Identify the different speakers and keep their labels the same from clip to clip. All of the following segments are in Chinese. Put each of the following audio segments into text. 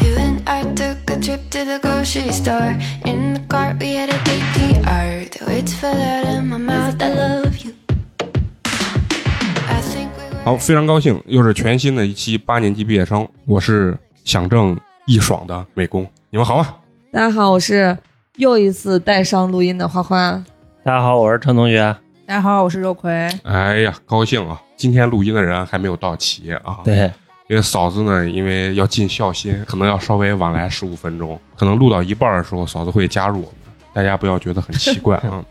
Speaker 1: You and I took a trip to the grocery store. In the car, we had a DTR. The words fell out of my mouth. I love you. I think we were.
Speaker 2: 好，非常高兴，又是全新的一期八年级毕业生。我是想挣一爽的美工，你们好啊吗？
Speaker 3: 大家好，我是又一次带伤录音的花花。
Speaker 4: 大家好，我是陈同学。
Speaker 5: 大家好，我是肉葵。
Speaker 2: 哎呀，高兴啊！今天录音的人还没有到齐啊。
Speaker 4: 对，
Speaker 2: 因为嫂子呢，因为要尽孝心，可能要稍微晚来十五分钟，可能录到一半儿的时候，嫂子会加入我们，大家不要觉得很奇怪 啊。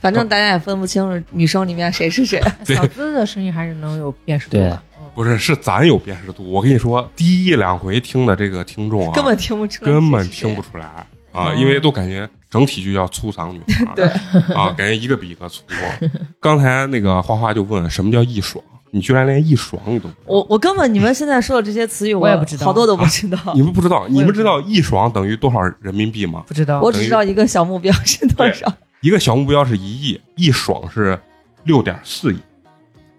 Speaker 3: 反正大家也分不清楚女生里面谁是 谁。
Speaker 2: 对
Speaker 5: 嫂子的声音还是能有辨识度的。
Speaker 2: 不是，是咱有辨识度。我跟你说，第一两回听的这个听众啊，
Speaker 3: 根本听不出来，
Speaker 2: 根本听不。出来啊，
Speaker 5: 哦
Speaker 2: 因为都感觉整体就叫粗嗓女孩，
Speaker 3: 对
Speaker 2: 啊，感觉一个比一个粗。刚才那个花花就问什么叫一爽，你居然连一爽你都不知道，
Speaker 3: 我我根本你们现在说的这些词语，
Speaker 5: 我也不知道
Speaker 3: 好多都不知道。
Speaker 2: 你们不知道，你们知道一爽等于多少人民币吗？
Speaker 5: 不知道
Speaker 3: 哦 我只知道一个小目标是多少，
Speaker 2: 一个小目标是一亿，一爽是六点四亿。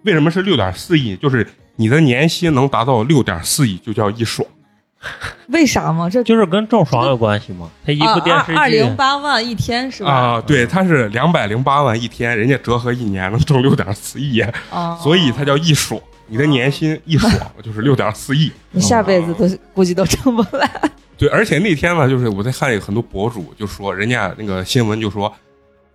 Speaker 2: 为什么是六点四亿？就是你的年薪能达到六点四亿，就叫一爽。
Speaker 3: 为啥吗？这
Speaker 4: 就是跟郑爽有关系吗？他一部电视剧，
Speaker 3: 啊二零八万一天是吧？
Speaker 2: 啊，对，它是两百零八万一天，人家折合一年能挣六点四亿，
Speaker 3: 啊，
Speaker 2: 所以它叫一爽。你的年薪一 爽就是六点四亿。
Speaker 3: 你下辈子
Speaker 2: 啊
Speaker 3: 都估计都挣不 来。
Speaker 2: 对，而且那天呢，就是我在看有很多博主就说，人家那个新闻就说，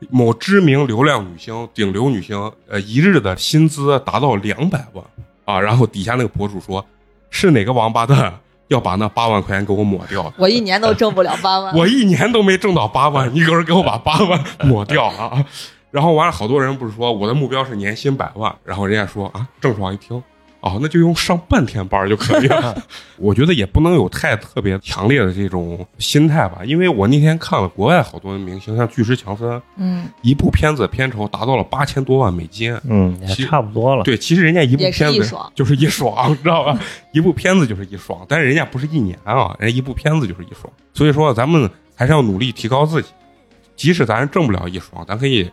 Speaker 2: 某知名流量女星、顶流女星，呃，一日的薪资达到两百万啊，然后底下那个博主说，是哪个王八蛋要把那八万块钱给我抹掉？
Speaker 3: 我一年都挣不了八万。
Speaker 2: 我一年都没挣到八万，你可是给我把八万抹掉了啊！然后完了，好多人不是说我的目标是年薪百万，然后人家说啊，郑爽一听，哦，那就用上半天班儿就可以了。我觉得也不能有太特别强烈的这种心态吧，因为我那天看了国外好多明星，像巨石强森，
Speaker 3: 嗯，
Speaker 2: 一部片子片酬达到了八千多万美金，
Speaker 4: 嗯，也差不多了。
Speaker 2: 对，其实人家一部
Speaker 3: 也是
Speaker 2: 片
Speaker 3: 一
Speaker 2: 子
Speaker 3: 爽
Speaker 2: 就是一爽， 知道吧？一部片子就是一爽，但是人家不是一年啊，人家一部片子就是一爽。所以说，咱们还是要努力提高自己，即使咱挣不了一爽，咱可以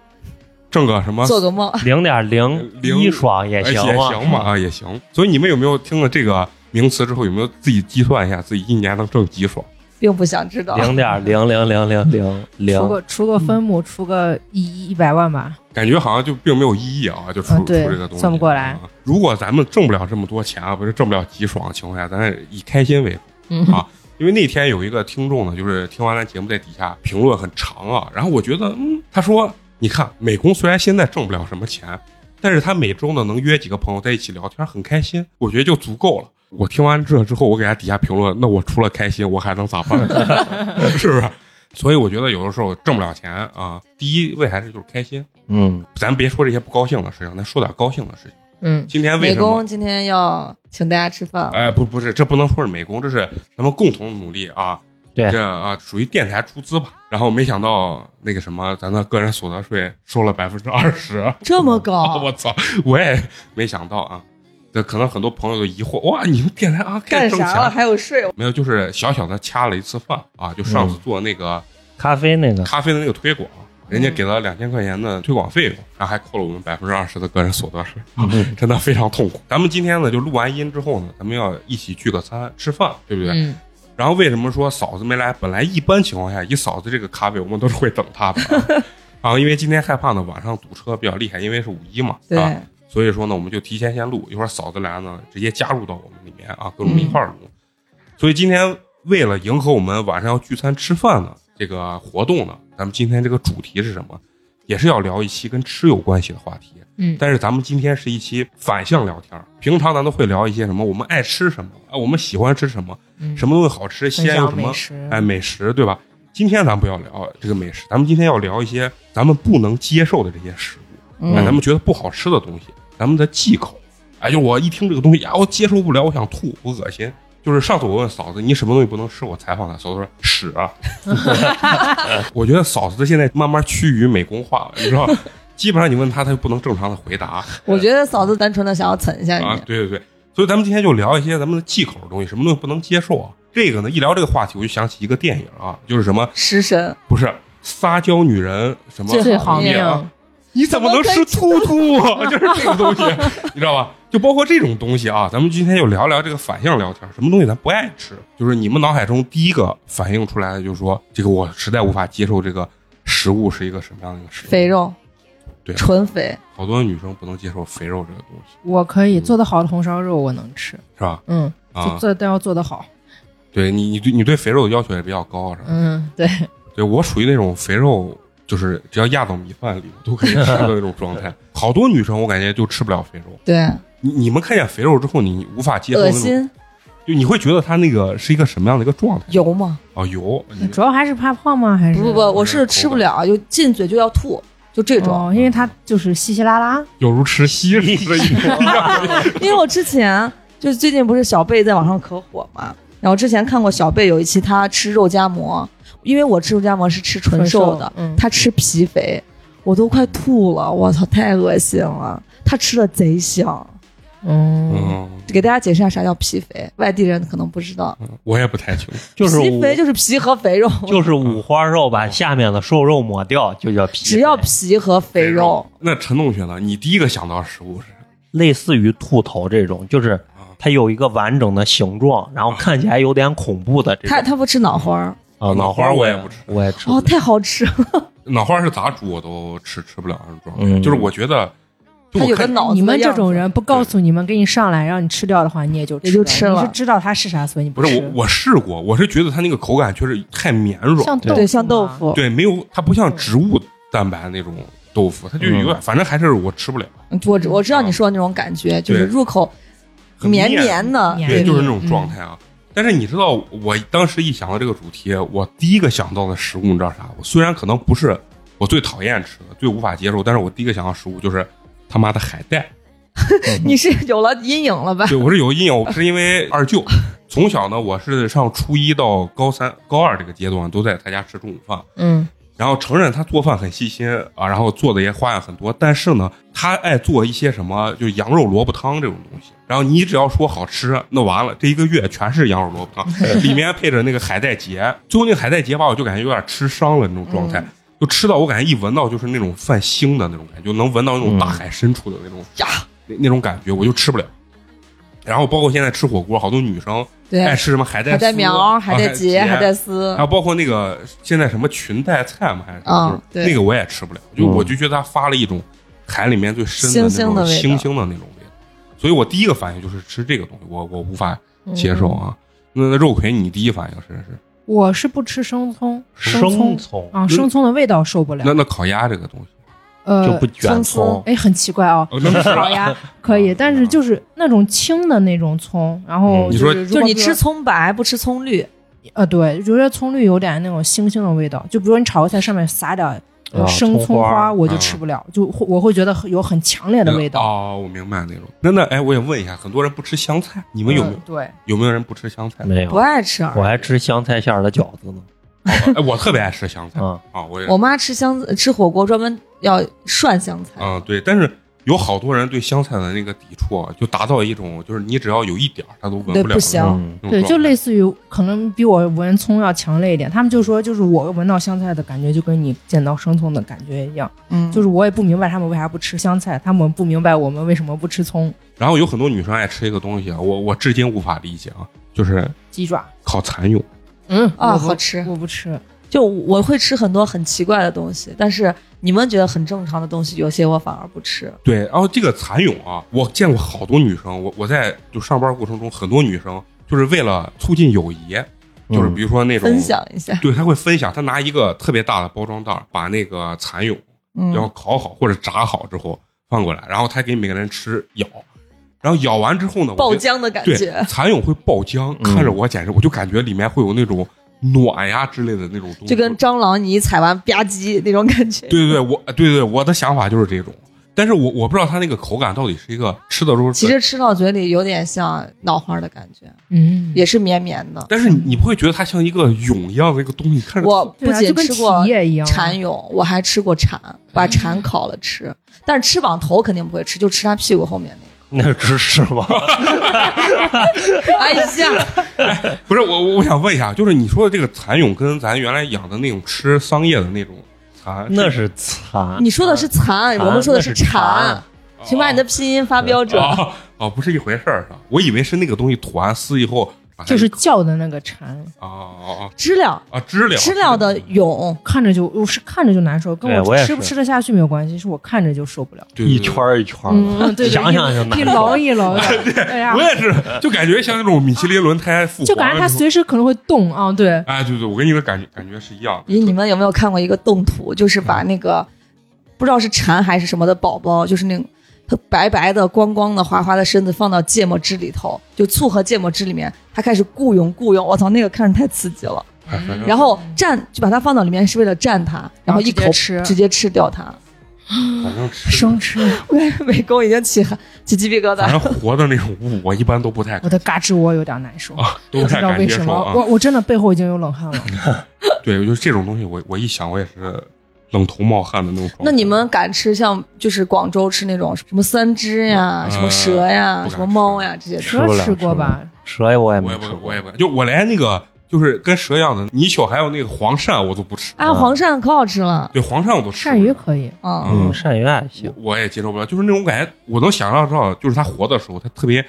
Speaker 2: 挣个什么
Speaker 3: 做个梦。
Speaker 4: 零点零
Speaker 2: 零
Speaker 4: 一爽也
Speaker 2: 哎
Speaker 4: 行
Speaker 2: 也
Speaker 4: 嘛，
Speaker 2: 行嘛啊，也行。所以你们有没有听了这个名词之后，有没有自己计算一下自己一年能挣几爽？
Speaker 3: 并不想知道。
Speaker 4: 零点零零零零零
Speaker 5: 出
Speaker 4: 零，
Speaker 5: 个出个分母，出个一亿一百万吧。
Speaker 2: 感觉好像就并没有意义啊，就出、
Speaker 5: 啊
Speaker 2: 出
Speaker 5: 对
Speaker 2: 这个东西
Speaker 5: 算不过来
Speaker 2: 啊如果咱们挣不了这么多钱啊，不是挣不了极爽的情况下，咱以开心为主、
Speaker 5: 嗯
Speaker 2: 啊。因为那天有一个听众呢，就是听完咱节目在底下评论很长啊，然后我觉得，嗯，他说，你看美工虽然现在挣不了什么钱，但是他每周呢能约几个朋友在一起聊天，很开心，我觉得就足够了。我听完这之后，我给他底下评论，那我除了开心，我还能咋办？ 是不是？所以我觉得有的时候挣不了钱啊，第一位还是就是开心。
Speaker 4: 嗯，
Speaker 2: 咱别说这些不高兴的事情，咱说点高兴的事情。
Speaker 5: 嗯，
Speaker 2: 今天为
Speaker 3: 美
Speaker 2: 什么
Speaker 3: 工？今天要请大家吃饭，
Speaker 2: 哎，不，不是，这不能说是美工，这是咱们共同努力啊。
Speaker 4: 对
Speaker 2: 这啊，属于电台出资吧。然后没想到那个什么，咱的个人所得税收了百分之二十，
Speaker 3: 这么
Speaker 2: 啊
Speaker 3: 高，
Speaker 2: 我操，我也没想到啊。这可能很多朋友都疑惑，哇，你们电台啊开
Speaker 3: 干
Speaker 2: 始挣
Speaker 3: 啥了
Speaker 2: 钱？
Speaker 3: 还有税？
Speaker 2: 没有，就是小小的掐了一次饭啊，就
Speaker 3: 嗯
Speaker 2: 上次做那个
Speaker 4: 咖啡那个，
Speaker 2: 咖啡的那个推广，人家给了两千块钱的推广费用，然后还扣了我们百分之二十的个人所得税。
Speaker 4: 嗯
Speaker 2: 真的非常痛苦。咱们今天呢，就录完音之后呢，咱们要一起聚个餐吃饭，对不对？
Speaker 5: 嗯
Speaker 2: 然后为什么说嫂子没来？本来一般情况下，以嫂子这个咖位，我们都是会等她的啊。啊，因为今天害怕呢，晚上堵车比较厉害，因为是五一嘛，
Speaker 3: 对，
Speaker 2: 啊，所以说呢，我们就提前先录，一会儿嫂子来呢，直接加入到我们里面啊，跟我们一块儿录。所以今天为了迎合我们晚上要聚餐吃饭呢这个活动呢，咱们今天这个主题是什么？也是要聊一期跟吃有关系的话题。
Speaker 5: 嗯
Speaker 2: 但是咱们今天是一期反向聊天儿，平常咱都会聊一些什么，我们爱吃什么啊，我们喜欢吃什么，
Speaker 5: 嗯
Speaker 2: 什么东西好吃，西
Speaker 5: 分
Speaker 2: 安有
Speaker 5: 享
Speaker 2: 什
Speaker 5: 美
Speaker 2: 么
Speaker 5: 食，
Speaker 2: 哎美食，对吧？今天咱不要聊这个美食，咱们今天要聊一些咱们不能接受的这些食物，
Speaker 5: 嗯
Speaker 2: 哎，咱们觉得不好哎吃的东西，咱们的忌口。哎，就我一听这个东西，呀，我接受不了，我想吐，我恶心。就是上次我问嫂子你什么东西不能吃，我采访她，嫂子说屎啊。 我觉得嫂子现在慢慢趋于美工化了，你知道吧， 基本上你问她，她就不能正常的回答
Speaker 3: 我觉得嫂子单纯的想要蹭一下
Speaker 2: 啊
Speaker 3: 你。。
Speaker 2: 对对对，所以咱们今天就聊一些咱们的忌口的东西，什么东西不能接受啊。这个呢，一聊这个话题，我就想起一个电影啊，就是什么
Speaker 3: 食神，
Speaker 2: 不是撒娇女人什么
Speaker 5: 最好命
Speaker 2: 啊，你怎么能是兔兔啊？ 就是这个东西，你知道吧？就包括这种东西啊，咱们今天就聊聊这个反向聊天，什么东西咱不爱吃，就是你们脑海中第一个反映出来的，就是说这个我实在无法接受这个食物是一个什么样的一个食物。
Speaker 3: 肥肉，
Speaker 2: 对
Speaker 3: 纯肥，
Speaker 2: 好多女生不能接受肥肉这个东西，
Speaker 5: 我可以做得好的红烧肉我能吃，
Speaker 2: 是吧？
Speaker 5: 嗯，
Speaker 2: 啊
Speaker 5: 就，做都要做得好，
Speaker 2: 对你，你对你对肥肉的要求也比较高，是吧？
Speaker 5: 嗯，对，
Speaker 2: 对我属于那种肥肉，就是只要压到米饭里我都可以吃的那种状态。好多女生我感觉就吃不了肥肉，
Speaker 3: 对，
Speaker 2: 你你们看见肥肉之后，你无法接受
Speaker 3: 恶
Speaker 2: 那种
Speaker 3: 心，
Speaker 2: 就你会觉得它那个是一个什么样的一个状态
Speaker 3: 油嘛。
Speaker 2: 啊？ 油，你
Speaker 5: 主要还是怕胖吗？
Speaker 2: 嗯
Speaker 5: 还是
Speaker 3: 不不不，我是吃不了，就进嘴就要吐，就这种。
Speaker 5: 哦，因为它就是稀稀拉拉，
Speaker 2: 有如吃 稀似的。
Speaker 3: 因为我之前就是最近不是小贝在网上可火嘛，然后之前看过小贝有一期他吃肉夹馍，因为我吃肉夹馍是吃纯瘦的，
Speaker 5: 嗯，
Speaker 3: 他吃皮肥，我都快吐了，我操，太恶心了。他吃的贼香，
Speaker 5: 嗯，
Speaker 2: 嗯，
Speaker 3: 给大家解释一下啥叫皮肥，外地人可能不知道，
Speaker 2: 我也不太清楚。
Speaker 4: 就是
Speaker 3: 皮
Speaker 4: 五
Speaker 3: 肥就是皮和肥肉，
Speaker 4: 就是五花肉把下面的瘦肉抹掉就叫皮，
Speaker 3: 只要皮和肥肉，
Speaker 2: 那陈同学呢？你第一个想到的食物是啥？
Speaker 4: 类似于兔头这种，就是它有一个完整的形状，然后看起来有点恐怖的这种
Speaker 3: 他。他不吃脑花儿，
Speaker 4: 啊，
Speaker 2: 脑花我也不吃，
Speaker 4: 我也吃不
Speaker 3: 哦，
Speaker 4: 了。
Speaker 3: 太好吃了，
Speaker 2: 脑花是咋煮我都吃吃不了那种状态。
Speaker 4: 嗯
Speaker 2: 就是我觉得，就
Speaker 3: 他有
Speaker 2: 我
Speaker 3: 个
Speaker 2: 看
Speaker 3: 脑子
Speaker 5: 你们
Speaker 3: 的样
Speaker 5: 哦
Speaker 3: 子
Speaker 5: 这种人不告诉你们，给你上来让你吃掉的话，你也就
Speaker 3: 也就吃
Speaker 5: 了，
Speaker 3: 了
Speaker 5: 你是知道它是啥，所以你
Speaker 2: 不
Speaker 5: 吃。
Speaker 2: 是我我试过，我是觉得它那个口感确实太绵
Speaker 5: 像
Speaker 2: 软，
Speaker 5: 豆
Speaker 3: 对像嗯豆
Speaker 5: 嘛，
Speaker 3: 腐，
Speaker 2: 对，没有它不像植物蛋白那种豆腐，它就有点，反正还是我吃不了，
Speaker 3: 嗯我知我知道你说的那种感觉，就是入口
Speaker 2: 很
Speaker 3: 绵绵的，
Speaker 5: 面
Speaker 2: 对，
Speaker 5: 对
Speaker 2: 就是那种状态啊。但是你知道，我当时一想到这个主题，我第一个想到的食物，你知道啥？我虽然可能不是我最讨厌吃的、最无法接受，但是我第一个想到食物就是他妈的海带。
Speaker 3: 你是有了阴影了吧？
Speaker 2: 对我是有阴影，我是因为 二舅。从小呢，我是上初一到高三、高二这个阶段都在他家吃中午饭，
Speaker 5: 嗯，
Speaker 2: 然后承认他做饭很细心啊，然后做的也花样很多，但是呢，他爱做一些什么，就是羊肉萝卜汤这种东西。然后你只要说好吃，那完了，这一个月全是羊肉萝卜 汤，里面配着那个海带结。最后那个海带结吧，我就感觉有点吃伤了那种状态，就吃到我感觉一闻到就是那种泛腥的那种感觉，就能闻到那种大海深处的 那种呀、那那种感觉，我就吃不了。然后包括现在吃火锅，好多女生爱
Speaker 3: 对，
Speaker 2: 吃什么 海带
Speaker 3: 海带
Speaker 2: 丝
Speaker 3: 苗、
Speaker 2: 啊
Speaker 3: 海带结、海带丝
Speaker 5: 嗯
Speaker 2: 还，有包括那个现在什么裙带菜嘛，还是什么
Speaker 5: 哦
Speaker 3: 嗯
Speaker 2: 就是
Speaker 3: 对
Speaker 2: 那个我也吃不了，就
Speaker 4: 嗯
Speaker 2: 我就觉得它发了一种海里面最深的
Speaker 3: 腥
Speaker 2: 那
Speaker 3: 腥的
Speaker 2: 种
Speaker 3: 味道
Speaker 2: 腥腥的那种味道，所以我第一个反应就是吃这个东西，我我无法接受啊。
Speaker 5: 嗯
Speaker 2: 那那肉葵，你第一反应是是？
Speaker 5: 我是不吃生葱，生
Speaker 4: 生
Speaker 5: 葱
Speaker 4: 葱
Speaker 5: 啊，生葱的味道受不了
Speaker 2: 那。那烤鸭这个东西，
Speaker 5: 呃，
Speaker 4: 就不卷
Speaker 3: 生丝
Speaker 4: 葱，
Speaker 5: 哎，很奇怪哦，
Speaker 2: 哦能吃啊
Speaker 5: 烤鸭可以，但是就是那种青的那种葱，然后
Speaker 2: 嗯你
Speaker 5: 就
Speaker 2: 说
Speaker 5: 是如
Speaker 3: 就是
Speaker 5: 果
Speaker 3: 你
Speaker 5: 说
Speaker 3: 吃葱白不吃葱绿，
Speaker 5: 呃，对，觉得葱绿有点那种腥腥的味道，就比如你炒个菜上面撒点呃
Speaker 4: 啊
Speaker 5: 生
Speaker 4: 葱
Speaker 5: 葱
Speaker 4: 花
Speaker 5: 花，我就
Speaker 2: 啊
Speaker 5: 吃不了，就会我会觉得很有很强烈的味道。
Speaker 2: 哦，我明白那种。那那哎，我也问一下，很多人不吃香菜，你们有没有
Speaker 5: 嗯对，
Speaker 2: 有没有人不吃香菜？
Speaker 4: 没
Speaker 3: 不
Speaker 4: 有，
Speaker 3: 爱吃。
Speaker 4: 我还吃香菜馅儿的饺子呢。
Speaker 2: 哦哎，我特别爱吃香菜
Speaker 4: 啊，
Speaker 2: 啊，我也
Speaker 3: 我妈吃香吃火锅专门要涮香菜，
Speaker 2: 嗯，对，但是有好多人对香菜的那个抵触啊，就达到一种就是你只要有一点儿，他都闻
Speaker 3: 对
Speaker 2: 不了。
Speaker 3: 不行
Speaker 4: 嗯，
Speaker 2: 那种
Speaker 5: 对，
Speaker 2: 状态
Speaker 5: 就类似于可能比我闻葱要强烈一点。他们就说，就是我闻到香菜的感觉，就跟你见到生葱的感觉一样。
Speaker 3: 嗯，
Speaker 5: 就是是我也不明白他们为啥不吃香菜，他们不明白我们为什么不吃葱、
Speaker 2: 然后有很多女生爱吃一个东西啊，我我至今无法理解啊，就是
Speaker 5: 鸡爪。
Speaker 2: 烤蚕蛹。
Speaker 5: 嗯
Speaker 3: 啊
Speaker 5: 我不
Speaker 3: 好吃
Speaker 5: 我不吃。
Speaker 3: 就我会吃很多很奇怪的东西，但是你们觉得很正常的东西，有些我反而不吃。
Speaker 2: 对，然后这个蚕蛹啊，我见过好多女生，我我在就上班过程中，很多女生就是为了促进友谊，就是比如说那种
Speaker 3: 分，享一下，
Speaker 2: 对，她会分享，她拿一个特别大的包装袋儿把那个蚕蛹
Speaker 3: 嗯
Speaker 2: 然，后烤好或者炸好之后放过来，然后她给每个人吃咬，然后咬完之后呢，我
Speaker 3: 爆
Speaker 2: 就
Speaker 3: 浆的感
Speaker 2: 对，
Speaker 3: 觉，
Speaker 2: 蚕蛹会爆浆，
Speaker 4: 嗯
Speaker 2: 看着我简直，我就感觉里面会有那种暖呀之类的那种东西，
Speaker 3: 就跟蟑螂你一踩完吧唧那种感觉。
Speaker 2: 对对对，我对对对我的想法就是这种。但是我我不知道它那个口感到底是一个吃的时候，
Speaker 3: 其实吃到嘴里有点像脑花的感觉，
Speaker 5: 嗯，
Speaker 3: 也是绵绵的。
Speaker 2: 但是你你不会觉得它像一个蛹一样的一个东西，看着
Speaker 3: 我
Speaker 5: 对
Speaker 3: 不
Speaker 5: 啊，就
Speaker 3: 仅
Speaker 5: 跟
Speaker 3: 吃
Speaker 5: 体
Speaker 3: 过
Speaker 5: 液一样，
Speaker 3: 蚕蛹，我还吃过蝉，把蝉烤了吃，
Speaker 5: 哎
Speaker 3: 但是翅膀头肯定不会吃，就吃它屁股后面 那
Speaker 4: 那是芝士吗？
Speaker 3: 个。哎呀，
Speaker 2: 不是我我我想问一下，就是你说的这个蚕蛹跟咱原来养的那种吃桑叶的那种蚕，
Speaker 4: 那是蚕。
Speaker 3: 你说的是蚕，
Speaker 4: 蝉
Speaker 3: 我们说的
Speaker 4: 那是
Speaker 3: 蝉
Speaker 4: 蝉。
Speaker 3: 请把你的拼音发标准。
Speaker 2: 哦哦，不是一回事儿是吧？我以为是那个东西吐完丝以后，啊
Speaker 5: 就是叫的那个蝉，
Speaker 2: 哦哦
Speaker 3: 知了，
Speaker 2: 哦啊知了
Speaker 3: 知了的蛹，
Speaker 5: 看着就我是看着就难受，跟
Speaker 4: 对我也
Speaker 5: 吃不
Speaker 4: 是
Speaker 5: 吃得下去没有关系，是我看着就受不了。
Speaker 2: 对对
Speaker 4: 一
Speaker 2: 对
Speaker 4: 圈儿一圈儿的，
Speaker 5: 嗯，对，对
Speaker 4: 想想就难
Speaker 5: 一
Speaker 4: 受
Speaker 5: 篓一 篓的，哎呀
Speaker 2: 我，也是，就感觉像那种米其林轮胎复活了
Speaker 5: 就感觉它
Speaker 2: 之后
Speaker 5: 随时可能会动啊， 对，
Speaker 2: 哎，对对，我跟你的感觉感觉是一样的。
Speaker 3: 咦，你们有没有看过一个动图？就是把那个不知道是蝉还是什么的宝宝，就是那种它白白的、光光的、滑滑的身子放到芥末汁里头，就醋和芥末汁里面，它开始雇佣雇佣。我操，那个看着太刺激了。
Speaker 2: 哎反正
Speaker 3: 然后蘸就把它放到里面是为了蘸它，然后一口
Speaker 6: 直接吃
Speaker 3: 直接吃掉 它。
Speaker 2: 反正吃
Speaker 5: 生吃，
Speaker 3: 我感觉美工已经起起鸡皮疙
Speaker 2: 反
Speaker 3: 瘩。
Speaker 2: 正活的那种物，我一般都不太
Speaker 5: 我的嘎吱窝有点难受，
Speaker 2: 啊，都
Speaker 5: 不
Speaker 2: 不
Speaker 5: 知
Speaker 2: 太
Speaker 5: 道
Speaker 2: 敢
Speaker 5: 为
Speaker 2: 接
Speaker 5: 什
Speaker 2: 受
Speaker 5: 么，
Speaker 2: 啊。
Speaker 5: 我我真的背后已经有冷汗了。
Speaker 2: 对，就是这种东西我，我一想我也是冷头冒汗的那种状态。
Speaker 3: 那你们敢吃像就是广州吃那种什么三只呀、
Speaker 2: 嗯
Speaker 3: 什么蛇呀、
Speaker 2: 不敢吃
Speaker 3: 什么猫呀这些
Speaker 4: 吃
Speaker 5: 蛇
Speaker 4: 不了
Speaker 5: 吃过吧？
Speaker 4: 蛇我也
Speaker 2: 我
Speaker 4: 没
Speaker 2: 也不
Speaker 4: 吃过
Speaker 2: 我也不就我连那个就是跟蛇一样的泥鳅还有那个黄鳝我都不吃，
Speaker 3: 啊，黄鳝可好吃了，
Speaker 2: 对黄鳝我都吃不
Speaker 5: 鳝
Speaker 2: 了。
Speaker 5: 鱼可以，
Speaker 3: 嗯。
Speaker 4: 嗯，鳝鱼还行
Speaker 2: 我，我也接受不了，就是那种感觉，我能想象到，就是它活的时候，它特别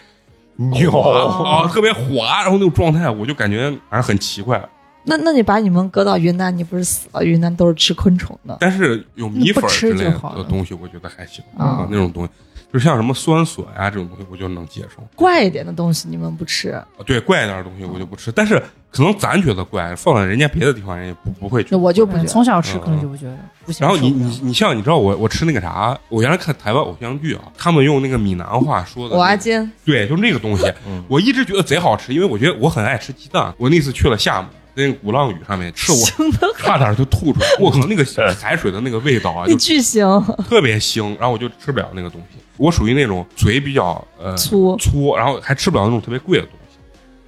Speaker 4: 扭
Speaker 2: 啊，特别滑，然后那种状态，我就感觉反正很奇怪。
Speaker 3: 那那你把你们搁到云南，你不是死了？云南都是吃昆虫的，
Speaker 2: 但是有米粉儿之类
Speaker 5: 不吃就好
Speaker 2: 的
Speaker 5: 了
Speaker 2: 东西，我觉得还行
Speaker 3: 啊
Speaker 2: 那种东西，就像什么酸笋啊这种东西，我就能接受。啊
Speaker 3: 怪一点的东西你们不吃。
Speaker 2: 对怪一点的东西我就不吃，但是可能咱觉得怪，放在人家别的地方人也不不会觉
Speaker 3: 那
Speaker 2: 得。
Speaker 3: 我就不
Speaker 5: 嗯
Speaker 3: 觉得。
Speaker 5: 从小吃可能就不觉得不行。
Speaker 2: 啊然后你
Speaker 5: 受不了
Speaker 2: 你你像你知道我我吃那个啥，我原来看台湾偶像剧啊，他们用那个闽南话说的、
Speaker 3: 我啊阿
Speaker 2: 那个，
Speaker 3: 金，
Speaker 2: 对，就那个东西，
Speaker 4: 嗯
Speaker 2: 我一直觉得贼好吃，因为我觉得我很爱吃鸡蛋。我那次去了厦门，那个鼓浪屿上面吃我。
Speaker 3: 行的，
Speaker 2: 差点就吐出来，我靠，那个海水的那个味道啊，
Speaker 3: 你
Speaker 2: 就
Speaker 3: 巨行，
Speaker 2: 特别腥，然后我就吃不了那个东西。我属于那种嘴比较呃
Speaker 3: 粗
Speaker 2: 粗，然后还吃不了那种特别贵的东西。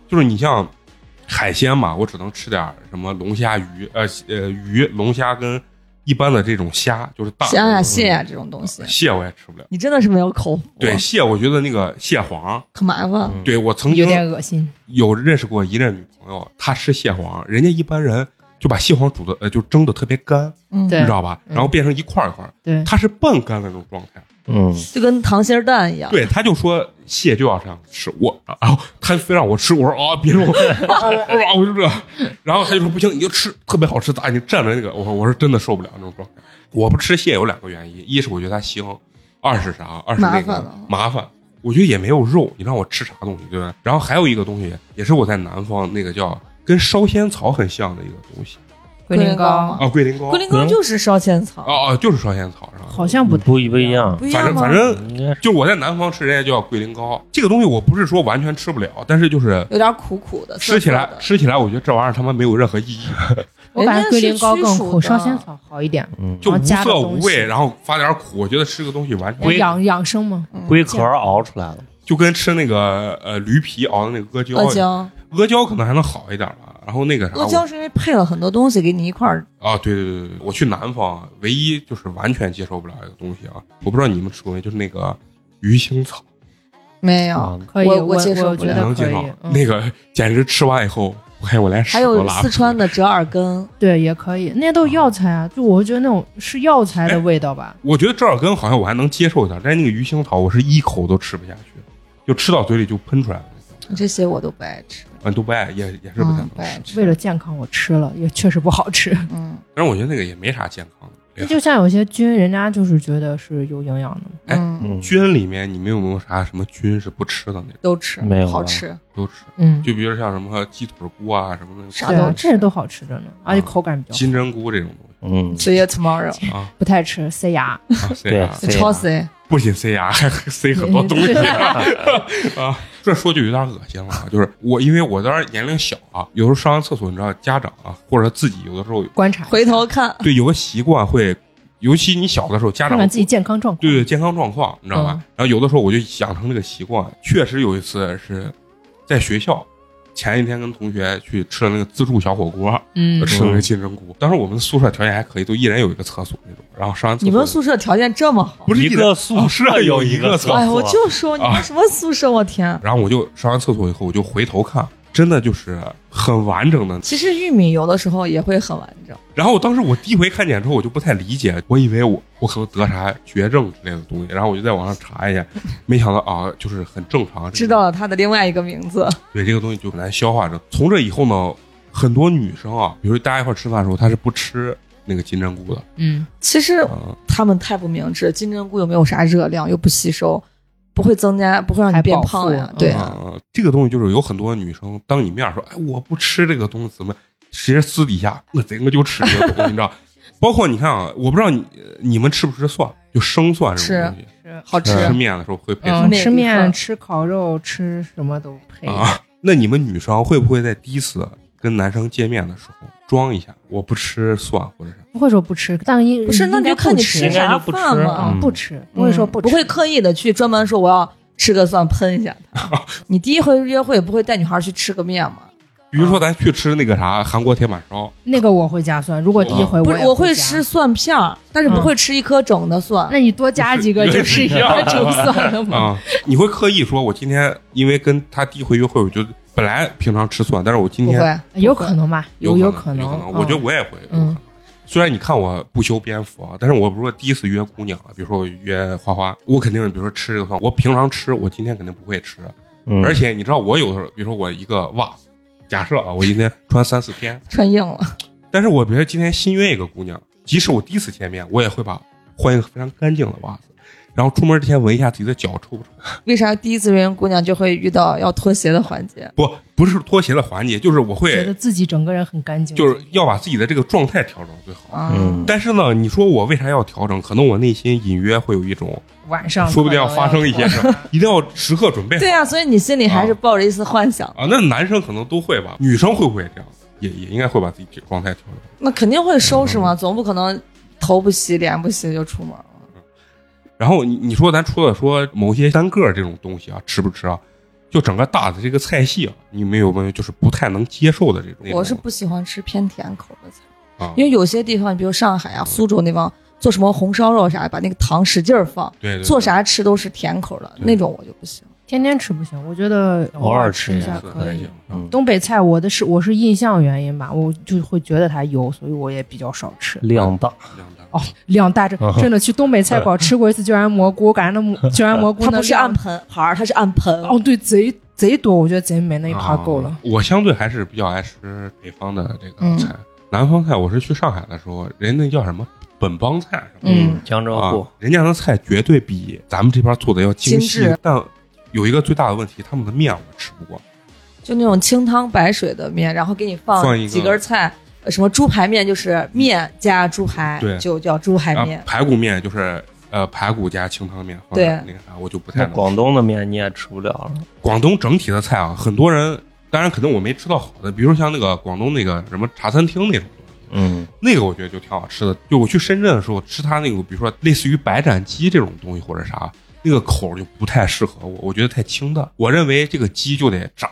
Speaker 2: 就是你像海鲜嘛，我只能吃点儿什么龙虾、鱼，呃呃鱼、龙虾跟一般的这种虾，就是大
Speaker 3: 虾呀、
Speaker 2: 嗯
Speaker 3: 蟹呀这种东西，
Speaker 2: 蟹我也吃不了。
Speaker 3: 你真的是没有口福，
Speaker 2: 对蟹，我觉得那个蟹黄，
Speaker 3: 可麻烦。
Speaker 4: 嗯
Speaker 2: 对我曾
Speaker 5: 有
Speaker 2: 经
Speaker 5: 点恶心，
Speaker 2: 有认识过一任女朋友，她吃蟹黄，人家一般人就把蟹黄煮的呃就蒸的特别干，
Speaker 3: 嗯，
Speaker 2: 你
Speaker 5: 对
Speaker 2: 知道吧？
Speaker 5: 嗯
Speaker 2: 然后变成一块儿一块儿，
Speaker 5: 对，
Speaker 2: 她是半干的那种状态。
Speaker 4: 嗯，
Speaker 3: 就跟溏心儿蛋一样。
Speaker 2: 对，他就说蟹就要这样吃，我啊然后他非让我吃，我说啊，别说，啊
Speaker 3: 哦
Speaker 2: 啊 啊我就这，然后他就说不行，你就吃，特别好吃，啊咋你蘸着那个，我说我是真的受不了那种状态。我不吃蟹有两个原因，一是我觉得它腥，二是啥？二是那
Speaker 3: 麻烦
Speaker 2: 个
Speaker 3: 了
Speaker 2: 麻烦。我觉得也没有肉，你让我吃啥东西，对吧？然后还有一个东西，也是我在南方那个叫跟烧仙草很像的一个东西
Speaker 5: 龟苓
Speaker 3: 膏
Speaker 5: 膏
Speaker 2: 啊，桂林糕
Speaker 3: 龟苓膏就是烧仙草，
Speaker 2: 啊啊，就是烧仙草是吧？
Speaker 5: 好像不太
Speaker 4: 嗯不一不一样，
Speaker 3: 不一
Speaker 2: 反正
Speaker 3: 样吗？
Speaker 2: 反正
Speaker 4: 应该是
Speaker 2: 就我在南方吃，人家叫桂林糕。这个东西我不是说完全吃不了，但是就是
Speaker 3: 有点苦苦的，
Speaker 2: 吃起来
Speaker 3: 涩涩的
Speaker 2: 吃起来，我觉得这玩意儿他妈没有任何意义，
Speaker 5: 我感觉龟苓膏
Speaker 3: 人家
Speaker 5: 更
Speaker 3: 是驱
Speaker 5: 苦，
Speaker 3: 暑的
Speaker 5: 烧仙草好一点，
Speaker 4: 嗯，
Speaker 2: 嗯就
Speaker 5: 然
Speaker 2: 无
Speaker 5: 后加的
Speaker 2: 色
Speaker 5: 东
Speaker 2: 无
Speaker 5: 西
Speaker 2: 味，然后发点苦，我觉得吃个东西完全
Speaker 5: 养养生嘛。
Speaker 4: 龟壳熬出来了，
Speaker 2: 就跟吃那个呃驴皮熬的那个阿胶
Speaker 3: 阿
Speaker 2: 一样，
Speaker 3: 胶，
Speaker 2: 阿胶可能还能好一点吧。然后那个啥
Speaker 3: 阿胶是因为配了很多东西给你一块儿，
Speaker 2: 我啊，对对对对，我去南方唯一就是完全接受不了一个东西啊，我不知道你们吃过没，就是那个鱼腥草，
Speaker 3: 没有，
Speaker 4: 啊，
Speaker 5: 可以，
Speaker 3: 我
Speaker 5: 我
Speaker 3: 我接受
Speaker 5: 我
Speaker 3: 不
Speaker 5: 觉
Speaker 3: 了
Speaker 2: 我能
Speaker 5: 得可
Speaker 2: 接
Speaker 5: 以
Speaker 2: 受，。
Speaker 5: 嗯
Speaker 2: 那个简直吃完以后，我看我连屎
Speaker 3: 还
Speaker 2: 都
Speaker 3: 有
Speaker 2: 拉不
Speaker 3: 四
Speaker 2: 出
Speaker 3: 川
Speaker 2: 来。
Speaker 3: 的折耳根，
Speaker 5: 对也可以，那些都是药材啊，就我觉得那种是药材的味道吧。
Speaker 2: 我觉得折耳根好像我还能接受一点，但是那个鱼腥草我是一口都吃不下去，就吃到嘴里就喷出来了，
Speaker 3: 这些我都不爱吃，
Speaker 2: 嗯，都不爱，也也是不太
Speaker 3: 嗯，不
Speaker 2: 能
Speaker 3: 爱
Speaker 2: 吃。
Speaker 3: 吃，
Speaker 5: 为了健康，我吃了也确实不好吃。
Speaker 3: 嗯。
Speaker 2: 但是我觉得那个也没啥健康的。
Speaker 5: 就像有些菌，人家就是觉得是有营养的嘛。
Speaker 2: 哎
Speaker 3: 嗯，
Speaker 4: 嗯，
Speaker 2: 菌里面你们有没有啥什么菌是不吃的那种
Speaker 3: 都吃，
Speaker 4: 没有啊
Speaker 3: 好吃，
Speaker 2: 都吃？
Speaker 5: 嗯，
Speaker 2: 就比如像什么鸡腿菇啊，什么那个
Speaker 3: 啥
Speaker 5: 对
Speaker 3: 都
Speaker 5: 啊，
Speaker 3: 吃
Speaker 5: 这些都好吃着呢，而且口感比较好。
Speaker 2: 金针菇这种东
Speaker 4: 嗯，
Speaker 3: 所以 tomorrow
Speaker 2: 西啊，
Speaker 5: 不太吃塞牙，
Speaker 2: 啊塞牙
Speaker 4: 对
Speaker 3: 超 C，
Speaker 2: 不仅塞牙，还塞很多东 西啊。这说就有点恶心了啊，就是我因为我当时年龄小啊，有时候上完厕所，你知道家长啊，或者自己有的时候
Speaker 5: 观察一下
Speaker 3: 回头看
Speaker 2: 对有个习惯会尤其你小的时候，家
Speaker 5: 看
Speaker 2: 长
Speaker 5: 看自己健康状况。
Speaker 2: 对对健康状况，你知道吧？
Speaker 3: 嗯
Speaker 2: 然后有的时候我就养成这个习惯。确实有一次是在学校，前一天跟同学去吃了那个自助小火锅，
Speaker 5: 嗯
Speaker 2: 吃了那个金针菇。当时我们宿舍条件还可以，都一人有一个厕所那种。然后上完厕所，
Speaker 3: 你们宿舍条件这么好，
Speaker 2: 不是
Speaker 4: 一
Speaker 2: 人
Speaker 4: 个宿舍有一个啊厕所，
Speaker 3: 哎，我就说你们什么宿舍，我天！
Speaker 2: 然后我就上完厕所以后，我就回头看，真的就是很完整的。
Speaker 3: 其实玉米有的时候也会很完
Speaker 4: 嗯
Speaker 3: 整，
Speaker 2: 然后我当时我第一回看见之后，我就不太理解，我以为我我可能得啥绝症之类的东西，然后我就在网上查一下，没想到啊，就是很正常。
Speaker 3: 知道了它的另外一个名字，
Speaker 2: 对这个东西就很难消化着。从这以后呢，很多女生啊，比如大家一块儿吃饭的时候，她是不吃那个金针菇的，
Speaker 5: 嗯，
Speaker 3: 其实
Speaker 2: 嗯，
Speaker 3: 他们太不明智，金针菇又没有啥热量，又不吸收，不会增加，不会让你变胖
Speaker 5: 还
Speaker 3: 呀
Speaker 5: 饱腹。
Speaker 3: 对，
Speaker 4: 嗯
Speaker 2: 啊这个东西就是有很多女生，当你面说，哎，我不吃这个东西，怎么？其实私底下我贼我就吃这个东西，你知道？ 包括你看啊，我不知道你你们吃不吃蒜，就生蒜这种东西，
Speaker 3: 好吃。
Speaker 2: 吃面的时候会配蒜
Speaker 5: 嗯，
Speaker 3: 每
Speaker 5: 吃
Speaker 3: 一
Speaker 5: 面、
Speaker 3: 份
Speaker 5: 吃烤肉、吃什么都配。
Speaker 2: 啊。那你们女生会不会在第一次跟男生见面的时候装一下，我不吃蒜或者是？
Speaker 5: 不会说不吃，但应
Speaker 3: 不是，那你就看你
Speaker 5: 吃
Speaker 3: 吃
Speaker 4: 应该
Speaker 3: 啥
Speaker 4: 就不吃
Speaker 3: 饭嘛。
Speaker 5: 啊
Speaker 2: 嗯，
Speaker 5: 不吃，不会说不吃，
Speaker 3: 不会刻意的去专门说我要吃个蒜喷一下 它。你第一回约会不会带女孩去吃个面吗？
Speaker 2: 比如说咱去吃那个啥韩国铁板烧，
Speaker 5: 那个我会加蒜。如果第一回
Speaker 3: 不
Speaker 5: 呃我
Speaker 3: 是，
Speaker 5: 也
Speaker 3: 我
Speaker 5: 会
Speaker 3: 会
Speaker 5: 加
Speaker 3: 吃，蒜片儿，但是不会吃一颗整的蒜。
Speaker 5: 那你多加几个就是一个整蒜了 嘛。
Speaker 2: 啊、你会刻意说，我今天因为跟他第一回约会，我就本来平常吃蒜，但是我今
Speaker 3: 不
Speaker 2: 天
Speaker 3: 会，
Speaker 5: 有可能吧，
Speaker 2: 有
Speaker 5: 有
Speaker 2: 可
Speaker 5: 能
Speaker 2: 有可能，
Speaker 5: 嗯
Speaker 2: 我觉得我也会。
Speaker 5: 嗯
Speaker 2: 虽然你看我不修边幅啊，但是我不是说第一次约姑娘啊，比如说我约花花，我肯定是比如说吃这个饭，我平常吃，我今天肯定不会吃。
Speaker 4: 嗯
Speaker 2: 而且你知道，我有的时候，比如说我一个袜子，假设啊，我一天穿三四天，
Speaker 3: 穿硬了。
Speaker 2: 但是我比如说今天新约一个姑娘，即使我第一次见面，我也会把换一个非常干净的袜子，然后出门之前闻一下自己的脚臭不臭。
Speaker 3: 为啥第一次约姑娘就会遇到要脱鞋的环节？
Speaker 2: 不不是脱鞋的环节，就是我
Speaker 5: 觉得
Speaker 2: 会
Speaker 5: 自己整个人很干净，
Speaker 2: 就是要把自己的这个状态调整最好。
Speaker 3: 啊，
Speaker 4: 嗯
Speaker 2: 但是呢，你说我为啥要调整？可能我内心隐约会有一种，
Speaker 5: 晚上
Speaker 2: 说不定要发生一些事儿， 一定要时刻准备好
Speaker 3: 对啊，所以你心里还是抱着一丝幻想，
Speaker 2: 啊。那男生可能都会吧，女生会不会这样？也也应该会把自己状态调整。
Speaker 3: 那肯定会收拾嘛，总不可能头不洗脸不洗就出门了。
Speaker 2: 然后你你说咱除了说某些单个儿这种东西啊，吃不吃啊？就整个大的这个菜系啊，你们有没有就是不太能接受的这种？
Speaker 3: 我是不喜欢吃偏甜口的菜，
Speaker 2: 啊，
Speaker 3: 因为有些地方，比如上海啊、苏州那方做什么红烧肉啥，把那个糖使劲儿放，
Speaker 2: 对对对
Speaker 3: 做啥吃都是甜口的
Speaker 2: 对
Speaker 3: 那种，我就不行。
Speaker 5: 天天吃不行，我觉得
Speaker 4: 偶尔吃
Speaker 5: 一
Speaker 4: 一
Speaker 5: 下
Speaker 4: 下
Speaker 5: 可以。
Speaker 4: 嗯
Speaker 5: 东北菜，我的是我是印象原因吧，我就会觉得它油，所以我也比较少吃。
Speaker 4: 量大，
Speaker 2: 两大
Speaker 5: 哦，量大
Speaker 4: 嗯
Speaker 5: 这真的去东北菜馆吃过一次孜然蘑菇，我感觉那 蘑孜然蘑菇
Speaker 3: 它
Speaker 5: 那
Speaker 3: 不是
Speaker 5: 量
Speaker 3: 按盆盘儿，它是按盆。
Speaker 5: 哦，对，贼贼多，我觉得贼美那一盘够了
Speaker 2: 啊。我相对还是比较爱吃北方的这个
Speaker 3: 嗯
Speaker 2: 菜，南方菜我是去上海的时候，人家那叫什么本帮菜什么
Speaker 3: 嗯，
Speaker 4: 江浙
Speaker 2: 的、啊
Speaker 4: 沪，
Speaker 2: 人家的菜绝对比咱们这边做的要精细。
Speaker 3: 精致
Speaker 2: 但有一个最大的问题，他们的面我吃不惯，
Speaker 3: 就那种清汤白水的面，然后给你
Speaker 2: 放
Speaker 3: 放
Speaker 2: 一个
Speaker 3: 几根菜，呃什么猪排面就是面加猪排
Speaker 2: 对，
Speaker 3: 就叫猪排
Speaker 2: 然后
Speaker 3: 面。
Speaker 2: 啊排骨面就是呃排骨加清汤面，放
Speaker 3: 对
Speaker 2: 点那个啥我就不太
Speaker 4: 那
Speaker 2: 能。
Speaker 4: 广东的面你也吃不了了。
Speaker 2: 广东整体的菜啊，很多人当然可能我没吃到好的，比如像那个广东那个什么茶餐厅那种。
Speaker 4: 嗯，
Speaker 2: 那个我觉得就挺好吃的。就我去深圳的时候吃它那个，比如说类似于白斩鸡这种东西或者啥，那个口儿就不太适合我，我觉得太清淡。我认为这个鸡就得炸，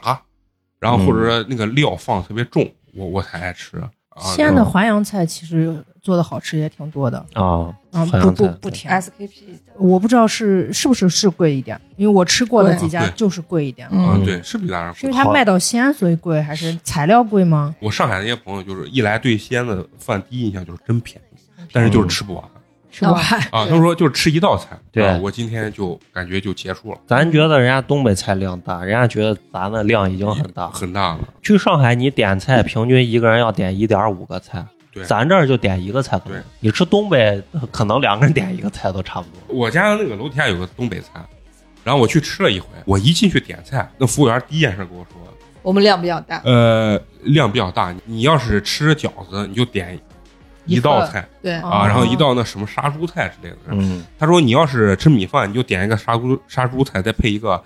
Speaker 2: 然后或者说那个料放得特别重，我我才爱吃。啊，
Speaker 5: 西安
Speaker 4: 嗯
Speaker 5: 的淮扬菜其实做的好吃也挺多的，
Speaker 4: 啊，淮
Speaker 5: 啊，不
Speaker 4: 扬
Speaker 5: 不
Speaker 4: 菜
Speaker 5: 不甜，
Speaker 3: SKP
Speaker 5: 我不知道是是不是是贵一点，因为我吃过的
Speaker 3: 贵
Speaker 5: 几家
Speaker 2: 对
Speaker 5: 就是贵一点，
Speaker 2: 啊
Speaker 3: 嗯，，
Speaker 2: 对，是比咱
Speaker 5: 是
Speaker 2: 这
Speaker 5: 因
Speaker 2: 儿
Speaker 5: 为它
Speaker 4: 好
Speaker 5: 卖到西安所以贵，还是材料贵吗？
Speaker 2: 我上海那些朋友就是一来对西安的饭第一印象就是真便宜，但是就是吃不完。
Speaker 5: 是吧？
Speaker 2: 啊，他们说就是吃一道菜，
Speaker 4: 对
Speaker 2: 啊我今天就感觉就结束了，
Speaker 4: 咱觉得人家东北菜量大，人家觉得咱的量已经很大。
Speaker 2: 很大了，
Speaker 4: 去上海，你点菜平均一个人要点一点五个菜
Speaker 2: 对，
Speaker 4: 咱这儿就点一个菜可
Speaker 2: 对
Speaker 4: 能。你吃东北，可能两个人点一个菜都差不多。
Speaker 2: 我家那个楼底下有个东北菜，然后我去吃了一回，我一进去点菜，那服务员第一件事跟我说，
Speaker 3: 我们量比较大，
Speaker 2: 呃，量比较大，你要是吃饺子，你就点一道菜
Speaker 3: 对，
Speaker 2: 啊，
Speaker 5: 哦
Speaker 2: 然后一道那什么杀猪菜之类的。
Speaker 4: 嗯，
Speaker 2: 他说你要是吃米饭，你就点一个杀猪杀猪菜，再配一个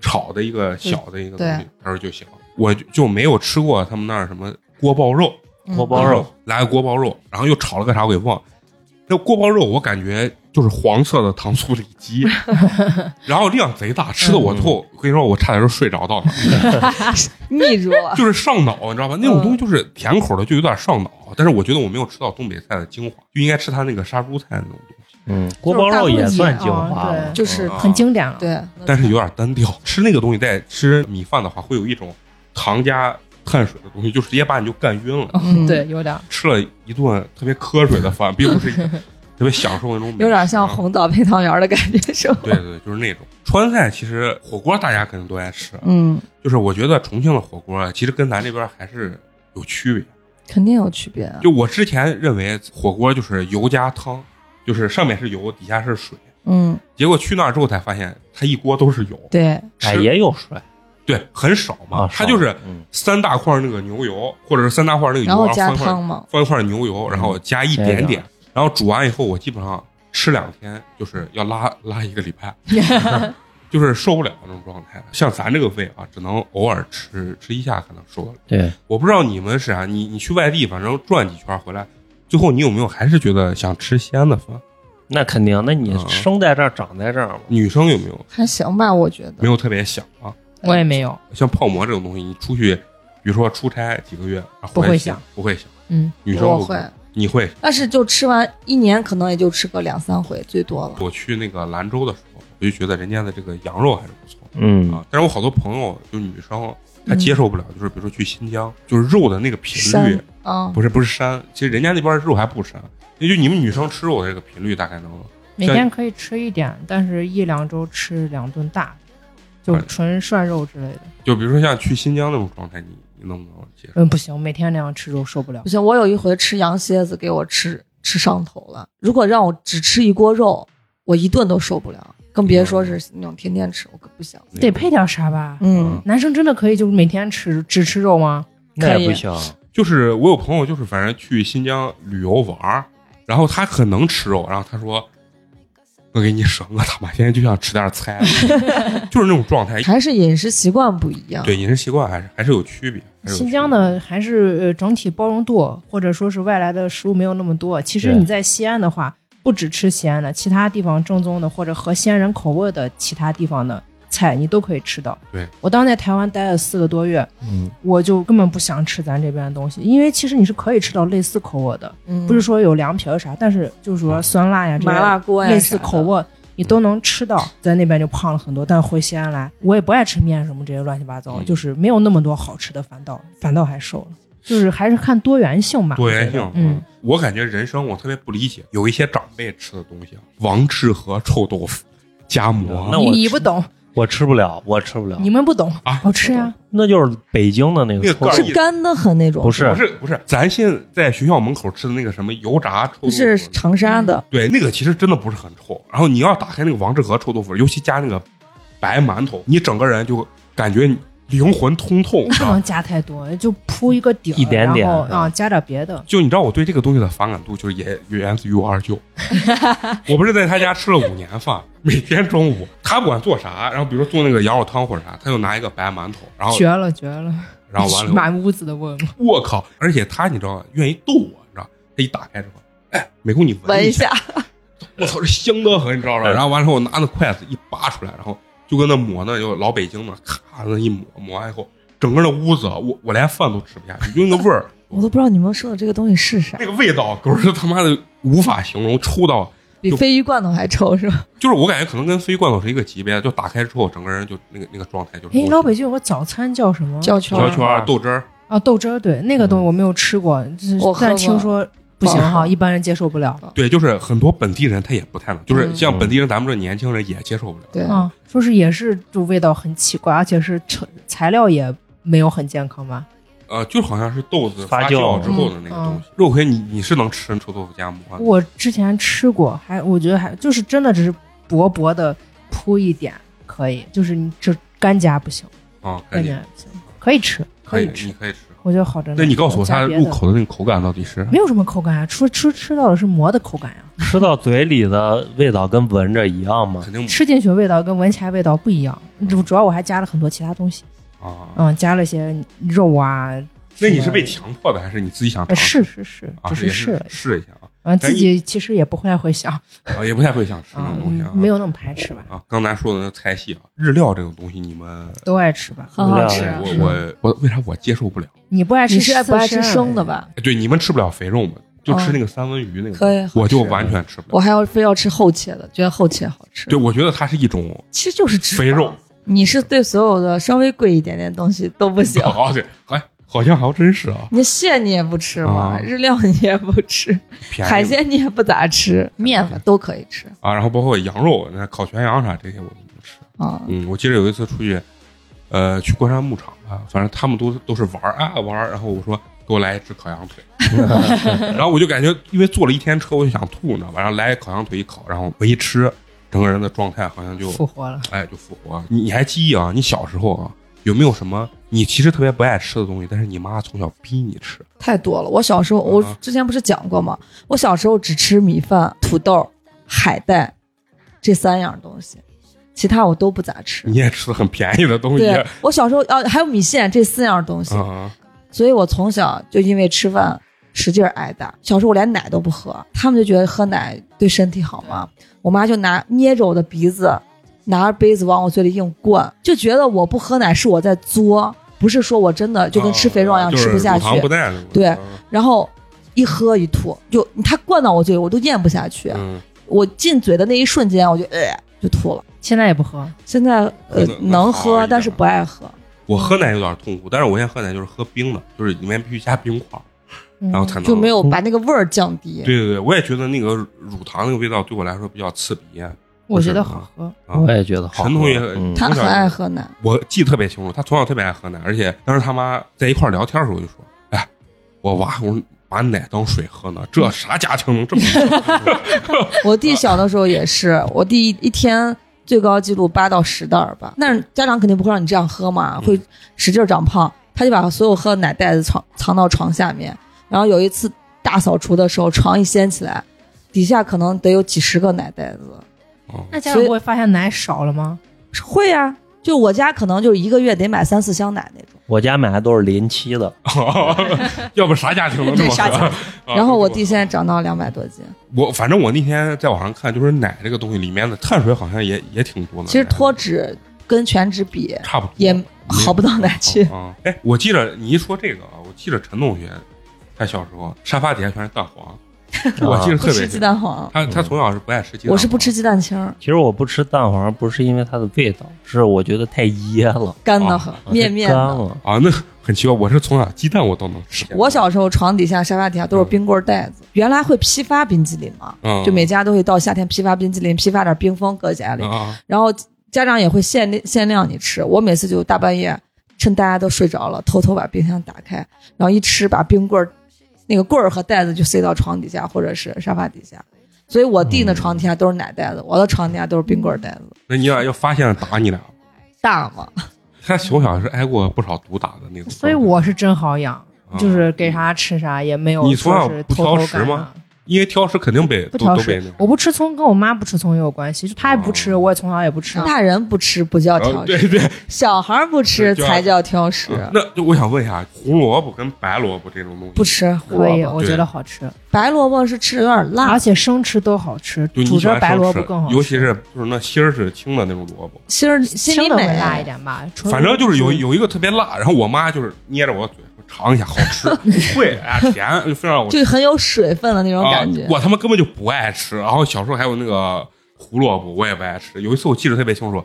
Speaker 2: 炒的一个小的一个东西
Speaker 3: 对，
Speaker 2: 他说就行。我就就没有吃过他们那儿什么锅爆肉，
Speaker 3: 嗯
Speaker 4: 锅包肉，
Speaker 2: 来个锅包肉，然后又炒了个啥我给忘了。那锅包肉我感觉就是黄色的糖醋里脊， 然后量贼大，吃的
Speaker 4: 嗯
Speaker 2: 我最后我跟你说，我差点就睡着到 那儿，呃
Speaker 3: 腻住 了。
Speaker 2: 就是上脑，啊你知道吧？那种东西就是甜口的，就有点上脑。啊但是我觉得我没有吃到东北菜的精华，就应该吃它那个杀猪菜那种东西，
Speaker 4: 嗯，锅包肉也算精华了
Speaker 5: 嗯。
Speaker 3: 就
Speaker 2: 嗯
Speaker 3: 是
Speaker 2: 啊
Speaker 5: 很经典了。
Speaker 3: 对，
Speaker 2: 但是有点单调。吃那个东西再吃米饭的话，会有一种糖加碳水的东西，就直接把你就干晕了。
Speaker 3: 嗯
Speaker 5: 对，有点儿
Speaker 2: 吃了一顿特别瞌睡的饭，并不是一 个特别享受那种美食啊，
Speaker 3: 有点像红枣配汤圆儿的感觉，是吧？
Speaker 2: 对对，就是那种川菜。其实火锅大家肯定都爱吃，
Speaker 3: 嗯，
Speaker 2: 就是我觉得重庆的火锅啊其实跟咱这边还是有区别。
Speaker 3: 肯定有区别啊。
Speaker 2: 就我之前认为火锅就是油加汤，就是上面是油，底下是水。
Speaker 3: 嗯，
Speaker 2: 结果去那儿之后才发现，它一锅都是油，
Speaker 3: 对，
Speaker 2: 吃
Speaker 4: 哎，也有水
Speaker 2: 对很少嘛，
Speaker 4: 啊，
Speaker 2: 它就是
Speaker 4: 嗯
Speaker 2: 三大块那个牛油，或者是三大块那个油，
Speaker 3: 然后加
Speaker 2: 放一块
Speaker 3: 汤嘛，
Speaker 2: 放一块牛油，然后嗯加一点
Speaker 4: 加一
Speaker 2: 点
Speaker 4: 点，
Speaker 2: 然后煮完以后，我基本上吃两天，就是要拉拉一个礼 拜， 就是受不了那种状态。像咱这个胃啊，只能偶尔吃吃一下，可能受得了。
Speaker 4: 对，
Speaker 2: 我不知道你们是啥、啊你你去外地，反正转几圈回来，最后你有没有还是觉得想吃西安的饭？
Speaker 4: 那肯定。那你
Speaker 2: 嗯
Speaker 4: 生在这儿，长在这儿嘛，
Speaker 2: 女生有没有
Speaker 3: 还行吧，我觉
Speaker 2: 没
Speaker 3: 得。
Speaker 2: 有特别想啊？
Speaker 5: 我也没有，
Speaker 2: 像泡馍这种东西，你出去，比如说出差几个月，啊、
Speaker 5: 不
Speaker 2: 回来
Speaker 5: 会
Speaker 2: 西安
Speaker 5: 想，
Speaker 2: 不会想。
Speaker 5: 嗯，
Speaker 2: 女生
Speaker 3: 我
Speaker 2: 不
Speaker 3: 会，
Speaker 2: 你会？
Speaker 3: 但是就吃完一年，可能也就吃个两三回，最多了。
Speaker 2: 我去那个兰州的时候，我就觉得人家的这个羊肉还是不错
Speaker 4: 嗯，
Speaker 2: 啊。但是我好多朋友就女生，她
Speaker 5: 嗯
Speaker 2: 接受不了，就是比如说去新疆，就是肉的那个频率
Speaker 3: 山，啊，
Speaker 2: 不是不是膻，其实人家那边肉还不膻，也就你们女生吃肉的这个频率大概能
Speaker 5: 每天可以吃一点，但是一两周吃两顿大，就纯涮肉之类的。
Speaker 2: 就比如说像去新疆那种状态，你你能不能接受？
Speaker 5: 嗯，不行，每天那样吃肉受不了
Speaker 3: 不。行，我有一回吃羊蝎子，给我吃吃上头了。如果让我只吃一锅肉，我一顿都受不了，更别说是那种天天吃，我可不行。
Speaker 2: 那
Speaker 5: 得
Speaker 2: 种
Speaker 5: 配点啥吧？
Speaker 2: 嗯
Speaker 3: 嗯，
Speaker 5: 男生真的可以就是每天吃只吃肉吗？
Speaker 4: 那
Speaker 3: 可
Speaker 4: 也
Speaker 3: 以
Speaker 4: 不行。
Speaker 2: 就是我有朋友，就是反正去新疆旅游玩儿，然后他可能吃肉，然后他说：“我给你省个他妈，现在就想吃点菜， 就是那种状态。
Speaker 3: 还是饮食习惯不一样。
Speaker 2: 哎对饮食习惯还是还是有区别。还是有区别
Speaker 5: 新疆的还是呃整体包容度或者说是外来的食物没有那么多。其实
Speaker 4: 对
Speaker 5: 你在西安的话，不只吃西安的，其他地方正宗的或者合西安人口味的其他地方的菜你都可以吃到。
Speaker 2: 对
Speaker 5: 我当时在台湾待了四个多月，
Speaker 4: 嗯，
Speaker 5: 我就根本不想吃咱这边的东西，因为其实你是可以吃到类似口味的，
Speaker 3: 嗯
Speaker 5: 不是说有凉皮儿啥，但是就是说酸辣呀、这
Speaker 3: 麻
Speaker 5: 些
Speaker 3: 辣锅呀，
Speaker 5: 类似口。味，你都能吃到，在那边就胖了很多。但回西安来，我也不爱吃面什么这些乱七八糟，
Speaker 2: 嗯
Speaker 5: 就是没有那么多好吃的，反倒反倒还瘦了。就是还是看多元性吧。
Speaker 2: 多元性
Speaker 5: 我觉得，嗯，，
Speaker 2: 我感觉人生我特别不理解，有一些长辈吃的东西啊，王致和臭豆腐夹馍，
Speaker 4: 那我
Speaker 5: 你你不懂，
Speaker 4: 我吃不了，我吃不了。
Speaker 5: 你们不懂
Speaker 2: 啊
Speaker 5: 好吃呀。
Speaker 4: 那就是北京的那
Speaker 2: 那
Speaker 4: 个
Speaker 2: 个盖
Speaker 4: 臭
Speaker 2: 儿
Speaker 4: 豆
Speaker 3: 是干的很那种，
Speaker 4: 不是
Speaker 2: 不是不是，咱现在在学校门口吃的那个什么油炸臭豆
Speaker 3: 不
Speaker 2: 腐，
Speaker 3: 是长沙的，
Speaker 2: 对，那个其实真的不是很臭。然后你要打开那个王致和臭豆腐，尤其加那个白馒头，你整个人就感觉你灵魂通透。你知
Speaker 5: 不
Speaker 2: 道吗
Speaker 5: 能加太多，
Speaker 2: 啊
Speaker 5: 就铺一个底儿，
Speaker 4: 一点点
Speaker 5: 然后啊
Speaker 4: 嗯
Speaker 5: 加点别的。
Speaker 2: 就你知道我对这个东西的反感度，就是也源自于我二舅。我不是在他家吃了五年饭，每天中午他不管做啥，然后比如说做那个羊肉汤或者啥，他就拿一个白馒头，然后
Speaker 5: 绝了绝了！
Speaker 2: 然后完了以后，
Speaker 5: 满屋子的问嘛，
Speaker 2: 我靠！而且他你知道吗？愿意逗我，你知道，他一打开之后，哎，美工你
Speaker 3: 闻
Speaker 2: 一
Speaker 3: 一
Speaker 2: 下
Speaker 3: 下，
Speaker 2: 我操，这香得很，你知道吧？
Speaker 4: 嗯
Speaker 2: 然后完了之后，我拿那筷子一扒出来，然后就跟那抹那就老北京那咔那一抹，抹完以后，整个那屋子我我连饭都吃不下去，因为那味儿，
Speaker 3: 我都不知道你们说的这个东西是啥
Speaker 2: 那，个味道，狗是他妈的无法形容，臭到
Speaker 3: 比鲱鱼罐头还臭是吧？
Speaker 2: 就是我感觉可能跟鲱鱼罐头是一个级别，就打开之后，整个人就那个那个状态就是。
Speaker 5: 哎，老北京有个早餐叫什么？
Speaker 3: 胶圈
Speaker 2: 小
Speaker 3: 儿
Speaker 2: 圈儿豆汁儿，
Speaker 5: 啊豆汁儿，对，那个东西
Speaker 2: 嗯
Speaker 5: 我没有吃过，就是
Speaker 3: 我喝
Speaker 5: 但
Speaker 3: 过
Speaker 5: 听说不行
Speaker 3: 不好
Speaker 5: 哈，
Speaker 3: 喝
Speaker 5: 一般人接受不了。
Speaker 2: 对，就是很多本地人他也不太能，就是
Speaker 3: 嗯
Speaker 2: 像本地人咱们这年轻人也接受不了。
Speaker 3: 对，
Speaker 5: 啊，说是也是，就味道很奇怪，而且是成材料也没有很健康吧？
Speaker 2: 呃，就好像是豆子
Speaker 4: 发
Speaker 2: 发
Speaker 4: 酵
Speaker 2: 之后的那个东西。肉葵，你你是能吃臭豆腐啊夹馍的？
Speaker 5: 我之前吃过，还我觉得还就是真的只是薄薄的铺一点可以，就是你这干夹不行，
Speaker 2: 啊，可
Speaker 5: 干
Speaker 2: 以
Speaker 5: 夹不行，可以吃，
Speaker 2: 可
Speaker 5: 以
Speaker 2: 你
Speaker 5: 吃，
Speaker 2: 可以吃。
Speaker 5: 我觉得好着呢。
Speaker 2: 那你告诉我，它
Speaker 5: 加别
Speaker 2: 入
Speaker 5: 的
Speaker 2: 口的那个口感到底是？
Speaker 5: 没有什么口感呀、吃吃吃到的是馍的口感啊呀、
Speaker 4: 吃到嘴里的味道跟闻着一样吗？
Speaker 2: 啊肯定
Speaker 5: 吃进去味道跟闻起来味道不一样。主主要我还加了很多其他东西，
Speaker 2: 啊。
Speaker 5: 嗯，加了一些肉啊。
Speaker 2: 那你是
Speaker 5: 什么
Speaker 2: 被强迫的，还是你自己想
Speaker 5: 呃
Speaker 2: 尝？
Speaker 5: 是是是，
Speaker 2: 啊，
Speaker 5: 就是
Speaker 2: 也
Speaker 5: 试
Speaker 2: 是
Speaker 5: 了
Speaker 2: 试
Speaker 5: 一下
Speaker 2: 一下啊。
Speaker 5: 完自己其实也不太会想
Speaker 2: 啊，也不太会想吃那
Speaker 5: 啊
Speaker 2: 种东西啊。，
Speaker 5: 没有那么排斥吧，
Speaker 2: 啊，刚才说的那菜系啊，日料这种东西，你们哎
Speaker 5: 都爱吃吧。
Speaker 3: 很好
Speaker 4: 料
Speaker 3: 吃
Speaker 4: 理。
Speaker 2: 我我我为啥我接受不了？
Speaker 5: 你不爱吃
Speaker 3: 你是爱不爱吃
Speaker 5: 刺身
Speaker 3: 生的吧？
Speaker 2: 哎对，你们吃不了肥肉嘛，就吃那个三文鱼那个，
Speaker 3: 可以
Speaker 2: 我就
Speaker 3: 好吃
Speaker 2: 完全吃不了。
Speaker 3: 我还要非要吃厚切的，觉得厚切好吃。
Speaker 2: 对，我觉得它是一种
Speaker 3: 其实就是脂肪
Speaker 2: 肥 肉。。
Speaker 3: 你是对所有的稍微贵一点点的东西都 不行。
Speaker 2: 哦，对，哎，好像还真是啊，
Speaker 3: 你蟹你也不吃嘛，
Speaker 2: 啊
Speaker 3: 日料你也不 吃，
Speaker 2: 便宜
Speaker 3: 海鲜你也不咋吃，嗯面吧都可以吃
Speaker 2: 啊，然后包括羊肉，那烤全羊啥这些我都不吃。
Speaker 3: 啊。
Speaker 2: 嗯，我记得有一次出去，呃，去关山牧场啊，反正他们都都是玩儿啊玩儿，然后我说给我来一只烤羊腿， 然后我就感觉因为坐了一天车，我就想吐，你知道吧？然后来烤羊腿一烤，然后我一吃，整个人的状态好像就
Speaker 5: 复活了，
Speaker 2: 哎就复活了。你你还记忆啊？你小时候啊有没有什么你其实特别不爱吃的东西，但是你妈从小逼你吃？
Speaker 3: 太多了。我小时候，我
Speaker 2: 啊
Speaker 3: 之前不是讲过吗？我小时候只吃米饭、土豆、海带这三样东西，其他我都不咋吃
Speaker 2: 你。也吃的很便宜的东西
Speaker 3: 对我小时候，啊，还有米线这四样东西，
Speaker 2: 啊，
Speaker 3: 所以我从小就因为吃饭使劲儿挨打。小时候我连奶都不喝，他们就觉得喝奶对身体好嘛。我妈就拿捏着我的鼻子，拿着杯子往我嘴里硬灌，就觉得我不喝奶是我在作，不是说我真的就跟吃肥肉一样
Speaker 2: 啊就是
Speaker 3: 吃不下
Speaker 2: 乳糖
Speaker 3: 去
Speaker 2: 不。耐那种
Speaker 3: 对
Speaker 2: 啊
Speaker 3: 然后一喝一吐，就它灌到我嘴里，我都咽不下去。
Speaker 2: 嗯，
Speaker 3: 我进嘴的那一瞬间，我就呃就吐了。
Speaker 5: 现在也不喝，
Speaker 3: 现在呃
Speaker 2: 那那
Speaker 3: 能
Speaker 2: 好一
Speaker 3: 喝，
Speaker 2: 点
Speaker 3: 但是不爱喝。
Speaker 2: 我喝奶有点痛苦，但是我现在喝奶就是喝冰的，就是里面必须加冰块，
Speaker 5: 嗯
Speaker 2: 然后才能
Speaker 3: 就没有把那个味儿降低。
Speaker 2: 对对对，我也觉得那个乳糖那个味道对我来说比较刺鼻。
Speaker 5: 我觉得好喝。
Speaker 2: 啊
Speaker 4: 我也觉得好喝。
Speaker 2: 陈同学
Speaker 4: 嗯
Speaker 3: 他很爱喝奶，
Speaker 2: 我记得特别清楚，他从小特别爱喝奶，而且当时他妈在一块儿聊天的时候就说：“哎，我娃我把奶当水喝呢，
Speaker 3: 嗯
Speaker 2: 这啥家庭能这么
Speaker 3: 我弟小的时候也是，我弟一天最高记录八到十袋儿吧。但是家长肯定不会让你这样喝嘛，
Speaker 2: 嗯
Speaker 3: 会使劲儿长胖。他就把所有喝的奶袋子藏藏到床下面，然后有一次大扫除的时候，床一掀起来，底下可能得有几十个奶袋子。
Speaker 2: 哦
Speaker 5: 那家
Speaker 3: 所
Speaker 5: 长
Speaker 3: 以
Speaker 5: 不会发现奶少了吗？
Speaker 3: 会呀、就我家可能就是一个月得买三四箱奶那种。
Speaker 4: 我家买的都是临期的，
Speaker 2: 哦要不啥家庭能这么
Speaker 3: 对啥家
Speaker 2: 喝？”啊
Speaker 3: 然后我
Speaker 2: 就
Speaker 3: 弟
Speaker 2: 这么
Speaker 3: 现在长到两百多斤，
Speaker 2: 我反正我那天在网上看，就是奶这个东西里面的碳水好像也也挺多哦的，
Speaker 3: 其实脱脂跟全脂比
Speaker 2: 差不多
Speaker 3: 也好不到哪去。
Speaker 2: 啊，哎，我记着你一说这个啊，我记着陈同学，他小时候沙发底下全是蛋黄，我记得
Speaker 3: 不
Speaker 2: 特
Speaker 3: 吃
Speaker 2: 别
Speaker 3: 鸡
Speaker 2: 清。
Speaker 3: 蛋黄，
Speaker 2: 他他从小是不爱吃鸡蛋，
Speaker 3: 我是不吃鸡蛋清儿，
Speaker 4: 其实我不吃蛋黄，不是因为它的味道，是我觉得太噎了，
Speaker 3: 干的
Speaker 2: 哦
Speaker 3: 很，面面
Speaker 4: 太
Speaker 3: 的
Speaker 4: 干。了。
Speaker 2: 啊，那很奇怪，我是从小鸡蛋我都能吃。
Speaker 3: 我小时候床底下、沙发底下都是冰棍袋子，原来会批发冰激凌嘛，
Speaker 2: 嗯
Speaker 3: 就每家都会到夏天批发冰激凌，批发点冰峰搁家里，
Speaker 2: 啊，
Speaker 3: 然后家长也会限量限量你吃。我每次就大半夜趁大家都睡着了，偷偷把冰箱打开，然后一吃把冰棍儿那个棍儿和袋子就塞到床底下或者是沙发底下。所以我弟的床底下都是奶袋子，我的床底下都是冰棍儿袋子，
Speaker 2: 那你俩要发现了打你俩，
Speaker 3: 大嘛。
Speaker 2: 他从小是挨过不少毒打的那种。
Speaker 5: 所以我是真好养，
Speaker 2: 啊
Speaker 5: 就是给啥吃啥，也没有
Speaker 2: 你从小
Speaker 5: 说是
Speaker 2: 不
Speaker 5: 偷
Speaker 2: 挑
Speaker 5: 偷
Speaker 2: 食
Speaker 5: 干
Speaker 2: 吗
Speaker 5: 嘛
Speaker 2: 因为挑食肯定被
Speaker 5: 不
Speaker 2: 都
Speaker 5: 挑
Speaker 2: 都被
Speaker 5: 食
Speaker 2: 那，
Speaker 5: 我不吃葱，跟我妈不吃葱也有关系。就她也不吃，
Speaker 2: 哦
Speaker 5: 我也从小也不吃。啊
Speaker 3: 大人不吃不叫挑
Speaker 2: 啊对
Speaker 3: 食，
Speaker 2: 对，
Speaker 3: 小孩儿不吃
Speaker 2: 就要
Speaker 3: 才叫挑食，
Speaker 2: 那就我想问一下，胡萝卜跟白萝卜这种东西
Speaker 3: 不，吃胡
Speaker 5: 可
Speaker 3: 萝
Speaker 5: 以，
Speaker 3: 卜。
Speaker 5: 我觉得好吃，
Speaker 3: 白萝卜是吃的有点辣
Speaker 5: 而，且生吃都好吃，
Speaker 2: 就
Speaker 5: 煮
Speaker 2: 你喜
Speaker 5: 着
Speaker 2: 欢
Speaker 5: 白
Speaker 2: 生
Speaker 5: 萝
Speaker 2: 吃
Speaker 5: 卜更好吃。
Speaker 2: 尤其是就是那芯儿是青的那种萝卜，
Speaker 3: 心儿心
Speaker 5: 生
Speaker 3: 里
Speaker 5: 的会
Speaker 3: 美
Speaker 5: 辣一。点吧，纯
Speaker 2: 反正就是有
Speaker 5: 嗯
Speaker 2: 有一个特别辣，然后我妈就是捏着我嘴说尝一下，好吃，不会啊，甜，就非让我吃
Speaker 3: 就很有水分的那种
Speaker 2: 啊
Speaker 3: 感觉，，
Speaker 2: 我他妈根本就不爱吃。然后小时候还有那个胡萝卜，我也不爱吃。有一次我记得特别清楚，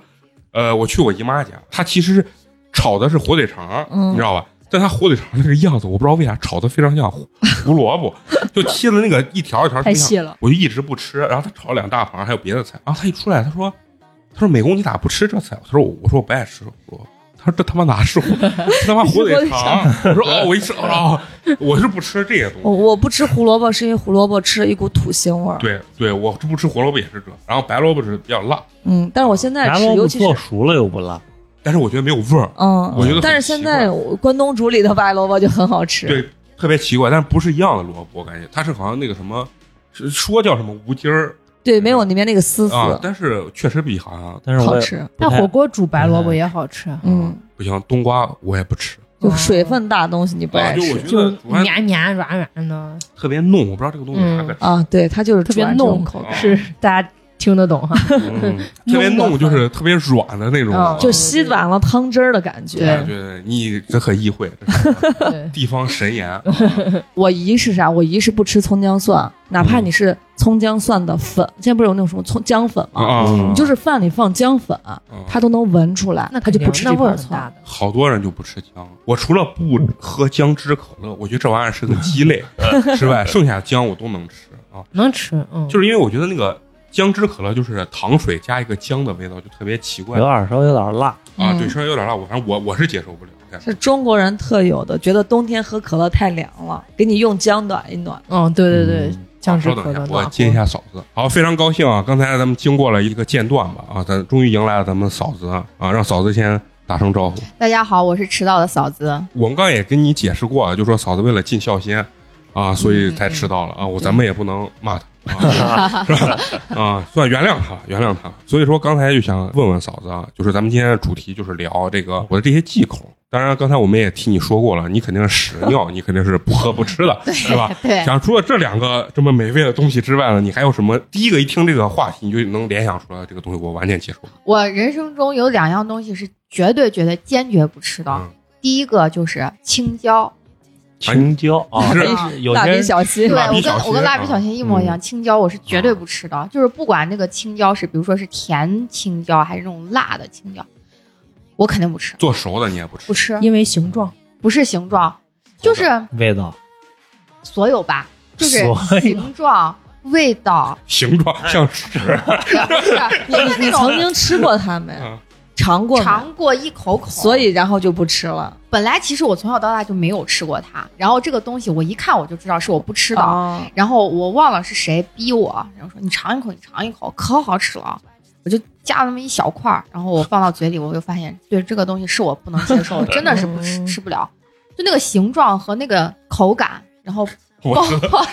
Speaker 2: 呃，我去我姨妈家，她其实是炒的是火腿肠，
Speaker 3: 嗯
Speaker 2: 你知道吧？但她火腿肠那个样子，我不知道为啥炒的非常像胡胡萝卜，就切的那个一条一条
Speaker 6: 太
Speaker 2: 不像
Speaker 6: 细了。
Speaker 2: 我就一直不吃，然后他炒了两大盘，还有别的菜。然后他一出来，他说：“他说美工你咋不吃这菜？”他说：“我我说我不爱吃胡萝卜。”他说：“这他妈哪是胡萝卜？这他妈火腿肠！”我说：“哦，我一吃哦，我是不吃这些东西。
Speaker 3: 我我不吃胡萝卜是因为胡萝卜吃了一股土腥味儿，
Speaker 2: 对对，我这不吃胡萝卜也是这，然后白萝卜是比较辣，
Speaker 3: 嗯，但是我现在
Speaker 4: 白
Speaker 3: 吃，
Speaker 4: 萝
Speaker 3: 尤
Speaker 4: 卜
Speaker 3: 其是
Speaker 4: 做熟了又不辣，
Speaker 2: 但是我觉得没有味儿，
Speaker 3: 嗯，
Speaker 2: 我觉得很
Speaker 3: 但是
Speaker 2: 奇
Speaker 3: 现在我关东煮里的白萝卜就很好吃，
Speaker 2: 对，特别奇怪，但是不是一样的萝卜，我感觉它是好像那个什么，是说叫什么无筋儿
Speaker 3: 对没有里面那个丝丝，
Speaker 2: 啊，但是确实比好像啊
Speaker 4: 但是我
Speaker 3: 好
Speaker 4: 也
Speaker 3: 吃，
Speaker 4: 不
Speaker 5: 那
Speaker 4: 太
Speaker 2: 哎
Speaker 5: 火锅煮白萝卜也好吃。啊
Speaker 3: 嗯，
Speaker 2: 不行，冬瓜我也不吃，
Speaker 3: 就水分大的东西你不
Speaker 2: 啊，
Speaker 3: 爱
Speaker 2: 就我
Speaker 3: 吃
Speaker 2: 觉
Speaker 5: 就
Speaker 2: 得主要
Speaker 5: 绵绵软软的，
Speaker 2: 特别弄，我不知道这个东西啥个，
Speaker 3: 啊，对，它就是
Speaker 5: 特别
Speaker 3: 转这种
Speaker 5: 弄
Speaker 3: 口感，
Speaker 5: 是大家听得懂哈。
Speaker 2: 嗯特别弄就是特别软的那种
Speaker 5: 嗯，
Speaker 3: 就吸满了汤汁儿的感觉。
Speaker 5: 对
Speaker 2: 感觉你这很意会，这是
Speaker 5: 对，
Speaker 2: 地方神言啊
Speaker 3: 我姨是啥？我姨是不吃葱姜蒜，哪
Speaker 2: 嗯
Speaker 3: 怕你是葱姜蒜的粉，现在不是有那种什么葱姜粉吗？
Speaker 2: 啊！
Speaker 3: 你就是饭里放姜粉，
Speaker 2: 嗯
Speaker 3: 她都能闻出来，
Speaker 5: 那
Speaker 3: 她就不吃
Speaker 5: 那
Speaker 3: 这
Speaker 5: 味
Speaker 3: 块
Speaker 5: 儿
Speaker 3: 葱。
Speaker 5: 大的。
Speaker 2: 好多人就不吃姜，我除了不喝姜汁可乐，我觉得这玩意儿是个鸡肋之外，剩下的姜我都能吃啊。
Speaker 5: 能吃，嗯，
Speaker 2: 就是因为我觉得那个姜汁可乐就是糖水加一个姜的味道，就特别奇怪
Speaker 5: 嗯
Speaker 4: 有点稍微有点辣，
Speaker 2: 啊。
Speaker 3: 嗯
Speaker 2: 对，稍微有点辣，我反正我我是接受不了。
Speaker 3: 是中国人特有的，觉得冬天喝可乐太凉了，给你用姜暖一暖。
Speaker 5: 嗯，对对对，酱汁
Speaker 2: 稍
Speaker 5: 可
Speaker 2: 等一下
Speaker 5: 乐，啊
Speaker 2: 我
Speaker 5: 暖
Speaker 2: 接一
Speaker 5: 和
Speaker 2: 下嫂子。好，非常高兴啊！刚才咱们经过了一个间断吧，啊，咱终于迎来了咱们嫂子啊，让嫂子先打声招呼。
Speaker 7: 大家好，我是迟到的嫂子。
Speaker 2: 我们刚才也跟你解释过啊，就说嫂子为了尽孝心
Speaker 7: 嗯
Speaker 2: 啊，所以才迟到了啊。我咱们也不能骂她， 啊是吧？啊，算原谅她，原谅她。所以说刚才就想问问嫂子啊，就是咱们今天的主题就是聊这个我的这些忌口。当然，刚才我们也替你说过了，你肯定是屎尿， 你肯定是不喝不吃的，是吧？
Speaker 7: 对，
Speaker 2: 想除了这两个这么美味的东西之外呢，你还有什么？第一个一听这个话题，你就能联想出来这个东西我完全接受。
Speaker 7: 我人生中有两样东西是绝对绝对坚决不吃的，
Speaker 2: 嗯
Speaker 7: 第一个就是青椒，
Speaker 4: 青 椒啊，
Speaker 2: 哎是
Speaker 4: 这是有
Speaker 3: 蜡
Speaker 4: 些
Speaker 3: 笔
Speaker 4: 人
Speaker 3: 小新
Speaker 7: 对
Speaker 2: 蜡笔
Speaker 7: 我跟
Speaker 2: 小新
Speaker 7: 我跟蜡笔小新一模一样，青椒我是绝对不吃的，就是不管那个青椒是比如说是甜青椒还是那种辣的青椒，我肯定不吃，
Speaker 2: 做熟的你也不吃，
Speaker 7: 不吃，
Speaker 5: 因为形状，
Speaker 7: 不是形状，就是
Speaker 4: 味道，
Speaker 7: 所有吧，就是
Speaker 4: 所以
Speaker 7: 形状、味道，
Speaker 2: 形
Speaker 7: 哎
Speaker 2: 状像屎，
Speaker 7: 不是就是
Speaker 3: 你
Speaker 7: 那
Speaker 3: 曾
Speaker 7: 种
Speaker 3: 经吃过它没
Speaker 2: 嗯？
Speaker 3: 尝过没
Speaker 7: 尝过一口口，
Speaker 3: 所以然后就不吃了。
Speaker 7: 本来其实我从小到大就没有吃过它，然后这个东西我一看我就知道是我不吃的，
Speaker 3: 哦
Speaker 7: 然后我忘了是谁逼我，然后说你尝一口，你尝一口，可好吃了，我就夹了那么一小块儿，然后我放到嘴里，我就发现对这个东西是我不能 接受的，真的是不吃吃不了，就那个形状和那个口感，然后
Speaker 2: 我
Speaker 7: 包
Speaker 2: 知道
Speaker 7: 括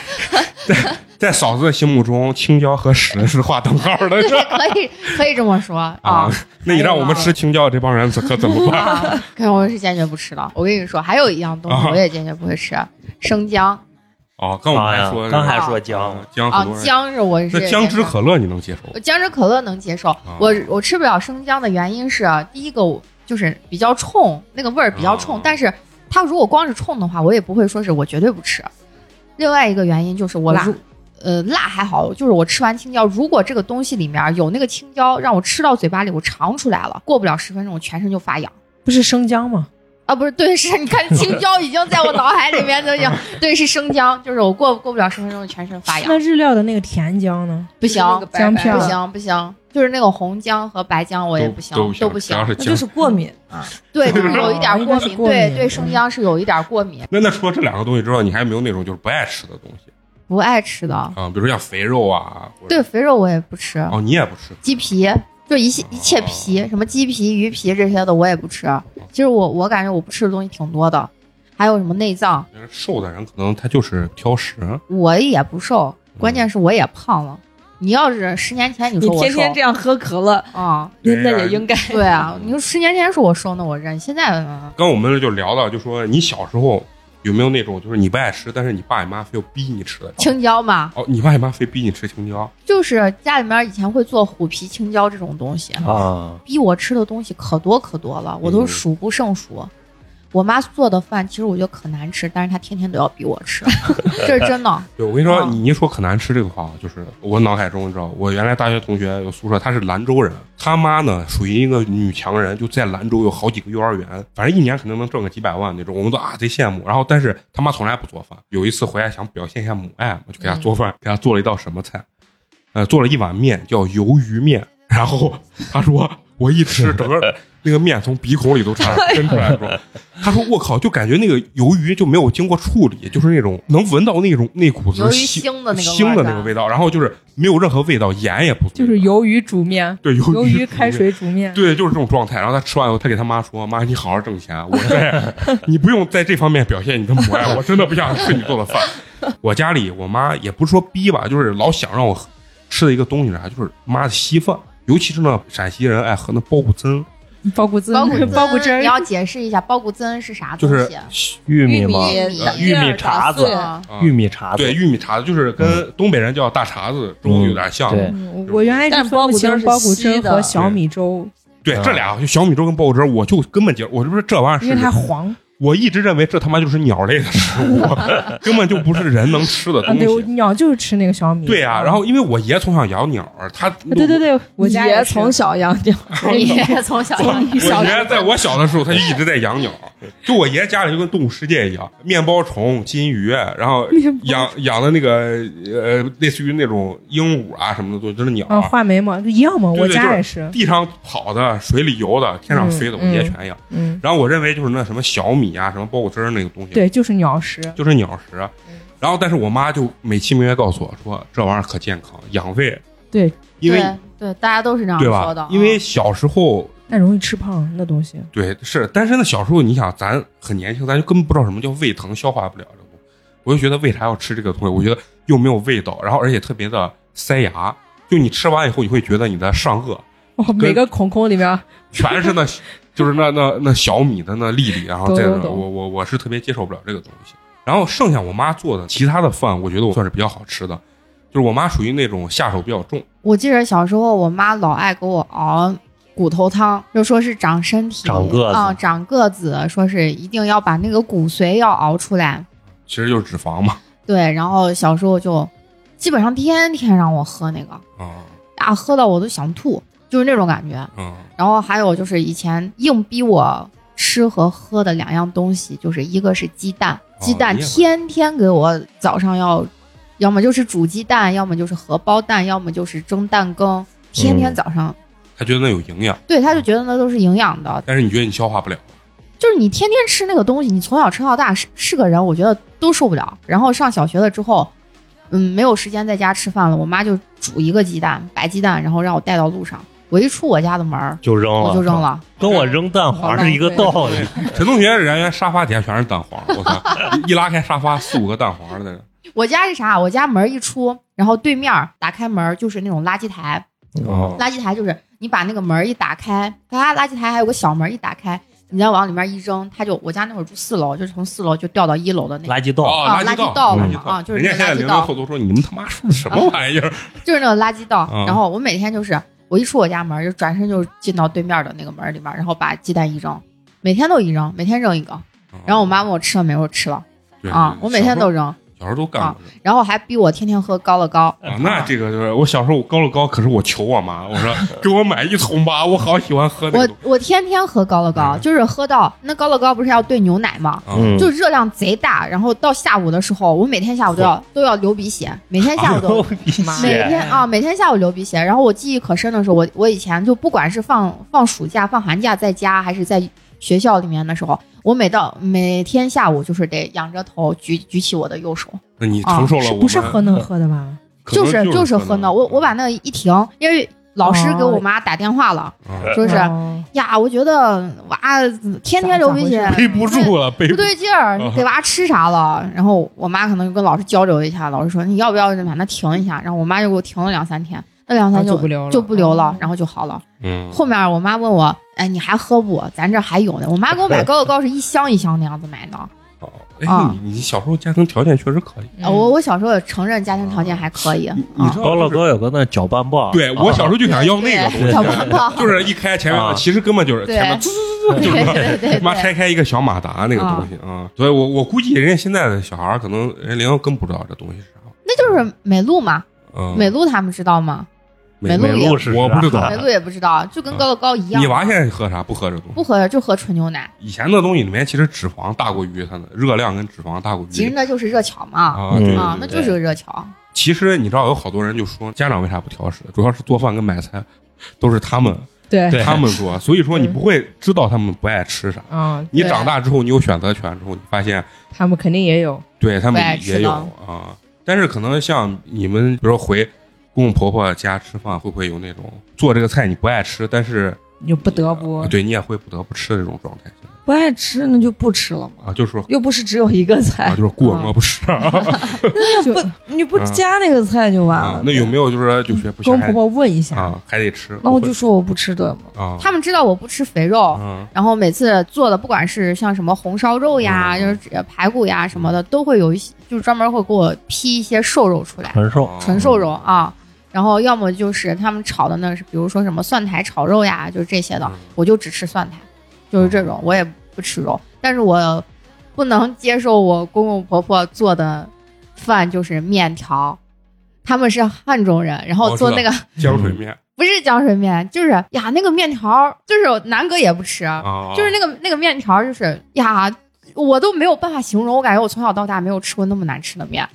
Speaker 2: 在嫂子的心目中，青椒和屎是划等号的
Speaker 4: 啊
Speaker 7: 对，可以可以这么说
Speaker 2: 啊
Speaker 7: 啊。。
Speaker 2: 那你让我们吃青椒，这帮人可怎么办？
Speaker 7: 啊， 可我是坚决不吃的。我跟你说，还有一样东
Speaker 2: 啊
Speaker 7: 西我也坚决不会吃，生姜
Speaker 2: 哦，刚我们
Speaker 4: 哎呀
Speaker 2: 还说，
Speaker 4: 刚才说姜，
Speaker 2: 姜
Speaker 7: 啊
Speaker 2: 很多，人，
Speaker 7: 姜是我
Speaker 2: 这
Speaker 7: 是
Speaker 2: 姜
Speaker 7: 坚
Speaker 2: 汁
Speaker 7: 决
Speaker 2: 可乐你能接受？
Speaker 7: 我姜汁可乐能接受，我我吃不了生姜的原因是，啊第一个我就是比较冲，那个味儿比较冲，
Speaker 2: 啊
Speaker 7: 但是它如果光是冲的话，我也不会说是我绝对不吃。另外一个原因就是我
Speaker 5: 辣
Speaker 7: 如呃辣还好，就是我吃完青椒，如果这个东西里面有那个青椒让我吃到嘴巴里，我尝出来了，过不了十分钟我全身就发痒。
Speaker 5: 不是生姜吗？
Speaker 7: 啊，不是，对，是你看青椒已经在我脑海里面都已经，对，是生姜，就是我过过不了十分钟，全身发痒
Speaker 5: 那，日料的那个甜姜呢？
Speaker 7: 不行，
Speaker 3: 那个白
Speaker 5: 姜
Speaker 3: 白
Speaker 5: 片
Speaker 3: 的
Speaker 7: 不行不行，就是那个红姜和白姜我也
Speaker 2: 都
Speaker 7: 不行，
Speaker 2: 都
Speaker 7: 都
Speaker 2: 不
Speaker 7: 不
Speaker 2: 行，只要，
Speaker 7: 行
Speaker 2: 是姜
Speaker 3: 那就。是过敏啊。
Speaker 7: 对，就是有一点
Speaker 5: 哦
Speaker 7: 过
Speaker 5: 应该
Speaker 7: 敏，
Speaker 5: 是过
Speaker 7: 对
Speaker 5: 敏
Speaker 7: 对，生姜是有一点过敏，
Speaker 2: 那那除了这两个东西之外，你还有没有那种就是不爱吃的东西
Speaker 7: 不爱吃的。
Speaker 2: 啊？比如说像肥肉啊，或者
Speaker 7: 对，肥肉我也不吃，
Speaker 2: 哦，你也不吃
Speaker 7: 鸡皮就一切一切皮，什么鸡皮、鱼皮这些的我也不吃。
Speaker 2: 哦
Speaker 7: 其实我我感觉我不吃的东西挺多的，还有什么内脏，
Speaker 2: 瘦的人可能他就是挑食，
Speaker 7: 我也不瘦，
Speaker 2: 嗯
Speaker 7: 关键是我也胖了。你要是十年前你
Speaker 3: 你
Speaker 7: 说我
Speaker 3: 天天这
Speaker 7: 瘦
Speaker 3: 样喝可乐，
Speaker 7: 啊、
Speaker 3: 那也应该。
Speaker 7: 对啊，你说十年前说我瘦，那我认。现在嗯
Speaker 2: 刚我们就聊到，就说你小时候有没有那种，就是你不爱吃，但是你爸你妈非要逼你吃的？
Speaker 7: 青椒嘛，
Speaker 2: 哦，你爸你妈非逼你吃青椒，
Speaker 7: 就是家里面以前会做虎皮青椒这种东西，
Speaker 4: 啊，
Speaker 7: 逼我吃的东西可多可多了，我都
Speaker 2: 嗯
Speaker 7: 数不胜数。我妈做的饭，其实我觉得可难吃，但是她天天都要逼我吃， 这是真的。
Speaker 2: 对，我跟你说，
Speaker 7: 啊
Speaker 2: 你一说可难吃这个话，啊就是我脑海中，你知道，我原来大学同学有宿舍，他是兰州人，他妈呢属于一个女强人，就在兰州有好几个幼儿园，反正一年可能能挣个几百万那种，我们都啊贼羡慕。然后，但是他妈从来不做饭。有一次回来想表现一下母爱嘛，就给他做饭，给他做了一道什么菜，呃，做了一碗面叫鱿鱼面，然后他说我一吃，整个那个面从鼻孔里都 差点喷出来，说他说：“我靠，就感觉那个鱿鱼就没有经过处理，就是那种能闻到那种那股子
Speaker 7: 鱿鱼
Speaker 2: 腥
Speaker 7: 腥的那个味儿
Speaker 2: 腥的那
Speaker 7: 是
Speaker 2: 个
Speaker 7: 吧
Speaker 2: 味道，然后就是没有任何味道，盐也不
Speaker 5: 就是鱿鱼煮面，
Speaker 2: 对 鱿
Speaker 5: 鱿
Speaker 2: 鱼
Speaker 5: 鱼开，水煮面。
Speaker 2: 对，就是这种状态。然后他吃完以后，他给他妈说：‘妈，你好好挣钱，我在你不用在这方面表现你的母爱，我真的不想吃你做的饭。’我家里我妈也不是说逼吧，就是老想让我吃的一个东西是啥，就是妈的稀饭，尤其是那陕西人爱喝那包谷糁。”
Speaker 5: 包谷子
Speaker 7: 包谷
Speaker 5: 包谷汁
Speaker 7: 你
Speaker 5: 儿，
Speaker 7: 要解释一下包谷增是啥
Speaker 2: 就
Speaker 7: 东
Speaker 2: 是
Speaker 7: 西？
Speaker 4: 玉
Speaker 3: 玉
Speaker 4: 米
Speaker 3: 米
Speaker 4: 嘛，
Speaker 3: 打
Speaker 4: 玉米碴子
Speaker 3: 叶儿打碎
Speaker 7: 啊
Speaker 2: 啊
Speaker 4: 玉米碴子，
Speaker 2: 呃对嗯玉米碴子，就是跟东北人叫大碴子粥有点像。
Speaker 4: 对
Speaker 5: 嗯我原来
Speaker 3: 但
Speaker 5: 就是分不清
Speaker 3: 包
Speaker 5: 包
Speaker 3: 谷
Speaker 5: 谷
Speaker 3: 汁
Speaker 5: 汁
Speaker 3: 儿是稀
Speaker 5: 儿
Speaker 3: 的
Speaker 5: 和小米粥，
Speaker 2: 对
Speaker 4: 啊
Speaker 2: 这俩就小米粥跟爆汁，我就根本就我这不是这玩意
Speaker 5: 因为它
Speaker 2: 儿是，
Speaker 5: 黄
Speaker 2: 我一直认为这他妈就是鸟类的食 物，根本就不是人能吃的
Speaker 5: 啊，
Speaker 2: 东
Speaker 5: 对，我
Speaker 2: 西。
Speaker 5: 鸟就是吃那个小米，
Speaker 2: 对啊呀、然后因为我爷从小养鸟儿，他
Speaker 5: 哦啊对对对，我家
Speaker 3: 爷
Speaker 5: 也是
Speaker 3: 从小养鸟，
Speaker 7: 你从小
Speaker 2: 我爷在我小的时候，他就一直在养鸟，就我爷家里就跟动物世界一样，面包虫、金鱼，然后养养的那个呃，类似于那种鹦鹉啊什么的，都都是鸟。
Speaker 5: 啊画眉毛一样嘛，
Speaker 2: 对
Speaker 5: 我
Speaker 2: 对
Speaker 5: 家
Speaker 2: 就
Speaker 5: 也是，
Speaker 2: 地上跑的、水里游的、天上飞的，我
Speaker 3: 嗯
Speaker 2: 爷全养。
Speaker 3: 嗯，
Speaker 2: 然后我认为就是那什么小米啊、什么包谷汁儿那个东西，
Speaker 5: 对，嗯就是鸟食，
Speaker 2: 就是鸟食。啊然后，但是我妈就美其名曰告诉我说，这玩意儿可健康，养胃。
Speaker 5: 对，
Speaker 2: 因为
Speaker 7: 对对，大家都是这样
Speaker 2: 对
Speaker 7: 说的
Speaker 2: 吧
Speaker 7: 啊。？
Speaker 2: 因为小时候
Speaker 5: 但容易吃胖那东西，
Speaker 2: 对，是，但是呢，小时候你想，咱很年轻，咱就根本不知道什么叫胃疼，消化不了这个东西我就觉得为啥要吃这个东西？我觉得又没有味道，然后而且特别的塞牙。就你吃完以后，你会觉得你的上颚
Speaker 5: 哦，每个孔孔里面
Speaker 2: 全是那， 就是那那那小米的那粒粒，然后
Speaker 5: 懂
Speaker 2: 再
Speaker 5: 懂
Speaker 2: 我
Speaker 5: 懂
Speaker 2: 我我是特别接受不了这个东西。然后剩下我妈做的其他的饭，我觉得我算是比较好吃的，就是我妈属于那种下手比较重，
Speaker 7: 我记得小时候，我妈老爱给我熬骨头汤，就说是长身体，
Speaker 4: 长个子
Speaker 7: 啊、长个子，说是一定要把那个骨髓要熬出来。
Speaker 2: 其实就是脂肪嘛
Speaker 7: 对，然后小时候就基本上天天让我喝那个，
Speaker 2: 啊
Speaker 7: 啊，喝到我都想吐，就是那种感觉。
Speaker 2: 嗯
Speaker 7: 然后还有就是以前硬逼我吃和喝的两样东西，就是一个是鸡蛋，鸡蛋
Speaker 2: 哦你也会
Speaker 7: 天天给我早上要，要么就是煮鸡蛋，要么就是荷包蛋，要么就是蒸蛋羹，天
Speaker 2: 嗯
Speaker 7: 天早上。
Speaker 2: 她觉得那有营养，
Speaker 7: 对，他就觉得那都是营养的，
Speaker 2: 但是你觉得你消化不了，
Speaker 7: 就是你天天吃那个东西，你从小吃到大是是个人，我觉得都受不了。然后上小学了之后，嗯，没有时间在家吃饭了，我妈就煮一个鸡蛋，白鸡蛋，然后让我带到路上。我一出我家的门儿，
Speaker 4: 就扔了，
Speaker 3: 哦
Speaker 7: 我就扔，了。
Speaker 4: 跟我扔蛋黄是一个道理。
Speaker 2: 陈同学人家沙发底下全是蛋黄，我操！一一 拉开沙发，四五个蛋黄在那。
Speaker 7: 我家是啥？我家门儿一出，然后对面儿打开门儿就是那种垃圾台，
Speaker 2: 哦，
Speaker 7: 垃圾台就是你把那个门儿一打开，它垃圾台还有个小门儿一打开，你再往里面一扔，它就我家那会儿住四楼，就是从四楼就掉到一楼的那个，
Speaker 4: 垃圾道，
Speaker 7: 啊
Speaker 2: 哦垃
Speaker 7: 垃
Speaker 2: 道，
Speaker 7: 圾道
Speaker 2: 垃
Speaker 7: 嘛
Speaker 2: 圾道
Speaker 7: 啊就是
Speaker 2: 人家现在
Speaker 7: 那垃圾啊
Speaker 2: 零零
Speaker 7: 道
Speaker 2: 后都说你们他妈说的什么玩意儿？
Speaker 7: 就是那个垃圾道
Speaker 2: 嗯。
Speaker 7: 然后我每天就是我一出我家门儿就转身就进到对面的那个门儿里面，然后把鸡蛋一扔，每天都一扔，每天扔一个。 然后我妈问我吃了没，我说吃了
Speaker 2: 哦对
Speaker 7: 啊，我每天都扔，
Speaker 2: 小时候都干过这
Speaker 7: 然后还逼我天天喝高乐高。
Speaker 2: 个。啊，那这个就是我小时候我高乐高，可是我求我妈，我 说给我买一桶吧，我好喜欢喝那
Speaker 7: 我
Speaker 2: 个。
Speaker 7: 我天天喝高乐高，
Speaker 2: 嗯
Speaker 7: 就是喝到那高乐高不是要兑牛奶吗？
Speaker 2: 嗯，
Speaker 7: 就热量贼大，然后到下午的时候，我每天下午都要都要流鼻血，每天下午
Speaker 2: 哎
Speaker 7: 都、
Speaker 4: 鼻
Speaker 7: 每
Speaker 4: 血，
Speaker 7: 天啊每天下午流鼻血。然后我记忆可深的时候，我我以前就不管是放放暑假、放寒假在家，还是在学校里面的时候，我每到每天下午就是得仰着头举举起我的右手，
Speaker 2: 那你承受
Speaker 7: 啊
Speaker 2: 了
Speaker 5: 是
Speaker 2: 我嗯
Speaker 5: 不是喝
Speaker 2: 那
Speaker 5: 能，喝的吧？
Speaker 2: 可能
Speaker 7: 是
Speaker 2: 就是
Speaker 7: 喝呢。我我把那一停，因为老师给我妈打电话了，
Speaker 2: 啊
Speaker 7: 说是、
Speaker 5: 哦
Speaker 7: 呀，我觉得娃天天流鼻血
Speaker 5: 咋咋回 事
Speaker 2: 背不住了，背
Speaker 7: 不
Speaker 2: 不住
Speaker 7: 对劲儿，你给娃吃啥了？然后我妈可能就跟老师交流一下，老师说你要不要把它停一下？然后我妈就给我停了两三天，那两三
Speaker 5: 啊
Speaker 7: 天就、
Speaker 5: 就不流了
Speaker 7: 就不流了，然后就好了。
Speaker 2: 嗯，
Speaker 7: 后面我妈问我，哎，你还喝不？咱这还有呢。我妈给我买高乐高是一箱一箱那样子买的。
Speaker 2: 哦哎
Speaker 7: 啊，
Speaker 2: 你你小时候家庭条件确实可以。
Speaker 7: 呃我我小时候也承认家庭条件还可以，
Speaker 2: 你你
Speaker 7: 啊
Speaker 2: 知道
Speaker 4: 高乐
Speaker 2: 哦就是
Speaker 4: 高有啊个那搅拌棒，
Speaker 2: 对我小时候就想要那个东
Speaker 7: 对
Speaker 2: 西，
Speaker 7: 小棒棒，
Speaker 2: 就是一开前面，
Speaker 4: 啊
Speaker 2: 其实根本就是
Speaker 7: 对
Speaker 2: 前 面
Speaker 7: 对对对对
Speaker 2: 妈拆
Speaker 7: 对，
Speaker 2: 开一个小马达那个东西啊，所以我我估计人家现在的小孩儿可能人家零根本不知道这东西是啥。
Speaker 7: 那就是美露嘛，
Speaker 2: 嗯，
Speaker 7: 美露他们知道吗？
Speaker 2: 美
Speaker 7: 美露
Speaker 4: 是
Speaker 2: 我不知道
Speaker 7: 美露也不知道，就跟高乐高一
Speaker 2: 嗯
Speaker 7: 样。
Speaker 2: 你娃现在喝啥？不喝这东
Speaker 7: 不
Speaker 2: 西。
Speaker 7: 喝就喝纯牛奶，
Speaker 2: 以前的东西里面其实脂肪大过于它的热量跟脂肪大过于
Speaker 7: 其实那就是热巧嘛。
Speaker 2: 啊，
Speaker 4: 嗯
Speaker 2: 对
Speaker 7: 啊，那
Speaker 2: 对对
Speaker 7: 就是个热巧。
Speaker 2: 其实你知道有好多人就说家长为啥不挑食，主要是做饭跟买菜都是他们
Speaker 5: 嗯对
Speaker 4: 对
Speaker 2: 他们做，所以说你不会知道他们不爱吃啥。
Speaker 5: 啊，
Speaker 2: 你
Speaker 7: 对
Speaker 2: 长大之后，你有选择权之后，你发现
Speaker 5: 他们肯定也有，
Speaker 2: 对他
Speaker 7: 不爱
Speaker 2: 们
Speaker 7: 吃
Speaker 2: 也有
Speaker 7: 的
Speaker 2: 啊，但是可能像你们，比如说回公公婆婆家吃饭，会不会有那种做这个菜你不爱吃，但是啊
Speaker 5: 你就不得不
Speaker 2: 啊对你也会不得不吃的这种状态？
Speaker 3: 不爱吃那就不吃了嘛，
Speaker 2: 啊，就是说
Speaker 3: 又不是只有一个菜
Speaker 7: 哎
Speaker 2: 啊，，就是过
Speaker 7: 嗯
Speaker 2: 而不食啊。
Speaker 5: 就
Speaker 3: 不你不加那个菜就完
Speaker 7: 嗯
Speaker 2: 啊
Speaker 3: 了。
Speaker 2: 那有没有就是说就学不行
Speaker 5: 跟婆婆问一下，
Speaker 2: 啊，还得吃？
Speaker 3: 那我就说我不吃的嘛，
Speaker 2: 啊，
Speaker 7: 他们哦知道我不吃肥肉，
Speaker 2: 啊
Speaker 7: 然后每次做的不管是像什么红烧肉呀，
Speaker 2: 嗯
Speaker 7: 就是呃排骨呀什么的，都会有一些，就是专门会给我批一些瘦肉出来，
Speaker 2: 哦
Speaker 4: 纯瘦，
Speaker 7: 纯瘦肉啊。然后要么就是他们炒的那是，比如说什么蒜苔炒肉呀，就是这些的，
Speaker 2: 嗯
Speaker 7: 我就只吃蒜苔，就是这种，我也不吃肉。但是我不能接受我公公婆婆做的饭就是面条，他们是汉中人，然
Speaker 2: 我
Speaker 7: 后
Speaker 2: 知道
Speaker 7: 做那个、
Speaker 2: 浆水面
Speaker 7: 不是浆水面，就是呀那个面条，就是南哥也不吃，
Speaker 2: 啊，
Speaker 7: 嗯就是那个那个面条，就是呀。我都没有办法形容，我感觉我从小到大没有吃过那么难吃的面，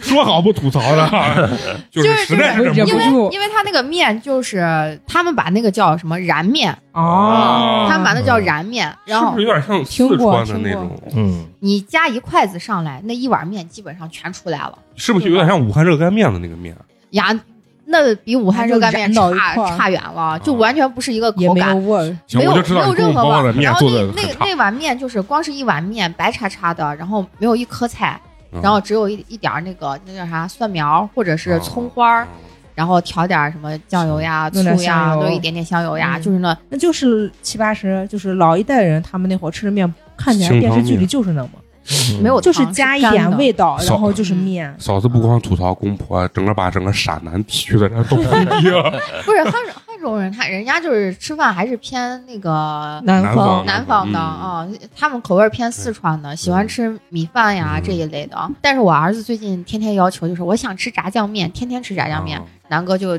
Speaker 2: 说好不吐槽的 啊，就
Speaker 7: 就是是
Speaker 2: 实在是忍
Speaker 5: 忍
Speaker 7: 因
Speaker 5: 不
Speaker 7: 为
Speaker 5: 住
Speaker 7: 因为他那个面就是他们把那个叫什么燃面，
Speaker 2: 啊
Speaker 7: 他们把那叫燃面，然
Speaker 2: 是
Speaker 7: 后
Speaker 2: 不是有点像四川的那种？
Speaker 4: 嗯，
Speaker 7: 你夹一筷子上来，那一碗面基本上全出来了
Speaker 2: 是不是有点像武汉热干面的那个面？
Speaker 7: 呀。那比武汉热干面
Speaker 5: 那就燃到一
Speaker 7: 差
Speaker 5: 块儿
Speaker 7: 差远了，就完全不是一个
Speaker 5: 也
Speaker 7: 口
Speaker 5: 没有
Speaker 7: 感，
Speaker 5: 味儿，
Speaker 2: 啊
Speaker 3: 嗯
Speaker 2: 行，
Speaker 7: 没有
Speaker 2: 我就知道
Speaker 7: 没有
Speaker 2: 你跟
Speaker 7: 任
Speaker 2: 我
Speaker 7: 何味
Speaker 2: 包
Speaker 7: 儿
Speaker 2: 的。面
Speaker 7: 然后
Speaker 2: 做的
Speaker 7: 那
Speaker 2: 很
Speaker 7: 那
Speaker 2: 差
Speaker 7: 那碗面就是光是一碗面白叉叉的，然后没有一颗菜，
Speaker 2: 嗯
Speaker 7: 然后只有一一点儿那个那叫啥蒜苗或者是葱花
Speaker 2: 嗯
Speaker 7: 儿，然后调点儿什么酱油呀、醋
Speaker 5: 弄点
Speaker 7: 呀，
Speaker 5: 香油
Speaker 7: 弄一点点香油呀，
Speaker 5: 嗯
Speaker 7: 就是那
Speaker 5: 那就是七八十，就是老一代人他们那会儿吃的面，看起来
Speaker 2: 清
Speaker 5: 电视
Speaker 2: 汤
Speaker 5: 剧里
Speaker 2: 面
Speaker 5: 就是那么，
Speaker 7: 没有
Speaker 5: 就是
Speaker 7: 糖
Speaker 5: 加一
Speaker 7: 干
Speaker 5: 点
Speaker 7: 的嗯
Speaker 5: 味道，
Speaker 2: 少
Speaker 5: 然后就是面。
Speaker 2: 嫂子不光吐槽公婆，整个把整个陕南地区的人都统一了。
Speaker 7: 不是汉人汉中人，他人家就是吃饭还是偏那个
Speaker 3: 南
Speaker 2: 南
Speaker 3: 方
Speaker 2: 方
Speaker 7: 南方的啊、他们口味儿偏四川的，喜欢吃米饭呀、
Speaker 2: 嗯
Speaker 7: 这一类的。但是我儿子最近天天要求就是我想吃炸酱面，天天吃炸酱面，
Speaker 2: 啊
Speaker 7: 南哥就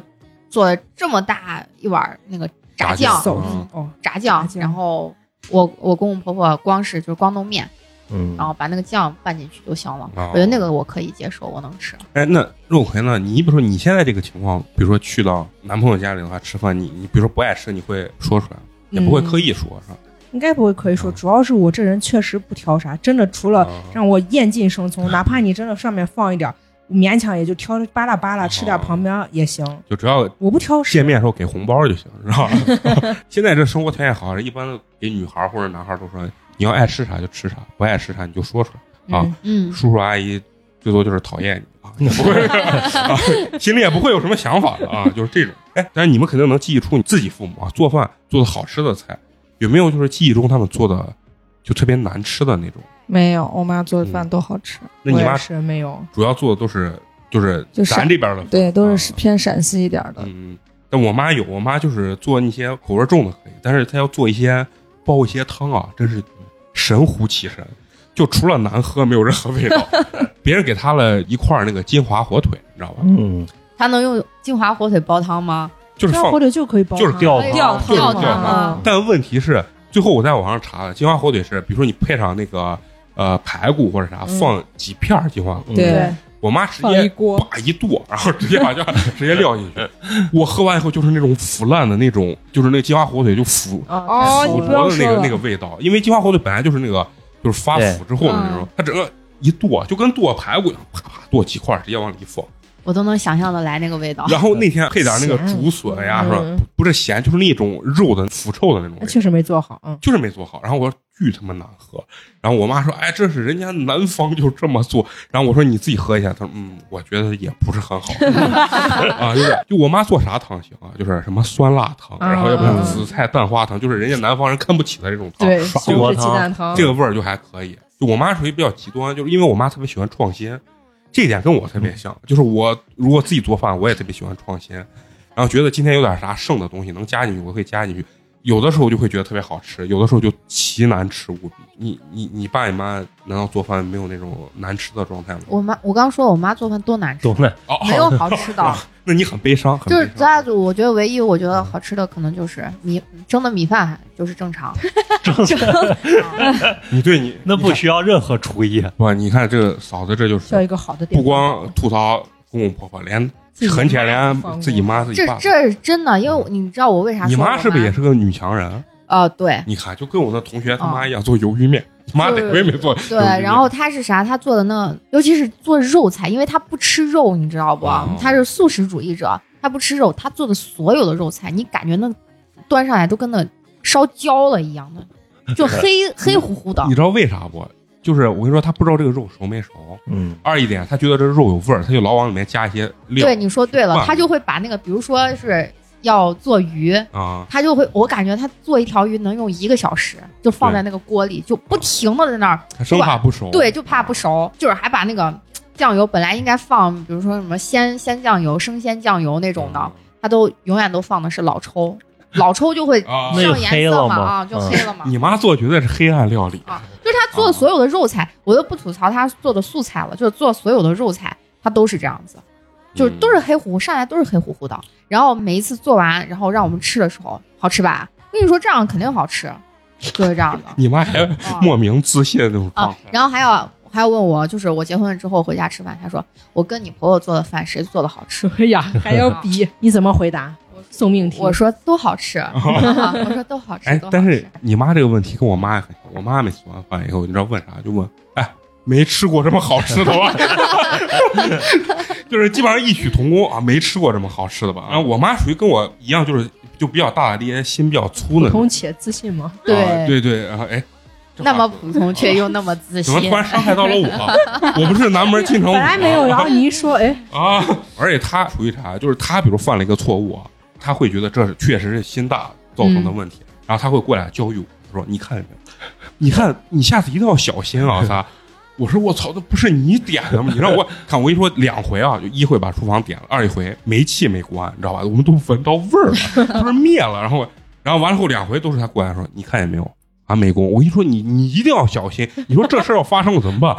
Speaker 7: 做了这么大一碗儿那个
Speaker 2: 炸
Speaker 7: 炸
Speaker 2: 酱
Speaker 7: 酱
Speaker 2: 嗯
Speaker 5: 走
Speaker 2: 嗯
Speaker 5: 哦，
Speaker 7: 炸酱
Speaker 5: 炸，酱
Speaker 7: 然后我我公公婆婆光是就是光弄面，
Speaker 4: 嗯
Speaker 7: 然后把那个酱拌进去就行了。
Speaker 2: 哦
Speaker 7: 我觉得那个我可以接受，我能吃。
Speaker 2: 哎，那肉葵呢？你比如说你现在这个情况，比如说去到男朋友家里的话，吃饭你你比如说不爱吃，你会说出来，也不会
Speaker 7: 嗯
Speaker 2: 刻意说，是吧？
Speaker 5: 应该不会可以说，主要是我这人确实不挑啥，真的除了
Speaker 2: 啊
Speaker 5: 让我厌尽 生葱，哪怕你真的上面放一点儿，勉强也就挑扒拉扒拉吃点
Speaker 2: 哦
Speaker 5: 儿旁边也行，
Speaker 2: 就只要
Speaker 5: 我不挑食
Speaker 2: 见。面的时候给红包就行，知道吧？ 现在这生活条件好了，一般给女孩或者男孩都说，你要爱吃啥就吃啥，不爱吃啥你就说出来啊。
Speaker 5: 嗯
Speaker 7: 嗯，
Speaker 2: 叔叔阿姨最多就是讨厌你啊，你不会啊，心里也不会有什么想法的啊， 就是这种。哎，但是你们肯定能记忆出你自己父母啊做饭做的好吃的菜，有没有就是记忆中他们做的就特别难吃的那种？
Speaker 3: 没有，我妈做的饭都好吃，
Speaker 2: 那你
Speaker 5: 我
Speaker 2: 妈
Speaker 5: 也是没有，
Speaker 2: 主要做的都是就是
Speaker 3: 就
Speaker 2: 咱
Speaker 3: 陕
Speaker 2: 这边的，
Speaker 3: 对，都是
Speaker 2: 啊
Speaker 3: 偏陕西一点的。
Speaker 2: 嗯，但我妈有，我妈就是做那些口味重的可以，但是她要做一些煲一些汤啊，真是神乎其神，就除了难喝没有任何味 道。别人给她了一块儿那个金华火腿，你知道吧？
Speaker 4: 嗯，
Speaker 7: 他能用金华火腿煲汤吗？
Speaker 2: 就是
Speaker 5: 那
Speaker 2: 放
Speaker 5: 火，腿就可以煲
Speaker 2: 就是
Speaker 3: 啊
Speaker 5: 汤
Speaker 4: 吊
Speaker 7: 哎
Speaker 4: 汤
Speaker 2: 就是吊
Speaker 7: 吊汤
Speaker 5: 汤
Speaker 2: 但问题是，最后我在网上查了，金华火腿是，比如说你配上那个呃排骨或者啥，
Speaker 5: 嗯
Speaker 2: 放几片儿金华
Speaker 4: 嗯
Speaker 2: 火腿。
Speaker 3: 对，
Speaker 2: 我妈直
Speaker 5: 放一
Speaker 2: 接
Speaker 5: 锅
Speaker 2: 把一剁，然后直接 把就直接撂进去。我喝完以后就是那种腐烂的那种，就是那金华火腿就腐
Speaker 5: 啊
Speaker 3: 哦
Speaker 2: 腐
Speaker 3: 你不
Speaker 2: 浊
Speaker 3: 要
Speaker 2: 的
Speaker 3: 说
Speaker 2: 那个
Speaker 3: 了
Speaker 2: 那个味道，因为金华火腿本来就是那个就是发腐之后的
Speaker 3: 嗯
Speaker 2: 那种，它整个一剁就跟剁排骨一样，啪啪剁几块儿直接往里一放，
Speaker 7: 我都能想象的来那个味
Speaker 3: 啊
Speaker 7: 道。
Speaker 2: 然后那天配点那个竹笋呀、是吧？
Speaker 5: 嗯
Speaker 2: 不是咸，就是那种肉的腐臭的那种味道
Speaker 5: 那确，实没做好，嗯，
Speaker 2: 就是没做好。然后我说巨他妈难喝，然后我妈说，哎，这是人家南方就这么做。然后我说你自己喝一下，她说嗯，我觉得也不是很好 啊，就是就我妈做啥汤行啊，就是什么酸辣汤，然后要不然
Speaker 5: 嗯
Speaker 2: 紫菜蛋花汤，就是人家南方人看不起的这种汤，
Speaker 5: 对，
Speaker 4: 西红柿鸡蛋
Speaker 5: 汤
Speaker 2: 这个味儿就还可以。就我妈属于比较极端，就是因为我妈特别喜欢创新，这一点跟我特别
Speaker 5: 嗯
Speaker 2: 像。就是我如果自己做饭，我也特别喜欢创新，然后觉得今天有点啥剩的东西能加进去，我会加进去。有的时候就会觉得特别好吃，有的时候就奇难吃无比。你你你爸你妈难道做饭没有那种难吃的状态吗？
Speaker 7: 我妈，我刚说我妈做饭多难吃
Speaker 4: 懂，了，
Speaker 2: 哦，
Speaker 7: 没有好吃的。
Speaker 2: 那 你很悲伤，很
Speaker 7: 哎就是
Speaker 2: 悲
Speaker 7: 咱
Speaker 2: 伤。
Speaker 7: 俩组，我觉得唯一我觉得好吃的可能就是米蒸的米饭，就是正常。
Speaker 2: 嗯你对你
Speaker 4: 那不
Speaker 2: 你看
Speaker 4: 需要任何厨艺，啊
Speaker 2: 不，你看这个嫂子，这就
Speaker 5: 需要
Speaker 2: 是
Speaker 5: 一个好的点。
Speaker 2: 不光吐槽公公婆婆，连
Speaker 5: 自己
Speaker 2: 很起来
Speaker 5: 妈不放
Speaker 2: 连
Speaker 5: 过
Speaker 2: 自己妈自己
Speaker 7: 这
Speaker 2: 爸。
Speaker 7: 这是真的，因为你知道我为啥说
Speaker 2: 你
Speaker 7: 我
Speaker 2: 妈是不是也是个女强人？啊
Speaker 7: 呃，对
Speaker 2: 你看，就跟我那同学他妈一样做鱿鱼面，你妈得亏没做鱿鱼
Speaker 7: 哦对，
Speaker 2: 面。
Speaker 7: 然后她是啥？她做的那，尤其是做肉菜，因为她不吃肉，你知道不
Speaker 2: 哦？
Speaker 7: 她是素食主义者，她不吃肉，她做的所有的肉菜，你感觉那端上来都跟那烧焦了一样 的，就黑黑乎乎的
Speaker 2: 你。知道为啥不？就是我跟你说，他不知道这个肉熟没熟。
Speaker 4: 嗯，
Speaker 2: 二一点，他觉得这肉有味儿，他就老往里面加一些料。
Speaker 7: 对，你说对了
Speaker 2: 哇，
Speaker 7: 他就会把那个，比如说是要做鱼，
Speaker 2: 啊，
Speaker 7: 他就会，我感觉他做一条鱼能用一个小时，就放在那个锅里，就不停的在那儿，
Speaker 2: 他生怕不熟。
Speaker 7: 对，就怕不熟，就是还把那个酱油本来应该放，比如说什么鲜鲜酱油、生鲜酱油那种
Speaker 2: 哦
Speaker 7: 的，他都永远都放的是老抽，老抽就会
Speaker 2: 啊
Speaker 4: 那就
Speaker 7: 上
Speaker 4: 黑
Speaker 7: 颜
Speaker 4: 了
Speaker 7: 色
Speaker 4: 吗
Speaker 7: 嘛，啊，就
Speaker 4: 嗯
Speaker 7: 黑了嘛。
Speaker 2: 你妈做绝对是黑暗料理。
Speaker 7: 啊，就是他做的所有的肉菜，我都不吐槽他做的素菜了，就是做所有的肉菜，他都是这样子，
Speaker 4: 嗯
Speaker 7: 就是都是黑乎乎，上来都是黑乎乎的。然后每一次做完，然后让我们吃的时候，好吃吧？我跟你说，这样肯定好吃，就是这样的
Speaker 2: 你妈还
Speaker 7: 啊
Speaker 2: 莫名自信的那种状
Speaker 7: 啊
Speaker 2: 态。。
Speaker 7: 然后还有还有问我，就是我结婚了之后回家吃饭，他说我跟你婆婆做的饭谁做的好吃？
Speaker 5: 哎呀，还要比，你怎么回答
Speaker 7: 我？
Speaker 5: 送命题。
Speaker 7: 我说都好 吃，啊我说都好吃，
Speaker 2: 哎
Speaker 7: 都好吃。，
Speaker 2: 但是你妈这个问题跟我妈也很像。我妈每次做完饭以后，你知道问啥？就问，哎，没吃过这么好吃的吧？ 就是基本上异曲同工啊，没吃过这么好吃的吧？然后我妈属于跟我一样，就是就比较大大咧咧，心比较粗
Speaker 5: 普
Speaker 2: 的那种。
Speaker 5: 通且自信吗？
Speaker 2: 啊对对，然后哎，这话
Speaker 7: 那么普通却又那么自
Speaker 2: 怎
Speaker 7: 信
Speaker 2: 么，突然伤害到了我？我不是南门进城五
Speaker 5: 本
Speaker 2: 吗，
Speaker 5: 来没有，然后你一说，哎，
Speaker 2: 啊！而且他属于啥？就是他比如犯了一个错误啊，他会觉得这是确实是心大造成的问题，然后他会过来教育我，他说：“你看见没有？你看你下次一定要小心 啊！”他。我说我操，这不是你点的 吗？你让我看，我跟你说两回啊，就一回把厨房点了，二一回煤气没关，你知道吧？我们都闻到味儿了，不是灭了。然后，然后完了后两回都是他过来说，你看见没有啊，美工？我跟你说，你你一定要小心。你说这事儿要发生了怎么办？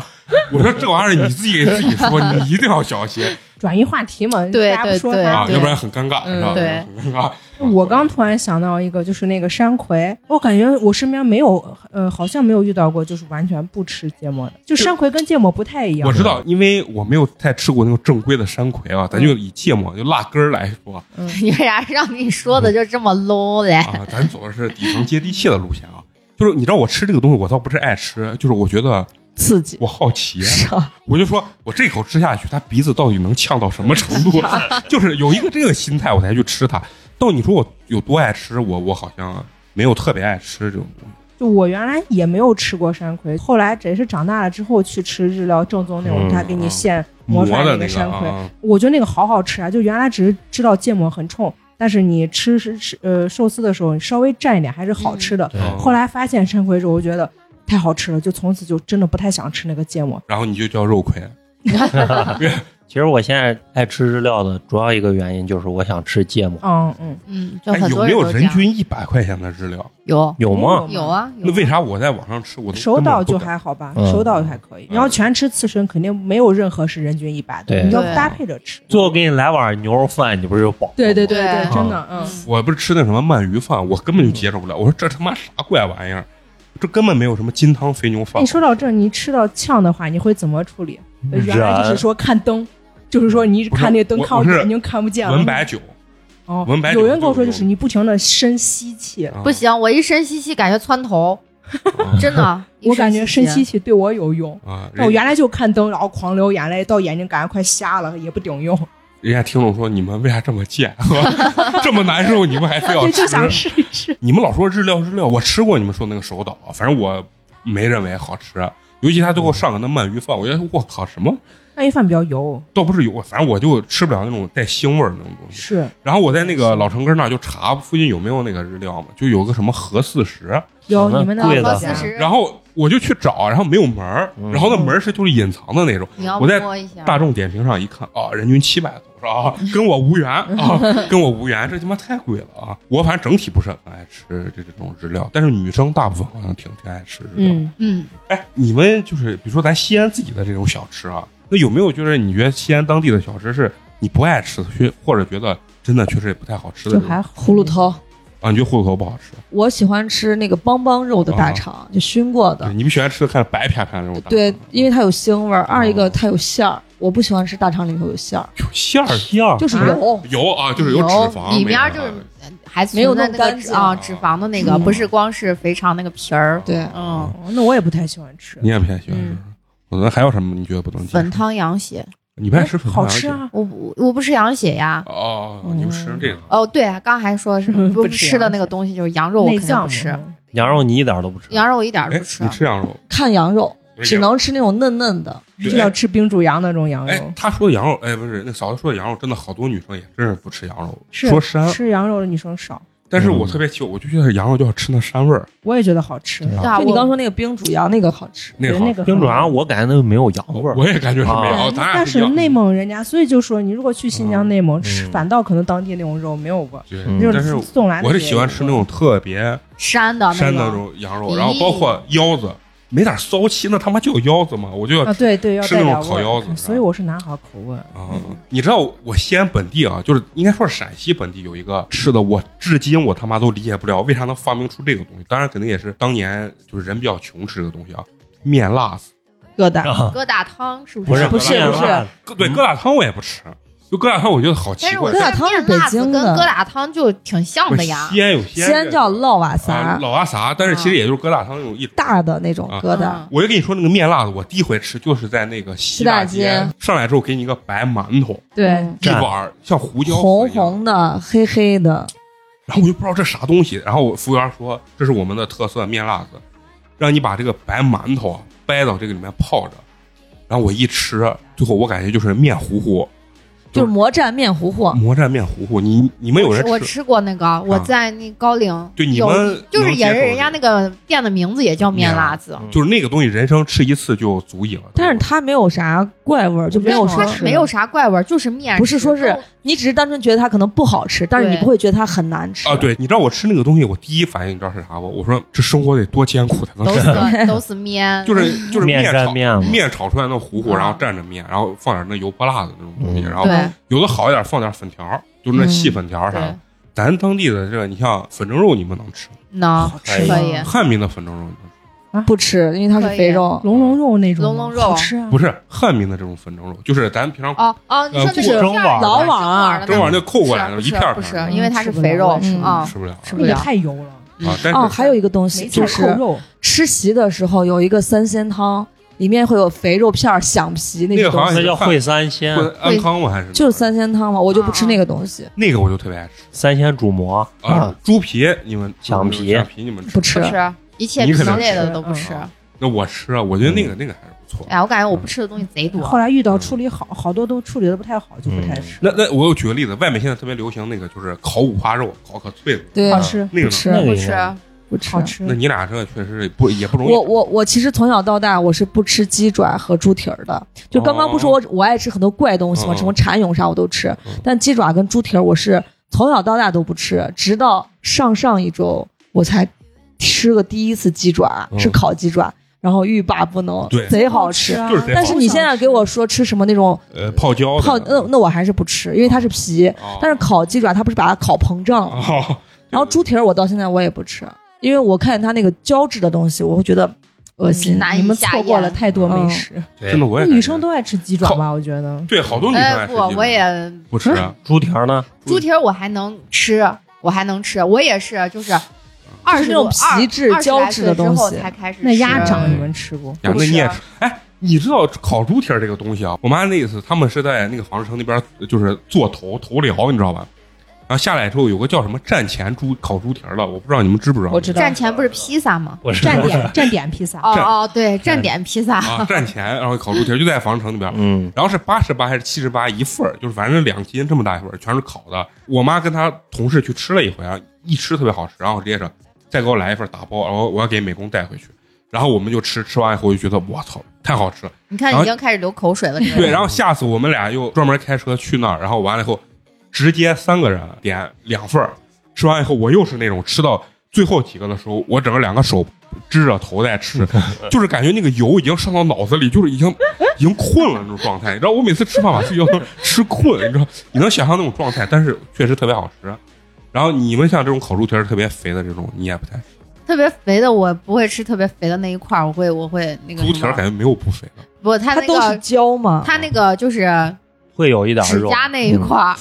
Speaker 2: 我说这玩意儿你自己给自己说，你一定要小心。
Speaker 5: 转移话题嘛，
Speaker 7: 对
Speaker 5: 大家不说
Speaker 7: 对对
Speaker 5: 他
Speaker 2: 啊，
Speaker 7: 对
Speaker 2: 要不然很尴尬，
Speaker 3: 嗯
Speaker 2: 是吧？
Speaker 7: 对
Speaker 2: 很尴尬。
Speaker 5: 我刚突然想到一个，就是那个山葵，我感觉我身边没有，呃，好像没有遇到过，就是完全不吃芥末的。就山葵跟芥末不太一样。
Speaker 2: 我知道，因为我没有太吃过那种正规的山葵啊，咱就以芥末就辣根儿来说
Speaker 7: 你为啥让你说的就这么 low 嘞？
Speaker 2: 啊，咱走的是底层接地气的路线啊。就是你知道我吃这个东西，我倒不是爱吃，就是我觉得
Speaker 3: 刺激
Speaker 2: 我好奇，啊
Speaker 3: 是吧？
Speaker 2: 我就说我这口吃下去，它鼻子到底能呛到什么程度？就是有一个这个心态，我才去吃它。到你说我有多爱吃，我我好像没有特别爱吃这种东西。
Speaker 5: 就我原来也没有吃过山葵，后来只是长大了之后去吃日料正宗那
Speaker 2: 嗯
Speaker 5: 种，他给你现
Speaker 2: 磨
Speaker 5: 磨出来
Speaker 2: 的
Speaker 5: 那个
Speaker 2: 个
Speaker 5: 山葵，
Speaker 2: 啊，
Speaker 5: 我觉得那个好好吃啊！就原来只是知道芥末很冲，但是你吃是吃呃寿司的时候，你稍微蘸一点还是好吃的。
Speaker 4: 对
Speaker 2: 嗯
Speaker 5: 后来发现山葵肉，我觉得太好吃了，就从此就真的不太想吃那个芥末。
Speaker 2: 然后你就叫肉葵，
Speaker 4: 其实我现在爱吃日料的主要一个原因就是我想吃芥末，
Speaker 5: 嗯嗯，
Speaker 7: 嗯，就
Speaker 2: 哎
Speaker 7: 很
Speaker 2: 有
Speaker 7: 多
Speaker 2: 没
Speaker 7: 人
Speaker 2: 有
Speaker 7: 都这
Speaker 2: 人
Speaker 7: 样。
Speaker 2: 均一百块钱的日料？
Speaker 7: 有
Speaker 4: 有
Speaker 5: 哦
Speaker 4: 吗？
Speaker 7: 有啊，有
Speaker 2: 那为啥我在网上吃我都
Speaker 5: 手
Speaker 2: 根本
Speaker 5: 岛
Speaker 2: 不
Speaker 5: 就
Speaker 2: 敢
Speaker 5: 还好吧，
Speaker 4: 嗯
Speaker 5: 手岛还可以。
Speaker 2: 嗯
Speaker 5: 然后全吃刺身，肯定没有任何是人均一百的，
Speaker 4: 对
Speaker 5: 你要
Speaker 7: 对
Speaker 5: 搭配着吃。
Speaker 4: 最后给你来碗牛肉饭，你不是就饱了吗？
Speaker 5: 对
Speaker 7: 对对
Speaker 5: 真的，嗯，
Speaker 7: 嗯
Speaker 2: 我不是吃那什么鳗鱼饭，我根本就接受不了。我说这他妈啥怪玩意儿，这根本没有什么金汤肥牛饭
Speaker 5: 你。哎说到这儿，你吃到呛的话，你会怎么处理？呃原来就是
Speaker 4: 燃
Speaker 5: 说看灯，就是说你一
Speaker 2: 嗯
Speaker 5: 直
Speaker 2: 不是
Speaker 5: 看那个灯
Speaker 2: 我
Speaker 5: 靠
Speaker 2: 我是
Speaker 5: 着，你就看不见了。
Speaker 2: 文白酒
Speaker 5: 哦，
Speaker 2: 文白酒
Speaker 5: 有人跟我说，
Speaker 2: 就
Speaker 5: 就是是你不停的深吸气，
Speaker 2: 啊
Speaker 7: 不行，我一深吸气感觉窜头，真 的，一
Speaker 5: 我感觉深吸
Speaker 7: 气
Speaker 5: 气对我有用。
Speaker 2: 啊！
Speaker 5: 那我
Speaker 2: 人
Speaker 5: 原来就看灯，然后狂流眼泪，到眼睛感觉快瞎了，也不顶用，
Speaker 2: 人家听众说你们为啥这么贱， 这么难受，你们还非要
Speaker 5: 对，
Speaker 2: 吃
Speaker 5: 就？想试一试。
Speaker 2: 你们老说日料日料，我吃过你们说那个手岛，反正我没认为好吃。尤其他最后上个那鳗鱼饭，我觉得我靠什么
Speaker 5: 那一饭比较油，
Speaker 2: 倒不是有，反正我就吃不了那种带腥味儿的那种东西。
Speaker 5: 是
Speaker 2: 然后我在那个老城根儿那儿就查附近有没有那个日料嘛，就有个什么和四十，
Speaker 5: 有
Speaker 4: 什
Speaker 2: 啊
Speaker 4: 么
Speaker 5: 你们那
Speaker 4: 贵
Speaker 5: 儿
Speaker 4: 的
Speaker 5: 好
Speaker 7: 和
Speaker 5: 像
Speaker 7: 四十，
Speaker 2: 然后我就去找，然后没有门儿，
Speaker 4: 嗯
Speaker 2: 然后那门儿是就是隐藏的那种。
Speaker 7: 你要
Speaker 2: 我在
Speaker 7: 摸一下，
Speaker 2: 大众点评上一看啊，人均七百多，我说啊，跟我无缘啊，跟我无缘，这他妈太贵了啊！我反正整体不是很爱吃这这种日料，但是女生大部分好像挺挺爱吃日料。
Speaker 5: 嗯，
Speaker 7: 嗯，
Speaker 2: 哎，你们就是比如说咱西安自己的这种小吃啊，那有没有就是你觉得西安当地的小吃是你不爱吃的，却或者觉得真的确实也不太好吃的
Speaker 5: 就
Speaker 2: 这种
Speaker 5: 还好
Speaker 3: 葫芦。头。
Speaker 2: 啊？你觉得糊口不好吃？
Speaker 3: 我喜欢吃那个邦邦肉的大肠，就熏过
Speaker 2: 对
Speaker 3: 的。
Speaker 2: 你不喜欢吃的看着白啪啪那种大肠，
Speaker 3: 对，因为它有腥味儿。二一个它有馅儿，我不喜欢吃大肠里头有馅儿，
Speaker 4: 哦
Speaker 2: 有馅儿
Speaker 4: 馅儿
Speaker 3: 就是
Speaker 5: 啊
Speaker 3: 油。
Speaker 2: 有啊，就是有脂肪，
Speaker 7: 里
Speaker 2: 没
Speaker 7: 面
Speaker 2: 啥
Speaker 7: 就是
Speaker 2: 的
Speaker 7: 呃还存
Speaker 3: 没有
Speaker 7: 在
Speaker 3: 弄
Speaker 7: 那
Speaker 3: 干
Speaker 7: 个
Speaker 3: 净
Speaker 7: 脂啊脂肪的那个，
Speaker 5: 嗯
Speaker 7: 不是光是肥肠那个皮儿，
Speaker 3: 对
Speaker 7: 嗯，
Speaker 5: 哦那我也不太喜欢吃
Speaker 2: 你，也不太喜欢吃
Speaker 5: 嗯。
Speaker 2: 我们还有什么你觉得不能接
Speaker 7: 粉
Speaker 2: 受？
Speaker 7: 汤羊血，
Speaker 2: 你不爱吃粉汤
Speaker 5: 好
Speaker 2: 羊血？
Speaker 5: 吃啊，嗯
Speaker 7: 我不我不吃羊血呀。
Speaker 2: 哦，你们吃成这个
Speaker 7: 哦，对啊，刚还说是
Speaker 5: 不
Speaker 7: 不
Speaker 5: 吃
Speaker 7: 吃的
Speaker 5: 羊
Speaker 7: 哦那个东西就是羊肉，我
Speaker 5: 内
Speaker 7: 肯定
Speaker 5: 脏嗯
Speaker 7: 不吃。
Speaker 5: 嘛
Speaker 4: 羊肉你一点都不吃，
Speaker 7: 羊肉我一点儿都
Speaker 2: 哎
Speaker 7: 不，吃
Speaker 5: 啊
Speaker 2: 你，吃羊肉？
Speaker 3: 看羊肉，
Speaker 2: 不是
Speaker 3: 只
Speaker 2: 羊
Speaker 3: 能吃那种嫩嫩的。
Speaker 2: 对
Speaker 5: 就要吃冰煮羊那种羊
Speaker 2: 哎
Speaker 5: 肉，，
Speaker 2: 他说的羊肉，哎，不是那嫂子说的羊肉，真的好多女生也真是不吃羊肉，
Speaker 5: 是
Speaker 2: 说膻。
Speaker 5: 吃羊肉的女生少，
Speaker 2: 但是我特别奇怪，我就觉得羊肉就要吃那膻味儿，
Speaker 5: 我也觉得好吃。
Speaker 7: 对啊，
Speaker 3: 就你
Speaker 7: 我
Speaker 3: 刚说那个冰煮羊那个好吃，
Speaker 2: 那个
Speaker 5: 对
Speaker 2: 好
Speaker 5: 那个
Speaker 4: 冰煮
Speaker 5: 很好哎
Speaker 4: 羊啊我感觉那没有羊味儿。
Speaker 2: 我也感觉是没
Speaker 4: 啊
Speaker 2: 有，咱俩
Speaker 5: 但
Speaker 2: 是一
Speaker 5: 是
Speaker 2: 样
Speaker 5: 内蒙人家，所以就说你如果去新疆、
Speaker 2: 嗯
Speaker 5: 内蒙吃，
Speaker 4: 嗯
Speaker 5: 反倒可能当地那种肉没有味儿，
Speaker 2: 对
Speaker 4: 嗯，
Speaker 5: 就
Speaker 2: 但是
Speaker 5: 送来的。
Speaker 2: 我是喜欢吃那种特别
Speaker 7: 山的
Speaker 2: 膻的那
Speaker 7: 啊那种，
Speaker 2: 种羊肉，
Speaker 7: 咦
Speaker 2: 然后包括腰子，没点骚气，那他妈就有腰子嘛，我就要
Speaker 5: 啊，对对，要
Speaker 2: 吃
Speaker 5: 带
Speaker 2: 那
Speaker 5: 点
Speaker 2: 种烤
Speaker 5: 味儿
Speaker 2: 腰子
Speaker 5: 所以我是拿好口味。
Speaker 2: 啊，你知道我西安本地啊，就是应该说是陕西本地有一个吃的，我至今我他妈都理解不了，为啥能发明出这个东西？当然，肯定也是当年就是人比较穷吃这个东西啊，面辣子。
Speaker 3: 疙瘩。
Speaker 4: 啊
Speaker 7: 疙瘩汤是不
Speaker 4: 不是
Speaker 3: 不是不是，
Speaker 2: 疙对，疙瘩汤我也不吃，就疙瘩汤我觉得好
Speaker 7: 但
Speaker 2: 奇
Speaker 7: 是我
Speaker 2: 怪
Speaker 7: 觉。
Speaker 3: 疙
Speaker 7: 得
Speaker 3: 瘩汤是
Speaker 7: 面辣
Speaker 3: 北
Speaker 7: 子
Speaker 3: 京
Speaker 7: 跟
Speaker 3: 的
Speaker 7: 疙瘩汤就挺像
Speaker 2: 不
Speaker 7: 的
Speaker 2: 是
Speaker 7: 呀。
Speaker 2: 西安有西
Speaker 3: 西安
Speaker 2: 安
Speaker 3: 叫烙瓦
Speaker 2: 啊
Speaker 3: 撒，
Speaker 2: 老阿萨，但是其实也就是疙瘩汤那种一。
Speaker 3: 大的那种
Speaker 2: 啊
Speaker 3: 疙瘩。
Speaker 7: 嗯
Speaker 2: 我就跟你说那个面辣子，我第一回吃就是在那个西
Speaker 3: 大
Speaker 2: 街
Speaker 3: 街
Speaker 2: 上来之后，给你一个白馒头，
Speaker 5: 对，
Speaker 3: 嗯
Speaker 2: 一
Speaker 4: 蘸
Speaker 2: 碗儿像胡椒
Speaker 3: 红
Speaker 2: 粉一样
Speaker 3: 红的、黑黑的，
Speaker 2: 然后我就不知道这啥东西，然后我服务员说这是我们的特色面辣子，让你把这个白馒头啊掰到这个里面泡着，然后我一吃，最后我感觉就是面糊糊，
Speaker 3: 就是魔蘸面糊糊。
Speaker 2: 魔蘸面糊糊，你你们有人
Speaker 7: 我
Speaker 2: 吃？啊
Speaker 7: 吃过那个，我在那高陵，
Speaker 2: 对你
Speaker 7: 有
Speaker 2: 们
Speaker 7: 就是
Speaker 2: 能
Speaker 7: 也
Speaker 2: 接
Speaker 7: 是
Speaker 2: 受
Speaker 7: 人家那个店的名字也叫面辣子，
Speaker 2: 就是那个东西，人生吃一次就足以了。
Speaker 3: 但是它没有啥怪味儿，就没有说
Speaker 7: 它没有啥怪味儿，就是面吃，
Speaker 3: 不是说是
Speaker 7: 都
Speaker 3: 你只是单纯觉得它可能不好吃，但是你
Speaker 7: 对
Speaker 3: 不会觉得它很难吃
Speaker 2: 啊，，对，你知道我吃那个东西，我第一反应你知道是啥不？我说这生活得多艰苦才能
Speaker 7: 都
Speaker 2: 吃，
Speaker 7: 是都是 面，
Speaker 2: 就是就是
Speaker 4: 面
Speaker 2: 炒
Speaker 4: 蘸面嘛
Speaker 2: 面炒出来那糊糊，
Speaker 7: 嗯
Speaker 2: 然后蘸着面，然后放点那油泼辣子那种东西，
Speaker 4: 嗯
Speaker 2: 然后
Speaker 7: 对嗯
Speaker 2: 有的好一点放点粉条，就是那细粉条啥的
Speaker 7: 对。，
Speaker 2: 咱当地的这个，你像粉蒸肉，你们能吃吗？
Speaker 7: 能
Speaker 4: 好
Speaker 7: 可
Speaker 4: 吃
Speaker 5: 吗
Speaker 7: 以，
Speaker 2: 汉民的粉蒸肉你能吃
Speaker 3: 不吃，因为它是肥肉。
Speaker 5: 龙龙肉那种吗，
Speaker 7: 龙龙肉
Speaker 5: 好吃啊
Speaker 2: 吗，不是汉民的这种粉蒸肉，就是咱平常
Speaker 7: 嗯哦哦，你说那
Speaker 4: 呃
Speaker 7: 个片儿
Speaker 4: 不蒸碗儿
Speaker 3: 老碗儿
Speaker 7: 儿的那种，
Speaker 2: 蒸碗就扣过来
Speaker 7: 不
Speaker 2: 的，
Speaker 7: 是
Speaker 2: 一片儿
Speaker 7: 不是啊
Speaker 2: 片儿，的
Speaker 7: 因为它是
Speaker 5: 吃不
Speaker 7: 肥
Speaker 5: 了
Speaker 7: 肉
Speaker 5: 我也吃不
Speaker 7: 啊
Speaker 2: 吃不了啊
Speaker 7: 吃不
Speaker 5: 也
Speaker 7: 了
Speaker 5: 太油了，
Speaker 2: 啊。但
Speaker 3: 哦，
Speaker 2: 是
Speaker 3: 还有一个东西
Speaker 5: 梅
Speaker 3: 就
Speaker 5: 菜扣
Speaker 3: 是
Speaker 5: 肉，
Speaker 3: 吃席的时候有一个三鲜汤，里面会有肥肉片儿、响皮那
Speaker 2: 那
Speaker 3: 个
Speaker 2: 个好
Speaker 3: 东
Speaker 2: 像
Speaker 3: 西，
Speaker 4: 那叫烩三鲜，
Speaker 2: 不安康吗？还是
Speaker 3: 就是三鲜汤嘛，我就不吃
Speaker 7: 啊啊
Speaker 3: 那个东西，
Speaker 2: 那个我就特别爱吃
Speaker 4: 三鲜煮馍
Speaker 2: 啊
Speaker 4: 啊，，
Speaker 2: 猪皮你们
Speaker 4: 响皮
Speaker 2: 响皮你们吃
Speaker 3: 不
Speaker 2: 吗？
Speaker 3: 吃
Speaker 7: 不。吃，一切
Speaker 2: 你
Speaker 7: 皮
Speaker 2: 可能
Speaker 7: 类的
Speaker 5: 吃
Speaker 7: 都不
Speaker 5: 嗯
Speaker 7: 吃。哎
Speaker 2: 那我吃啊，我觉得那
Speaker 4: 嗯
Speaker 2: 个那个还是不错。
Speaker 7: 哎，我感觉我不吃的东西贼多，
Speaker 5: 后来遇到处理好好多都处理的不太好，就不太吃。
Speaker 2: 那那我又举个例子，外面现在特别流行那个就是烤五花肉，烤可脆了。啊
Speaker 3: 对，
Speaker 5: 好吃，
Speaker 2: 那个
Speaker 3: 不
Speaker 2: 呢
Speaker 3: 吃
Speaker 4: 那
Speaker 7: 不
Speaker 4: 个
Speaker 7: 吃。哎
Speaker 3: 不吃
Speaker 5: 好。吃
Speaker 2: 那。你俩这确实不也不容易。
Speaker 3: 嗯我我我其实从小到大我是不吃鸡爪和猪蹄儿的，就刚刚不是我我爱吃很多怪东西嘛，
Speaker 2: 哦嗯嗯
Speaker 3: 什么蚕蛹啥我都吃
Speaker 2: 嗯，
Speaker 3: 但鸡爪跟猪蹄儿我是从小到大都不吃，直到上上一周我才吃个第一次鸡爪，
Speaker 2: 嗯
Speaker 3: 是烤鸡爪，然后欲罢不能
Speaker 2: 对，
Speaker 3: 贼好吃。
Speaker 5: 啊
Speaker 2: 就是这
Speaker 3: 但是你现在给我说吃什么那种
Speaker 2: 呃泡椒的
Speaker 3: 泡，那那我还是不吃，因为它是皮，
Speaker 2: 哦
Speaker 3: 但是烤鸡爪它不是把它烤膨胀，
Speaker 2: 哦，
Speaker 3: 然后猪蹄儿我到现在我也不吃，因为我看见它那个胶质的东西，我会觉得恶心。
Speaker 7: 嗯难以
Speaker 5: 你们
Speaker 7: 下
Speaker 5: 错过
Speaker 7: 咽
Speaker 5: 了太多
Speaker 7: 嗯
Speaker 5: 美食，
Speaker 2: 真的我也感
Speaker 5: 那
Speaker 2: 觉
Speaker 5: 女生都爱吃鸡爪吧？我觉得
Speaker 2: 对好多女生
Speaker 7: 哎
Speaker 2: 爱吃
Speaker 7: 不，
Speaker 2: 鸡爪
Speaker 7: 我也
Speaker 2: 不吃。啊
Speaker 3: 嗯
Speaker 4: 猪蹄儿呢？
Speaker 7: 猪蹄儿我还能吃，我还能吃，我也是就是二
Speaker 3: 就是
Speaker 7: 十
Speaker 3: 那种皮质胶质的东西
Speaker 7: 才开始吃
Speaker 5: 那鸭掌
Speaker 2: 是
Speaker 5: 你们吃
Speaker 3: 啊
Speaker 5: 过？
Speaker 2: 呀，
Speaker 7: 不
Speaker 2: 那
Speaker 7: 是
Speaker 2: 你也吃？哎，你知道烤猪蹄儿这个东西啊？我妈那一次，他们是在那个纺织城那边，就是做头头疗，你知道吧？然后下来之后有个叫什么战前猪烤猪蹄儿的，我不知道你们知不知道？
Speaker 3: 我知道
Speaker 7: 站前不是披萨吗？
Speaker 4: 我是
Speaker 5: 站点站点披萨，
Speaker 7: 哦
Speaker 2: 站
Speaker 7: 哦，对，站点披萨，
Speaker 2: 啊，战前然后烤猪蹄儿就在纺织城那边，
Speaker 4: 嗯，
Speaker 2: 然后是八十八还是七十八一份儿，就是反正两斤这么大一份儿，全是烤的。我妈跟她同事去吃了一回啊，一吃特别好吃，然后直接着再给我来一份打包，然后我要给美工带回去。然后我们就吃，吃完以后就觉得我操，太好吃了。
Speaker 7: 你看
Speaker 2: 然后
Speaker 7: 已经开始流口水了。这个
Speaker 2: 对，然后下次我们俩又专门开车去那儿，然后完了以后，直接三个人点两份儿，吃完以后我又是那种吃到最后几个的时候，我整个两个手支着头在 吃，就是感觉那个油已经上到脑子里，就是已经已经困了那种状态。你知道我每次吃饭把自己要吃困，你知道你能想象那种状态，但是确实特别好吃。然后你们像这种烤猪蹄儿特别肥的这种，你也不太吃
Speaker 7: 特别肥的我不会吃，特别肥的那一块儿我会我会那个
Speaker 2: 猪蹄儿，
Speaker 7: 什么
Speaker 2: 感觉没有不肥的。
Speaker 7: 不，它
Speaker 3: 它
Speaker 7: 那
Speaker 3: 都是
Speaker 7: 个
Speaker 3: 胶嘛。
Speaker 7: 它那个就是
Speaker 4: 会有一点
Speaker 7: 指
Speaker 4: 肉。
Speaker 3: 嗯
Speaker 7: 甲那一块儿，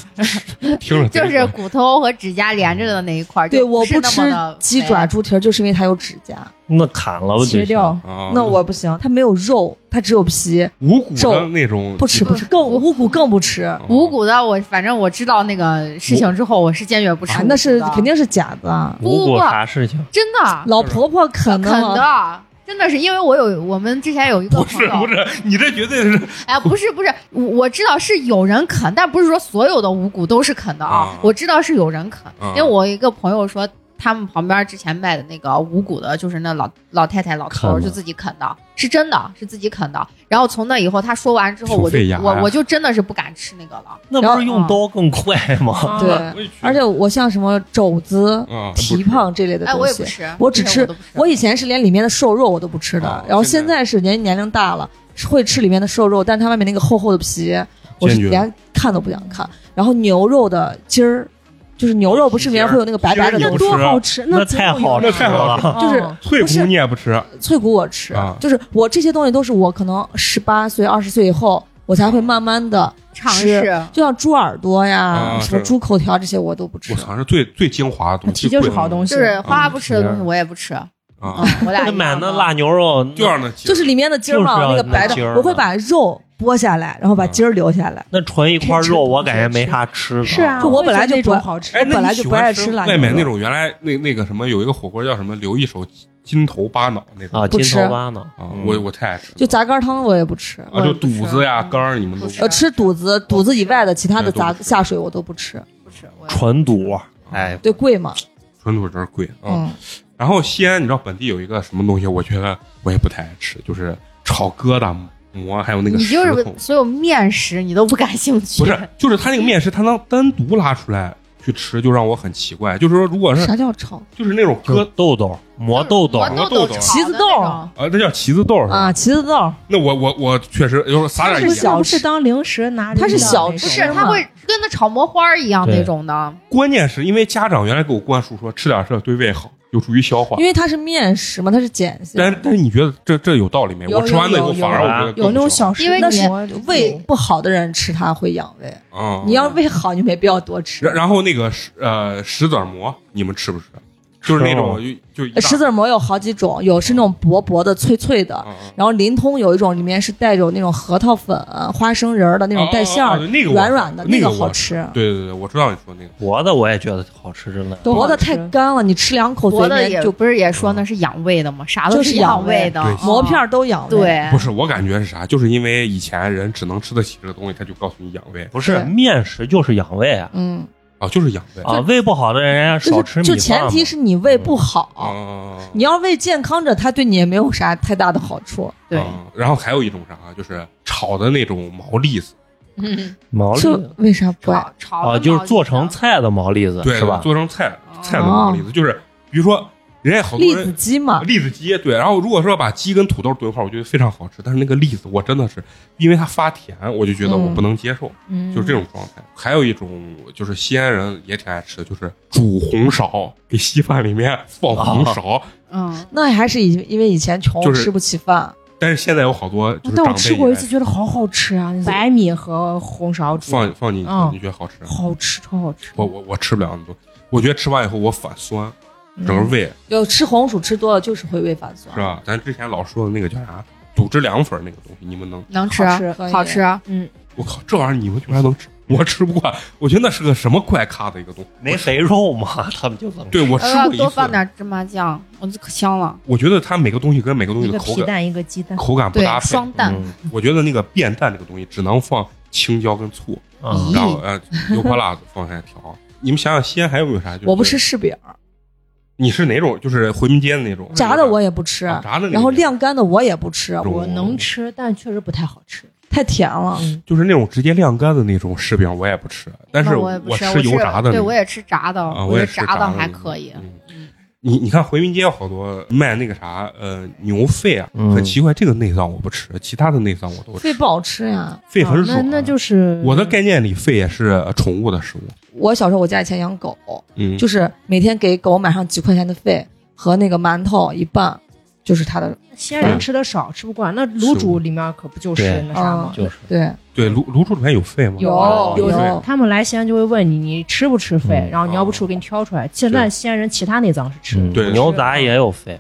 Speaker 2: 听着
Speaker 7: 就
Speaker 2: 贼
Speaker 7: 是
Speaker 2: 恶心
Speaker 7: 骨头和指甲连着的那一块儿。
Speaker 3: 对，
Speaker 7: 就
Speaker 3: 我
Speaker 7: 不是
Speaker 3: 不
Speaker 7: 那
Speaker 3: 吃
Speaker 7: 么的
Speaker 3: 鸡
Speaker 7: 肥
Speaker 3: 爪、猪蹄儿，就是因为它有指甲，
Speaker 4: 嗯那砍了不就
Speaker 5: 切
Speaker 4: 行
Speaker 5: 掉。
Speaker 2: 啊，
Speaker 3: 那我不行，它没有肉，它只有皮，
Speaker 2: 无骨的
Speaker 3: 皱
Speaker 2: 那种
Speaker 3: 不吃不吃，更五谷更不吃，
Speaker 2: 哦
Speaker 3: 啊，
Speaker 2: 嗯
Speaker 7: 无骨的我，反正我知道那个事情之后，我是坚决不吃无骨的。
Speaker 3: 啊那是肯定是假的。
Speaker 2: 嗯
Speaker 4: 无
Speaker 7: 不
Speaker 4: 果
Speaker 7: 不
Speaker 4: 啥事情？
Speaker 7: 真的
Speaker 3: 老婆婆啊啃
Speaker 7: 啃的，真的是因为我有我们之前有一个
Speaker 2: 不
Speaker 7: 朋
Speaker 2: 是
Speaker 7: 友，
Speaker 2: 不是，你这绝对是
Speaker 7: 哎，不是不是，我我知道是有人啃，但不是说所有的五谷都是啃的啊
Speaker 2: 啊。
Speaker 7: 我知道是有人啃，
Speaker 2: 啊
Speaker 7: 因为我一个朋友说，他们旁边之前卖的那个五谷的，就是那老老太太老头
Speaker 4: 啃
Speaker 7: 儿
Speaker 4: 的
Speaker 7: 就自己啃的，是真的是自己啃的。然后从那以后，他说完之后，
Speaker 2: 挺
Speaker 7: 我就
Speaker 2: 费牙呀
Speaker 7: 我我就真的是不敢吃那个了。
Speaker 4: 那
Speaker 3: 然
Speaker 4: 不
Speaker 3: 后
Speaker 4: 是用刀更快吗？
Speaker 3: 对
Speaker 2: 啊我也去
Speaker 3: 而且我像什么肘子、
Speaker 2: 啊不吃
Speaker 3: 蹄膀这类的
Speaker 7: 哎，
Speaker 3: 东
Speaker 7: 我也不
Speaker 3: 西，
Speaker 7: 吃，
Speaker 3: 我只
Speaker 7: 这些
Speaker 3: 吃
Speaker 7: 都不吃。
Speaker 3: 我以前是连里面的瘦肉我都不吃
Speaker 2: 哦
Speaker 3: 的，然后
Speaker 2: 现
Speaker 3: 现
Speaker 2: 在
Speaker 3: 在是年年龄大了是会吃里面的瘦肉，但是它外面那个厚厚的皮，我是
Speaker 2: 坚决
Speaker 3: 连看都不想看。然后牛肉的筋儿，就是牛肉不是里面会有那个白白的
Speaker 2: 筋儿
Speaker 5: 那
Speaker 2: 你
Speaker 3: 东
Speaker 2: 不
Speaker 3: 西，
Speaker 2: 吃
Speaker 5: 多好吃，
Speaker 4: 那
Speaker 5: 贼
Speaker 4: 太
Speaker 5: 有
Speaker 4: 好
Speaker 5: 营养
Speaker 2: 吃了
Speaker 5: 哦
Speaker 3: 就是
Speaker 2: 脆
Speaker 3: 不是
Speaker 2: 骨你也不吃，
Speaker 3: 脆骨我吃
Speaker 2: 啊，
Speaker 3: 就是我这些东西都是我可能十八岁、二十岁以后。我才会慢慢的，
Speaker 7: 尝试。
Speaker 3: 就像猪耳朵
Speaker 2: 啊
Speaker 3: 呀、什么
Speaker 2: 是
Speaker 3: 猪口条这些我都不吃
Speaker 2: 我。操，是最最精华的东西，
Speaker 5: 其实就是
Speaker 2: 最贵的
Speaker 5: 好东
Speaker 2: 东
Speaker 5: 西，
Speaker 7: 就是花花不吃的
Speaker 2: 嗯
Speaker 7: 东西，我也不吃。
Speaker 2: 西啊
Speaker 7: 嗯，，我俩
Speaker 4: 那
Speaker 7: 一
Speaker 4: 买
Speaker 7: 样
Speaker 4: 那
Speaker 7: 的
Speaker 4: 辣牛肉，
Speaker 2: 就让它挤
Speaker 3: 就是里面的筋儿嘛，
Speaker 4: 就是要
Speaker 3: 那个白
Speaker 4: 那筋儿
Speaker 3: 的，我会把肉剥下来，然后
Speaker 2: 啊
Speaker 3: 把筋儿留下来。
Speaker 4: 那纯一块肉，我感觉没啥吃的。
Speaker 5: 是啊，
Speaker 3: 就我本来
Speaker 5: 也觉得
Speaker 3: 就不
Speaker 5: 那种好吃。
Speaker 2: 哎，那
Speaker 3: 本来
Speaker 2: 你
Speaker 3: 就
Speaker 2: 喜
Speaker 3: 不
Speaker 2: 欢
Speaker 3: 爱吃辣
Speaker 2: 外面
Speaker 3: 牛
Speaker 2: 那
Speaker 3: 肉
Speaker 2: 种原来那那个什么有一个火锅叫什么留一手筋头巴脑那种
Speaker 4: 啊，
Speaker 3: 不
Speaker 4: 金
Speaker 3: 吃
Speaker 4: 头巴呢？
Speaker 2: 啊
Speaker 4: 嗯，
Speaker 2: 我我太爱吃了，
Speaker 3: 就杂干汤我也不吃，
Speaker 2: 啊，就肚子呀、肝儿你们都
Speaker 7: 不
Speaker 2: 吃
Speaker 7: 吃
Speaker 3: 呃，吃肚子，肚子以外的其他的
Speaker 2: 哦对都
Speaker 3: 杂
Speaker 2: 不吃
Speaker 3: 下水我都不吃，
Speaker 7: 不吃。我也不吃
Speaker 4: 纯肚，哎，
Speaker 3: 对，贵嘛，
Speaker 2: 纯土真是贵啊。
Speaker 3: 嗯，
Speaker 2: 然后西安，你知道本地有一个什么东西，我觉得我也不太爱吃，就是炒疙瘩馍，还有那个
Speaker 7: 你就
Speaker 2: 石
Speaker 7: 是
Speaker 2: 头
Speaker 7: 所有面食你都不感兴趣，
Speaker 2: 不是，就是它那个面食，它能单独拉出来去吃，就让我很奇怪。就是说，如果是
Speaker 3: 啥叫炒
Speaker 2: 就是那种
Speaker 4: 就
Speaker 2: 疙
Speaker 4: 豆豆磨豆豆
Speaker 7: 磨，
Speaker 2: 磨豆豆
Speaker 7: 豆炒的
Speaker 3: 茄子
Speaker 7: 那
Speaker 3: 豆儿
Speaker 7: 种
Speaker 2: 啊，那叫旗子豆是吧？
Speaker 3: 啊？茄子豆，
Speaker 2: 那我我我确实，有时候撒
Speaker 5: 它
Speaker 2: 点
Speaker 5: 是
Speaker 2: 盐。
Speaker 3: 小
Speaker 5: 小是当零食拿着
Speaker 3: 它是
Speaker 5: 的那
Speaker 3: 小
Speaker 5: 种
Speaker 7: 不
Speaker 3: 吃
Speaker 7: 是，
Speaker 3: 嘛
Speaker 7: 它会跟那炒馍花儿一样
Speaker 4: 对
Speaker 7: 那种的。
Speaker 2: 关键是因为家长原来给我灌输说吃点这对胃好，有助于消化
Speaker 3: 因。为它是面食嘛，它是碱性，
Speaker 2: 但但是你觉得这这有道理没？
Speaker 3: 有
Speaker 2: 我吃完了以后
Speaker 3: 有有
Speaker 2: 反而我觉得
Speaker 5: 有那种小食
Speaker 7: 因为
Speaker 5: 那
Speaker 7: 你
Speaker 5: 种嗯
Speaker 3: 胃不好的人吃它会养胃，
Speaker 2: 啊，嗯
Speaker 3: 你要胃好你没必要多吃
Speaker 2: 然。然后那个石呃石子儿馍你们吃不吃？就是那种就就
Speaker 3: 呃石子馍有好几种，有是那种薄薄的、脆脆的，
Speaker 2: 啊
Speaker 3: 然后临通有一种里面是带有那种核桃粉、花生仁儿的那种带馅儿的，
Speaker 2: 哦那个我
Speaker 3: 软软的，
Speaker 2: 那
Speaker 3: 个
Speaker 2: 我
Speaker 3: 好吃。
Speaker 2: 对对对，我知道你说那个。
Speaker 4: 活的我也觉得好吃，真的。
Speaker 5: 都
Speaker 3: 磨
Speaker 5: 好
Speaker 3: 的
Speaker 5: 吃
Speaker 3: 太干了，你吃两口
Speaker 7: 博
Speaker 3: 嘴
Speaker 7: 的
Speaker 3: 里面
Speaker 7: 也
Speaker 3: 就
Speaker 7: 不是也说那是养胃的吗？啥都
Speaker 3: 就是
Speaker 7: 养
Speaker 3: 养胃
Speaker 7: 的
Speaker 2: 对，
Speaker 3: 磨
Speaker 7: 哦
Speaker 3: 片儿都养胃。
Speaker 7: 对，
Speaker 2: 不是，我感觉是啥？就是因为以前人只能吃得起这个东西，他就告诉你养胃
Speaker 4: 不是
Speaker 3: 对
Speaker 4: 面食就是养胃啊，
Speaker 3: 嗯，
Speaker 2: 啊，就是养胃啊
Speaker 4: 啊，胃不好的人
Speaker 3: 就
Speaker 4: 少吃
Speaker 3: 是
Speaker 4: 米饭
Speaker 3: 就
Speaker 4: 嘛
Speaker 3: 前提是你胃不
Speaker 2: 啊
Speaker 3: 好，
Speaker 2: 啊。啊
Speaker 3: 你要胃健康着，它对你也没有啥太大的好处。
Speaker 7: 对
Speaker 2: 嗯然后还有一种啥，就是炒的那种毛栗子，
Speaker 7: 嗯，
Speaker 4: 毛
Speaker 3: 这
Speaker 4: 栗
Speaker 3: 为啥不爱
Speaker 7: 炒？炒
Speaker 4: 啊，
Speaker 7: 的
Speaker 4: 就
Speaker 7: 毛
Speaker 4: 是做
Speaker 7: 栗子
Speaker 4: 成菜的毛栗子
Speaker 2: 对，
Speaker 4: 是吧？
Speaker 2: 做成菜
Speaker 7: 哦
Speaker 2: 菜的毛栗子，就是比如说人家好多
Speaker 3: 栗子
Speaker 2: 人啊
Speaker 3: 鸡嘛，
Speaker 2: 栗子鸡，对，然后如果说把鸡跟土豆炖一块儿，我觉得非常好吃，但是那个栗子我真的是因为它发甜，我就觉得我不能接受，
Speaker 5: 嗯
Speaker 2: 就是这种状态。还有一种就是西安人也挺爱吃的，就是煮红苕，给稀饭里面放红苕，
Speaker 4: 哦
Speaker 7: 嗯，
Speaker 3: 那还是以因为以前穷
Speaker 2: 就是
Speaker 3: 吃不起饭，
Speaker 2: 但是现在有好多就是长
Speaker 5: 但我
Speaker 2: 辈
Speaker 5: 吃
Speaker 2: 也
Speaker 5: 过一
Speaker 2: 爱
Speaker 5: 次，觉得好好吃啊！白米和红烧猪，
Speaker 2: 放放进去，
Speaker 5: 嗯
Speaker 2: 你觉得好吃？
Speaker 5: 好吃，超好吃。
Speaker 2: 我我我吃不了那么多，我觉得吃完以后我反酸，整个胃
Speaker 3: 有吃红薯吃多了就是会胃反酸
Speaker 2: 是。啊吧？咱之前老说的那个叫啥组织凉粉儿那个东西，你们能？
Speaker 7: 能吃，
Speaker 3: 好吃可以
Speaker 7: 好吃。
Speaker 2: 我靠，这玩意儿你们居然能吃，我吃不惯，我觉得那是个什么怪咖的一个东西。
Speaker 4: 没肥肉嘛， 他们就能
Speaker 2: 对我吃
Speaker 7: 呃，
Speaker 2: 过一
Speaker 7: 多放
Speaker 2: 次，
Speaker 7: 点芝麻酱，我就可香了。
Speaker 2: 我觉得它每个东西跟每个东西
Speaker 5: 一
Speaker 2: 的
Speaker 5: 个
Speaker 2: 口
Speaker 5: 皮
Speaker 2: 感
Speaker 5: 蛋，一个鸡蛋，
Speaker 2: 口感不
Speaker 7: 对
Speaker 2: 搭，配。
Speaker 7: 双蛋
Speaker 4: 嗯
Speaker 2: 我觉得那个变淡这个东西只能放青椒跟醋，
Speaker 4: 啊
Speaker 7: 咦
Speaker 2: 然后呃油泼辣子放下调。你们想想西安还有没有啥？就是
Speaker 3: 我不吃，柿饼儿，
Speaker 2: 你是哪种？就是回民街的那种
Speaker 3: 炸的我也不吃，
Speaker 2: 啊炸的那种，
Speaker 3: 然后晾干的我也不吃，
Speaker 5: 我能吃，但确实不太好吃。
Speaker 3: 太甜了。
Speaker 2: 就是那种直接晾干的那种柿饼，我也不吃，但是
Speaker 7: 那我也不吃，啊
Speaker 2: 吃油炸的那种。
Speaker 7: 对我也吃炸的，
Speaker 2: 啊，
Speaker 7: 我
Speaker 2: 也
Speaker 7: 觉得
Speaker 2: 吃
Speaker 7: 炸
Speaker 2: 的
Speaker 7: 还可以。啊
Speaker 2: 嗯你你看回民街有好多卖那个啥呃牛肺啊，
Speaker 4: 嗯
Speaker 2: 很奇怪，这个内脏我不吃，其他的内脏我都吃
Speaker 3: 肺。不好吃呀！
Speaker 2: 肺很
Speaker 5: 啊
Speaker 2: 软，
Speaker 5: 那那就是
Speaker 2: 我的概念里，肺也是呃宠物的食物。
Speaker 3: 我小时候我家以前养狗，
Speaker 2: 嗯，
Speaker 3: 就是每天给狗买上几块钱的费和那个馒头一半，就是它的
Speaker 5: 西安人吃的少，吃不惯。那卤煮里面可不就是
Speaker 4: 对
Speaker 5: 那啥
Speaker 7: 嗯
Speaker 5: 吗？
Speaker 4: 就是
Speaker 3: 对
Speaker 2: 对，卤卤煮里面有肺吗？
Speaker 5: 有
Speaker 2: 有
Speaker 3: 有
Speaker 5: 他们来西安就会问你，你吃不吃肺？
Speaker 4: 嗯
Speaker 5: 然后你要不
Speaker 2: 哦
Speaker 5: 吃，我给你挑出来。现在西安人其他内脏是吃的，
Speaker 4: 嗯
Speaker 2: 对
Speaker 4: 牛杂也有肺，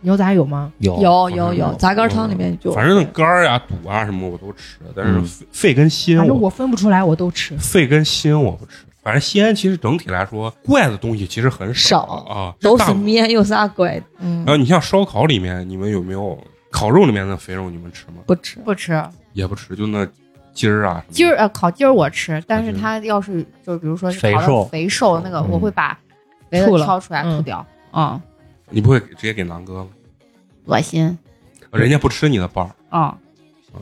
Speaker 5: 牛杂有吗？
Speaker 4: 有
Speaker 3: 有有有
Speaker 2: 嗯
Speaker 3: 杂干汤里面就
Speaker 2: 反正肝儿呀、肚啊什么我都吃，但是
Speaker 4: 嗯
Speaker 2: 肺肺跟心
Speaker 5: 反正
Speaker 2: 我
Speaker 5: 我分不出来，我都吃。
Speaker 2: 肺跟心我不吃。反正西安其实整体来说，怪的东西其实很
Speaker 3: 少
Speaker 2: 啊，
Speaker 3: 都
Speaker 2: 大
Speaker 3: 是
Speaker 2: 部分
Speaker 3: 面又啥鬼，
Speaker 2: 然后
Speaker 3: 嗯，
Speaker 2: 你像烧烤里面，你们有没有烤肉里面的肥肉？你们吃吗？
Speaker 3: 不吃。
Speaker 7: 不吃
Speaker 2: 也不吃，就那筋儿啊什么的。
Speaker 7: 鸡儿，呃，烤鸡儿我吃，但是
Speaker 2: 鸡儿
Speaker 7: 它要是就比如说是
Speaker 4: 肥
Speaker 7: 烤
Speaker 4: 瘦
Speaker 7: 的肥瘦那个，
Speaker 4: 嗯
Speaker 7: 我会把肥的
Speaker 5: 吐了
Speaker 7: 挑出来
Speaker 5: 嗯
Speaker 7: 吐掉，嗯，
Speaker 2: 你不会直接给南哥吗？
Speaker 7: 恶心，
Speaker 2: 人家不吃你的伴儿，
Speaker 7: 嗯，
Speaker 2: 啊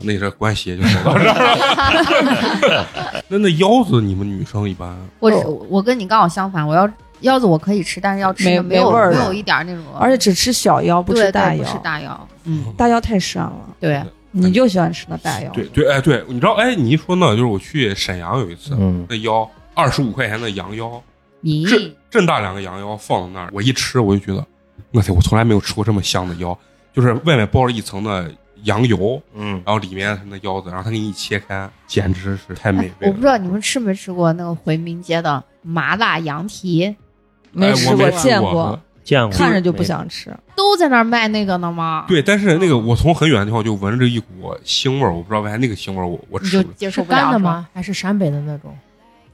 Speaker 2: 那这关系也就走到这儿 了。那那腰子，你们女生一般
Speaker 7: 我只
Speaker 3: 哦
Speaker 7: 我跟你刚好相反，我要腰子我可以吃，但是要吃
Speaker 3: 没
Speaker 7: 的没有
Speaker 3: 没味儿的
Speaker 7: 没有一点儿那种，
Speaker 3: 而且只吃小腰，不
Speaker 7: 对
Speaker 3: 吃
Speaker 7: 对
Speaker 3: 大
Speaker 7: 不吃
Speaker 3: 腰。
Speaker 7: 大腰，嗯，
Speaker 3: 大腰太膻了，
Speaker 7: 对，
Speaker 3: 你就喜欢吃那大腰。
Speaker 2: 嗯对对哎对，你知道哎，你一说呢，就是我去沈阳有一次，
Speaker 4: 嗯，
Speaker 2: 那腰二十五块钱的羊腰，
Speaker 7: 咦
Speaker 2: 这，正大两个羊腰放在那儿，我一吃我就觉得，我天，我从来没有吃过这么香的腰，就是外面包着一层的羊油，
Speaker 4: 嗯，
Speaker 2: 然后里面是那腰子，然后他给你切开，简直是太美味了。
Speaker 7: 哎我不知道你们吃没吃过那个回民街的麻辣羊蹄，
Speaker 2: 哎
Speaker 3: 没
Speaker 2: 我
Speaker 3: 吃
Speaker 2: 没
Speaker 3: 过，
Speaker 2: 吃
Speaker 3: 见
Speaker 2: 过啊
Speaker 3: 过，，
Speaker 4: 见过，
Speaker 3: 看着就不想吃。
Speaker 7: 都在那儿卖那个呢吗？，
Speaker 2: 对，但是那个我从很远的地方就闻着一股腥味儿，我不知道为啥那个腥味儿我我
Speaker 7: 你
Speaker 2: 吃
Speaker 7: 就
Speaker 2: 不了，
Speaker 7: 接
Speaker 5: 是
Speaker 7: 受不了
Speaker 5: 干的
Speaker 7: 是吧？
Speaker 5: 吗？还是陕北的那种？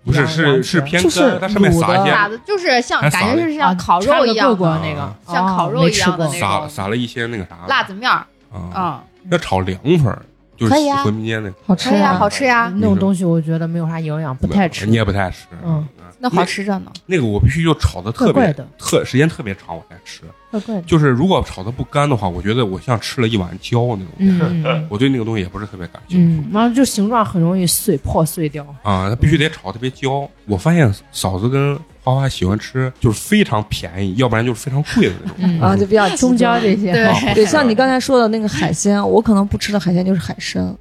Speaker 2: 不是
Speaker 5: 羊羊
Speaker 2: 是
Speaker 5: 蹄
Speaker 2: 是偏
Speaker 3: 就
Speaker 2: 干，
Speaker 3: 是
Speaker 2: 它上面
Speaker 3: 卤
Speaker 2: 撒一
Speaker 3: 的
Speaker 2: 些
Speaker 7: 撒的就是像
Speaker 2: 还
Speaker 7: 感
Speaker 2: 撒了
Speaker 7: 觉就是
Speaker 5: 啊
Speaker 7: 像烤肉一
Speaker 5: 涮个
Speaker 7: 样
Speaker 5: 桂
Speaker 7: 的，
Speaker 5: 冠那个，
Speaker 7: 像烤肉一样的
Speaker 5: 哦没
Speaker 7: 那
Speaker 5: 吃过
Speaker 2: 撒
Speaker 7: 种
Speaker 2: 撒了一些那个啥
Speaker 7: 辣子面儿
Speaker 2: 啊，
Speaker 7: 啊，
Speaker 2: 那炒凉粉儿就是
Speaker 7: 可以啊
Speaker 2: 回民街那个，
Speaker 3: 好
Speaker 7: 可以啊，好吃呀，
Speaker 5: 那种东西我觉得没有啥营养，不太吃
Speaker 2: 你。也不太吃，
Speaker 5: 嗯，
Speaker 7: 那好吃着呢。
Speaker 2: 那个我必须就炒的特
Speaker 5: 怪怪
Speaker 2: 别
Speaker 5: 的
Speaker 2: 特时间特别长我才吃，
Speaker 5: 怪怪的。
Speaker 2: 就是如果炒的不干的话，我觉得我像吃了一碗胶那种。
Speaker 5: 嗯嗯
Speaker 2: 我对那个东西也不是特别感兴趣、
Speaker 5: 嗯，然后就形状很容易碎破 碎掉。
Speaker 2: 啊，它必须得炒得特别焦。我发现嫂子跟花花喜欢吃就是非常便宜，要不然就是非常贵的那种。
Speaker 5: 嗯
Speaker 3: 啊，就比较极端
Speaker 5: 中 间这些，
Speaker 7: 对
Speaker 2: 啊
Speaker 3: 对，像你刚才说的那个海鲜，我可能不吃的海鲜就是海参，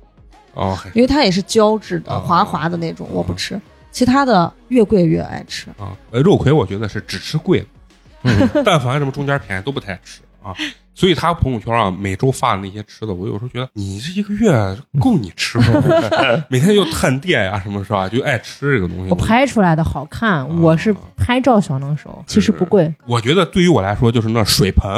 Speaker 2: 哦，
Speaker 3: 因为它也是胶质的、
Speaker 2: 啊
Speaker 3: 滑滑的那种，我不吃。其他的越贵越爱吃，
Speaker 2: 啊，呃，肉葵我觉得是只吃贵的，嗯、但凡什么中间便宜都不太吃啊。所以他朋友圈上每周发的那些吃的，我有时候觉得你这一个月够你吃吗？ 每天又探店呀、什么是吧？就爱吃这个东西。
Speaker 5: 我拍出来的好看，我
Speaker 2: 啊
Speaker 5: 是拍照小能手，其实不贵。
Speaker 2: 我觉得对于我来说，就是那水盆，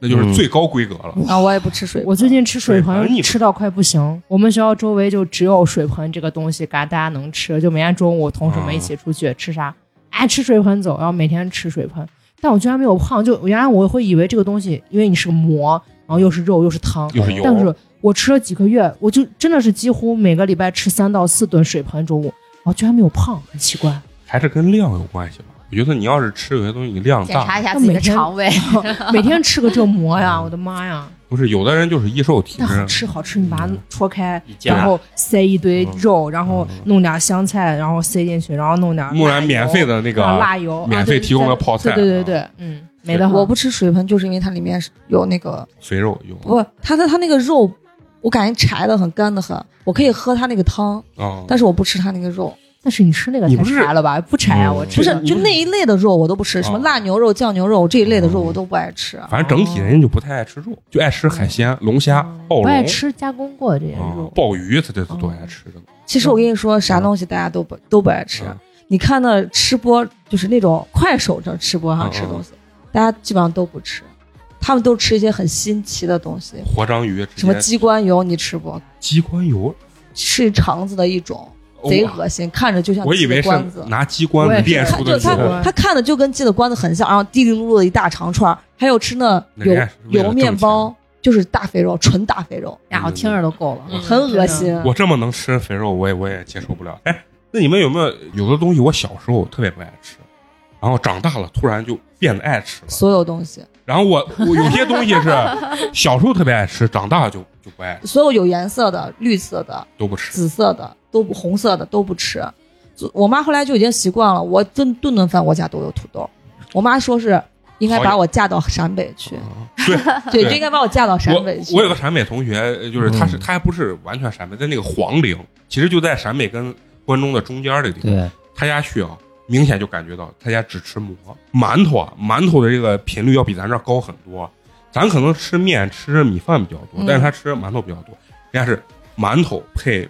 Speaker 2: 那就是最高规格了。
Speaker 3: 啊，我也不吃水果。
Speaker 5: 我最近吃水
Speaker 2: 水盆你
Speaker 5: 盆
Speaker 2: 不
Speaker 5: 吃到快不行，我们学校周围就只有水盆这个东西，嘎大家能吃。就每天中午同学们一
Speaker 2: 啊
Speaker 5: 起出去吃啥，哎，吃水盆走，然后每天吃水盆。但我居然没有胖，就原来我会以为这个东西，因为你是个馍，然后又是肉又是汤，
Speaker 2: 又是油，
Speaker 5: 但是我吃了几个月，我就真的是几乎每个礼拜吃三到四顿水盆，中午我居然没有胖，很奇怪。
Speaker 2: 还是跟量有关系吧。我觉得你要是吃有些东西，你量
Speaker 7: 检查
Speaker 2: 大，
Speaker 7: 一下自己的肠胃，
Speaker 2: 嗯
Speaker 5: 每天吃个这馍呀，我的妈呀！
Speaker 2: 不是有的人就是嗯易瘦体
Speaker 5: 但好
Speaker 2: 质，
Speaker 5: 吃好吃，你把它戳开，
Speaker 4: 一
Speaker 2: 啊
Speaker 4: 夹
Speaker 5: 然后塞一堆肉，然后弄点香菜，然后塞进去，然后弄点
Speaker 2: 嗯木
Speaker 5: 辣
Speaker 2: 然
Speaker 5: 油
Speaker 2: 免费的那个
Speaker 5: 啊辣油，
Speaker 2: 免费提供的泡菜啊
Speaker 5: 对对对对，嗯，没得
Speaker 3: 我
Speaker 5: 好。
Speaker 3: 不吃水盆，就是因为它里面是有那个
Speaker 2: 肥肉有
Speaker 3: 不，它的它那个肉，我感觉柴的很，干的很。我可以喝它那个汤，
Speaker 2: 啊。
Speaker 3: 但是我不吃它那个肉，
Speaker 5: 但是你吃那个
Speaker 2: 你不是
Speaker 5: 太柴了吧？不柴啊，
Speaker 2: 嗯
Speaker 5: 我
Speaker 3: 不
Speaker 5: 吃
Speaker 3: 是
Speaker 5: 的。
Speaker 3: 就那一类的肉我都不吃，什么
Speaker 2: 哦
Speaker 3: 辣牛肉、酱牛肉这一类的肉我都不爱吃。
Speaker 2: 反正整体人就不太爱吃肉，就爱吃海鲜、龙虾、暴
Speaker 5: 不
Speaker 2: 龙、
Speaker 5: 爱吃加工过的这些
Speaker 2: 啊
Speaker 5: 肉，
Speaker 2: 鲍鱼，他这都爱吃这个。
Speaker 3: 其实我跟你说，啥东西大家都不都不爱吃
Speaker 2: 嗯。
Speaker 3: 你看那吃播，就是那种快手这吃播上
Speaker 2: 嗯
Speaker 3: 吃
Speaker 2: 嗯
Speaker 3: 东西，大家基本上都不吃，他们都吃一些很新奇的东西，
Speaker 2: 活章鱼直
Speaker 3: 什么
Speaker 2: 接
Speaker 3: 鸡冠油你吃不？
Speaker 2: 鸡冠油，
Speaker 3: 是肠子的一种，
Speaker 2: 哦
Speaker 3: 贼
Speaker 2: 我
Speaker 3: 恶心，看着就像
Speaker 2: 我以
Speaker 3: 鸡
Speaker 2: 为
Speaker 3: 的
Speaker 2: 是
Speaker 3: 冠子。
Speaker 2: 拿鸡冠
Speaker 5: 我
Speaker 2: 子炼
Speaker 5: 也是
Speaker 3: 他
Speaker 2: 出
Speaker 3: 就
Speaker 2: 的
Speaker 3: 他
Speaker 2: 肉
Speaker 5: 肉
Speaker 3: 他看的就跟鸡的冠子很像，然后滴滴噜噜的一大长串儿，还有吃那
Speaker 2: 那
Speaker 3: 油
Speaker 2: 人家是为了
Speaker 3: 油面
Speaker 2: 挣
Speaker 3: 包，就是大肥肉，纯大肥肉，
Speaker 7: 然后听着都够了。
Speaker 2: 嗯
Speaker 3: 很恶心。
Speaker 2: 我这么能吃肥肉，我也我也接受不了。哎，那你们有没有有的东西我小时候特别不爱吃，然后长大了突然就变得爱吃了？
Speaker 3: 所有东西，
Speaker 2: 然后我我有些东西是 小时候特别爱吃，长大就就不爱吃，
Speaker 3: 所有有颜色的、绿色的、
Speaker 2: 都不吃。
Speaker 3: 紫色的都不红色的都不吃。就我妈后来就已经习惯了，我顿顿顿饭我家都有土豆。我妈说是应该把我嫁到陕北 去，
Speaker 2: 啊对，
Speaker 3: 对，
Speaker 2: 对
Speaker 3: 就应该把我嫁到嗯陕
Speaker 2: 我
Speaker 3: 北去。
Speaker 2: 我有个陕北同学，呃就是他是、他还不是完全陕北，在那个黄陵，其实就在陕北跟关中的中间儿这个地方。
Speaker 4: 对，
Speaker 2: 他家去啊，明显就感觉到他家只吃馍、馒头啊，馒头的这个频率要比咱这儿高很多。咱可能吃面吃米饭比较多，但是他吃馒头比较多，人家是馒头配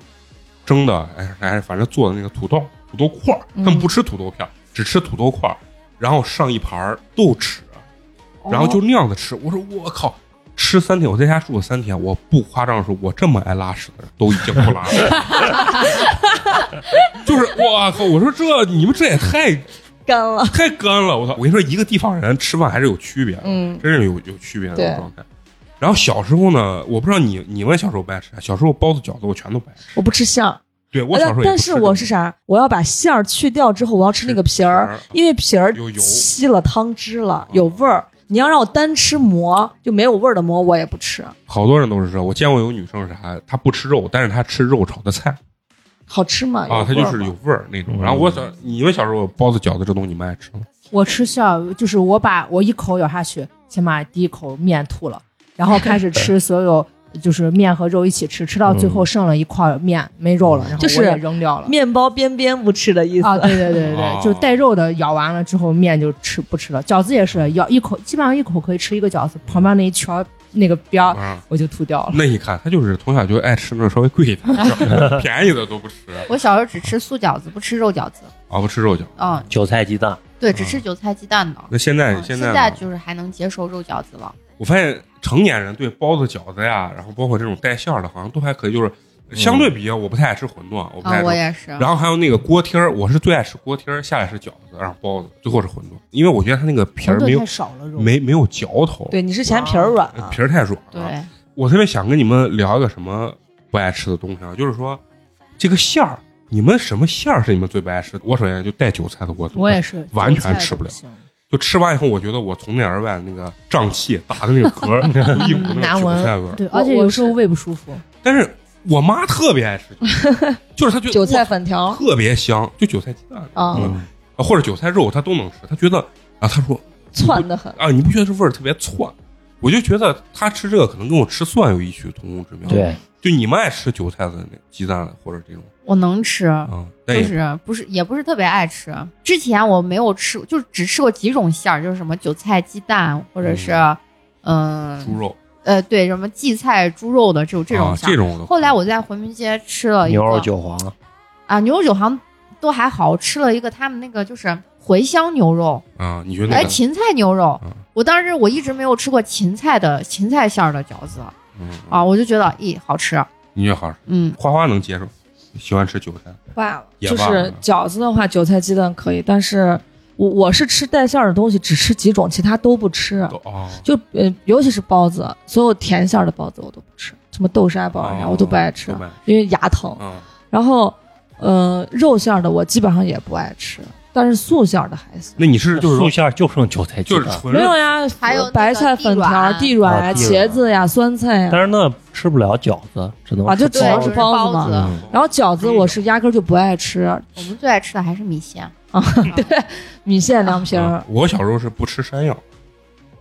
Speaker 2: 蒸的，哎哎，反正做的那个土豆土豆块儿，他们不吃土豆片儿，只吃土豆块儿，然后上一盘儿豆豉，然后就那样子吃。我说我靠。吃三天，我在家住了三天，我不夸张的说，我这么爱拉屎的人都已经不拉屎了，就是我靠！我说这你们这也太
Speaker 3: 干了。
Speaker 2: 太干了，我操！我跟你说，一个地方人吃饭还是有区别的，
Speaker 3: 嗯
Speaker 2: 真是有有区别的
Speaker 3: 对
Speaker 2: 那种状态。然后小时候呢，我不知道你你们小时候不爱吃啥，小时候包子饺子我全都不爱吃。
Speaker 3: 我不吃馅儿，
Speaker 2: 对我
Speaker 3: 哎但
Speaker 2: 小时候也
Speaker 3: 啊但
Speaker 2: 不吃
Speaker 3: 是
Speaker 2: 这个
Speaker 3: 我是啥？我要把馅儿去掉之后，我要吃那个皮儿
Speaker 2: 吃皮儿，
Speaker 3: 因为皮儿
Speaker 2: 有油啊
Speaker 3: 吸了汤汁了，有味儿。你要让我单吃馍，就没有味儿的馍我也不吃。
Speaker 2: 好多人都是这，我见过有女生是啥，她不吃肉，但是她吃肉炒的菜
Speaker 3: 好吃吗？
Speaker 2: 啊，她
Speaker 3: 哦有味
Speaker 2: 就
Speaker 3: 儿
Speaker 2: 是
Speaker 3: 吗嗯
Speaker 2: 有味儿那种。然后我小你们小时候包子饺子这东西你们爱吃吗？
Speaker 5: 我吃馅儿，就是我把我一口咬下去，先把第一口面吐了，然后开始吃所有就是面和肉一起吃，吃到最
Speaker 2: 嗯
Speaker 5: 后剩了一块面没肉了，然后
Speaker 3: 就是
Speaker 5: 我也扔掉了。
Speaker 3: 面包边边不吃的意思。
Speaker 5: 啊，对对对对
Speaker 2: 哦
Speaker 5: 对，就带肉的咬完了之后，面就吃不吃了。饺子也是咬一口，基本上一口可以吃一个饺子，旁边那一圈儿那个边儿
Speaker 2: 啊，
Speaker 5: 我就吐掉
Speaker 3: 嗯
Speaker 5: 了。
Speaker 2: 那一看她就是从小就爱吃那种稍微贵一点 的，便宜的都不吃
Speaker 7: 我小时候只吃素饺子，不吃肉饺子。
Speaker 2: 啊，不吃肉饺。
Speaker 7: 嗯，
Speaker 4: 韭菜鸡蛋，
Speaker 7: 对，只吃韭菜鸡蛋的。
Speaker 2: 那嗯现在
Speaker 7: 嗯现
Speaker 2: 在呢
Speaker 7: 就是还能接受肉饺子了。
Speaker 2: 我发现成年人对包子、饺子呀，然后包括这种带馅儿的，好像都还可以。就是相对比，我不太爱吃馄饨，我不太
Speaker 7: 啊，
Speaker 2: 爱吃。
Speaker 7: 我也是。
Speaker 2: 然后还有那个锅贴儿，我是最爱吃锅贴儿，下来是饺子，然后包子，最后是馄饨，因为我觉得它那个皮
Speaker 5: 馄
Speaker 2: 儿没
Speaker 5: 饨
Speaker 2: 有
Speaker 5: 太少了肉，
Speaker 2: 没没有嚼头，
Speaker 3: 对，你是嫌皮儿软啊？
Speaker 2: 皮儿太软了、
Speaker 7: 对，
Speaker 2: 我特别想跟你们聊一个什么不爱吃的东西啊，就是说这个馅儿，你们什么馅儿是你们最不爱吃的？我首先就带韭菜的我
Speaker 5: 我也是
Speaker 2: 完全吃不了
Speaker 5: 韭菜
Speaker 2: 就吃完以后，我觉得我从内而外那个胀气打的那个嗝 儿，有一股
Speaker 5: 都不行
Speaker 2: 那
Speaker 5: 难
Speaker 2: 个韭菜味
Speaker 5: 闻，
Speaker 2: 儿。
Speaker 5: 对，
Speaker 3: 我
Speaker 5: 而且
Speaker 3: 我
Speaker 5: 有
Speaker 3: 是
Speaker 5: 时候胃不舒服。
Speaker 2: 但是我妈特别爱 吃韭菜，就是她觉得
Speaker 3: 韭菜
Speaker 2: 哇
Speaker 3: 粉条
Speaker 2: 特别香，就韭菜鸡蛋
Speaker 3: 啊，
Speaker 2: 嗯啊或者韭菜肉她都能吃，她觉得啊，她说
Speaker 3: 窜的很。
Speaker 2: 啊，你不觉得这味儿特别窜？我就觉得她吃这个可能跟我吃蒜有异曲同工之妙。，
Speaker 4: 对，
Speaker 2: 就你们爱吃韭菜的那鸡蛋或者这种
Speaker 7: 我能吃，
Speaker 2: 啊，但
Speaker 7: 就
Speaker 2: 也
Speaker 7: 是不是也不是特别爱吃。之前我没有吃，就只吃过几种馅儿，就是什么韭菜鸡蛋，或者是嗯
Speaker 2: 哦猪肉
Speaker 7: 呃对什么荠菜猪肉的这种这种
Speaker 2: 啊
Speaker 7: 馅
Speaker 2: 这
Speaker 7: 儿。
Speaker 2: 种的。
Speaker 7: 后来我在回民街吃了一个
Speaker 4: 牛肉韭黄，
Speaker 7: 啊牛肉酒好像都还好，我吃了一个他们那个就是茴香牛肉，
Speaker 2: 啊，你觉得那
Speaker 7: 哎
Speaker 2: 个
Speaker 7: 芹菜牛肉
Speaker 2: 嗯。
Speaker 7: 我当时我一直没有吃过芹菜的芹菜馅儿的饺子
Speaker 2: 嗯
Speaker 7: 啊，我就觉得咦好吃，啊
Speaker 2: 你觉得好吃？
Speaker 7: 嗯
Speaker 2: 花花能接受，喜欢吃韭菜。
Speaker 3: 罢了，
Speaker 2: 也
Speaker 3: 就
Speaker 2: 罢了
Speaker 3: 是饺子的话，韭菜鸡蛋可以，但是我我是吃带馅儿的东西，只吃几种，其他都不吃。
Speaker 2: 都哦，
Speaker 3: 就呃，尤其是包子，所有甜馅儿的包子我都不吃，什么豆沙包啊啥、
Speaker 2: 哦
Speaker 3: 我都不爱吃
Speaker 2: 都不爱吃，
Speaker 3: 因为牙疼。
Speaker 2: 嗯，
Speaker 3: 然后，呃，肉馅儿的我基本上也不爱吃，但是素馅儿的还行。
Speaker 2: 那你是就是
Speaker 4: 素
Speaker 2: 说
Speaker 4: 馅儿就剩韭菜鸡
Speaker 2: 就是
Speaker 4: 蛋，
Speaker 2: 纯
Speaker 3: 没有呀，呃
Speaker 7: 还有那个
Speaker 3: 白菜粉条、
Speaker 7: 地
Speaker 3: 地软呀、
Speaker 4: 啊地软
Speaker 3: 茄子呀、酸菜呀。
Speaker 4: 但是那吃不了饺子，只能
Speaker 3: 啊就
Speaker 4: 吃
Speaker 7: 对，就是
Speaker 4: 包子
Speaker 3: 只能吃包子
Speaker 7: 包
Speaker 3: 嘛
Speaker 7: 子。
Speaker 4: 嗯
Speaker 3: 然后饺子我是压根儿就不爱吃，
Speaker 7: 我们最爱吃的还是米线，
Speaker 3: 米线、凉皮儿
Speaker 2: 啊，我小时候是不吃山药，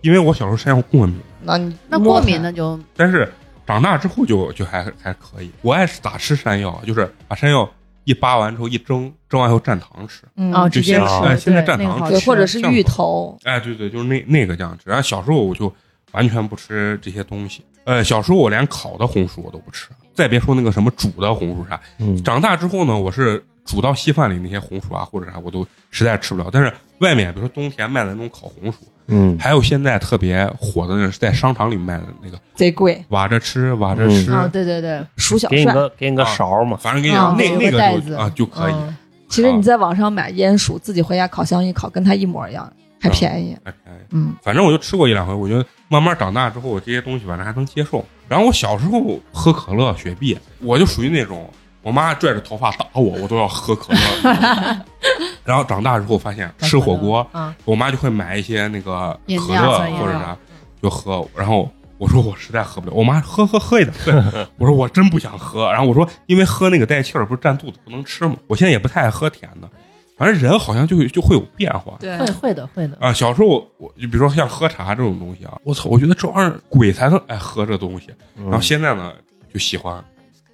Speaker 2: 因为我小时候山药过敏，
Speaker 3: 那你
Speaker 7: 那过敏的就
Speaker 2: 但是长大之后就就还还可以。我爱是咋吃山药，啊就是把山药一扒完之后一蒸，蒸完以后蘸糖吃。
Speaker 3: 嗯
Speaker 7: 哦
Speaker 5: 啊，
Speaker 2: 就
Speaker 5: 直接
Speaker 2: 现
Speaker 5: 吃
Speaker 2: 在哎，现在
Speaker 5: 对
Speaker 2: 蘸
Speaker 5: 那个
Speaker 2: 糖
Speaker 5: 好
Speaker 3: 对，
Speaker 5: 吃
Speaker 3: 或者是芋头，
Speaker 2: 哎，对对，就是那那个酱汁。然后小时候我就完全不吃这些东西。呃，小时候我连烤的红薯我都不吃，再别说那个什么煮的红薯啥。
Speaker 4: 嗯，
Speaker 2: 长大之后呢，我是煮到稀饭里那些红薯啊或者啥，我都实在吃不了。但是外面比如说冬天卖的那种烤红薯，
Speaker 4: 嗯，
Speaker 2: 还有现在特别火的那是在商场里卖的那个
Speaker 3: 贼贵，
Speaker 2: 挖着吃，挖着吃，
Speaker 5: 啊，对对对，
Speaker 3: 鼠小
Speaker 4: 给你
Speaker 3: 帅。
Speaker 4: 个给你个勺儿嘛，
Speaker 2: 反正跟你讲，
Speaker 5: 啊
Speaker 2: 那
Speaker 5: 有个
Speaker 2: 那
Speaker 5: 袋
Speaker 2: 个
Speaker 5: 子
Speaker 2: 就啊就可以，
Speaker 5: 嗯
Speaker 3: 其实你在网上买腌薯，自己回家烤箱一烤，跟它一模一样，还
Speaker 4: 啊
Speaker 3: 便宜。
Speaker 2: 哎哎
Speaker 3: 嗯，
Speaker 2: 反正我就吃过一两回，我觉得慢慢长大之后，我这些东西反正还能接受。然后我小时候喝可乐、雪碧，我就属于那种，我妈拽着头发打我，我都要喝可乐。 然后长大之后发现吃火锅，
Speaker 5: 啊，
Speaker 2: 我妈就会买一些那个
Speaker 7: 嗯饮
Speaker 2: 可
Speaker 7: 料啊嗯
Speaker 2: 乐
Speaker 7: 酸饮
Speaker 2: 或者
Speaker 7: 料
Speaker 2: 啥就喝，然后。我说我实在喝不了，我妈喝喝喝一点，对 我说我真不想喝。然后我说，因为喝那个带气儿不是占肚子不能吃嘛，我现在也不太爱喝甜的，反正人好像就就会有变化。
Speaker 3: 对
Speaker 5: 会会的会的，
Speaker 2: 啊，小时候我我就比如说像喝茶这种东西啊，我操，我觉得这玩意儿鬼才能爱喝这东西。然后现在呢，就喜欢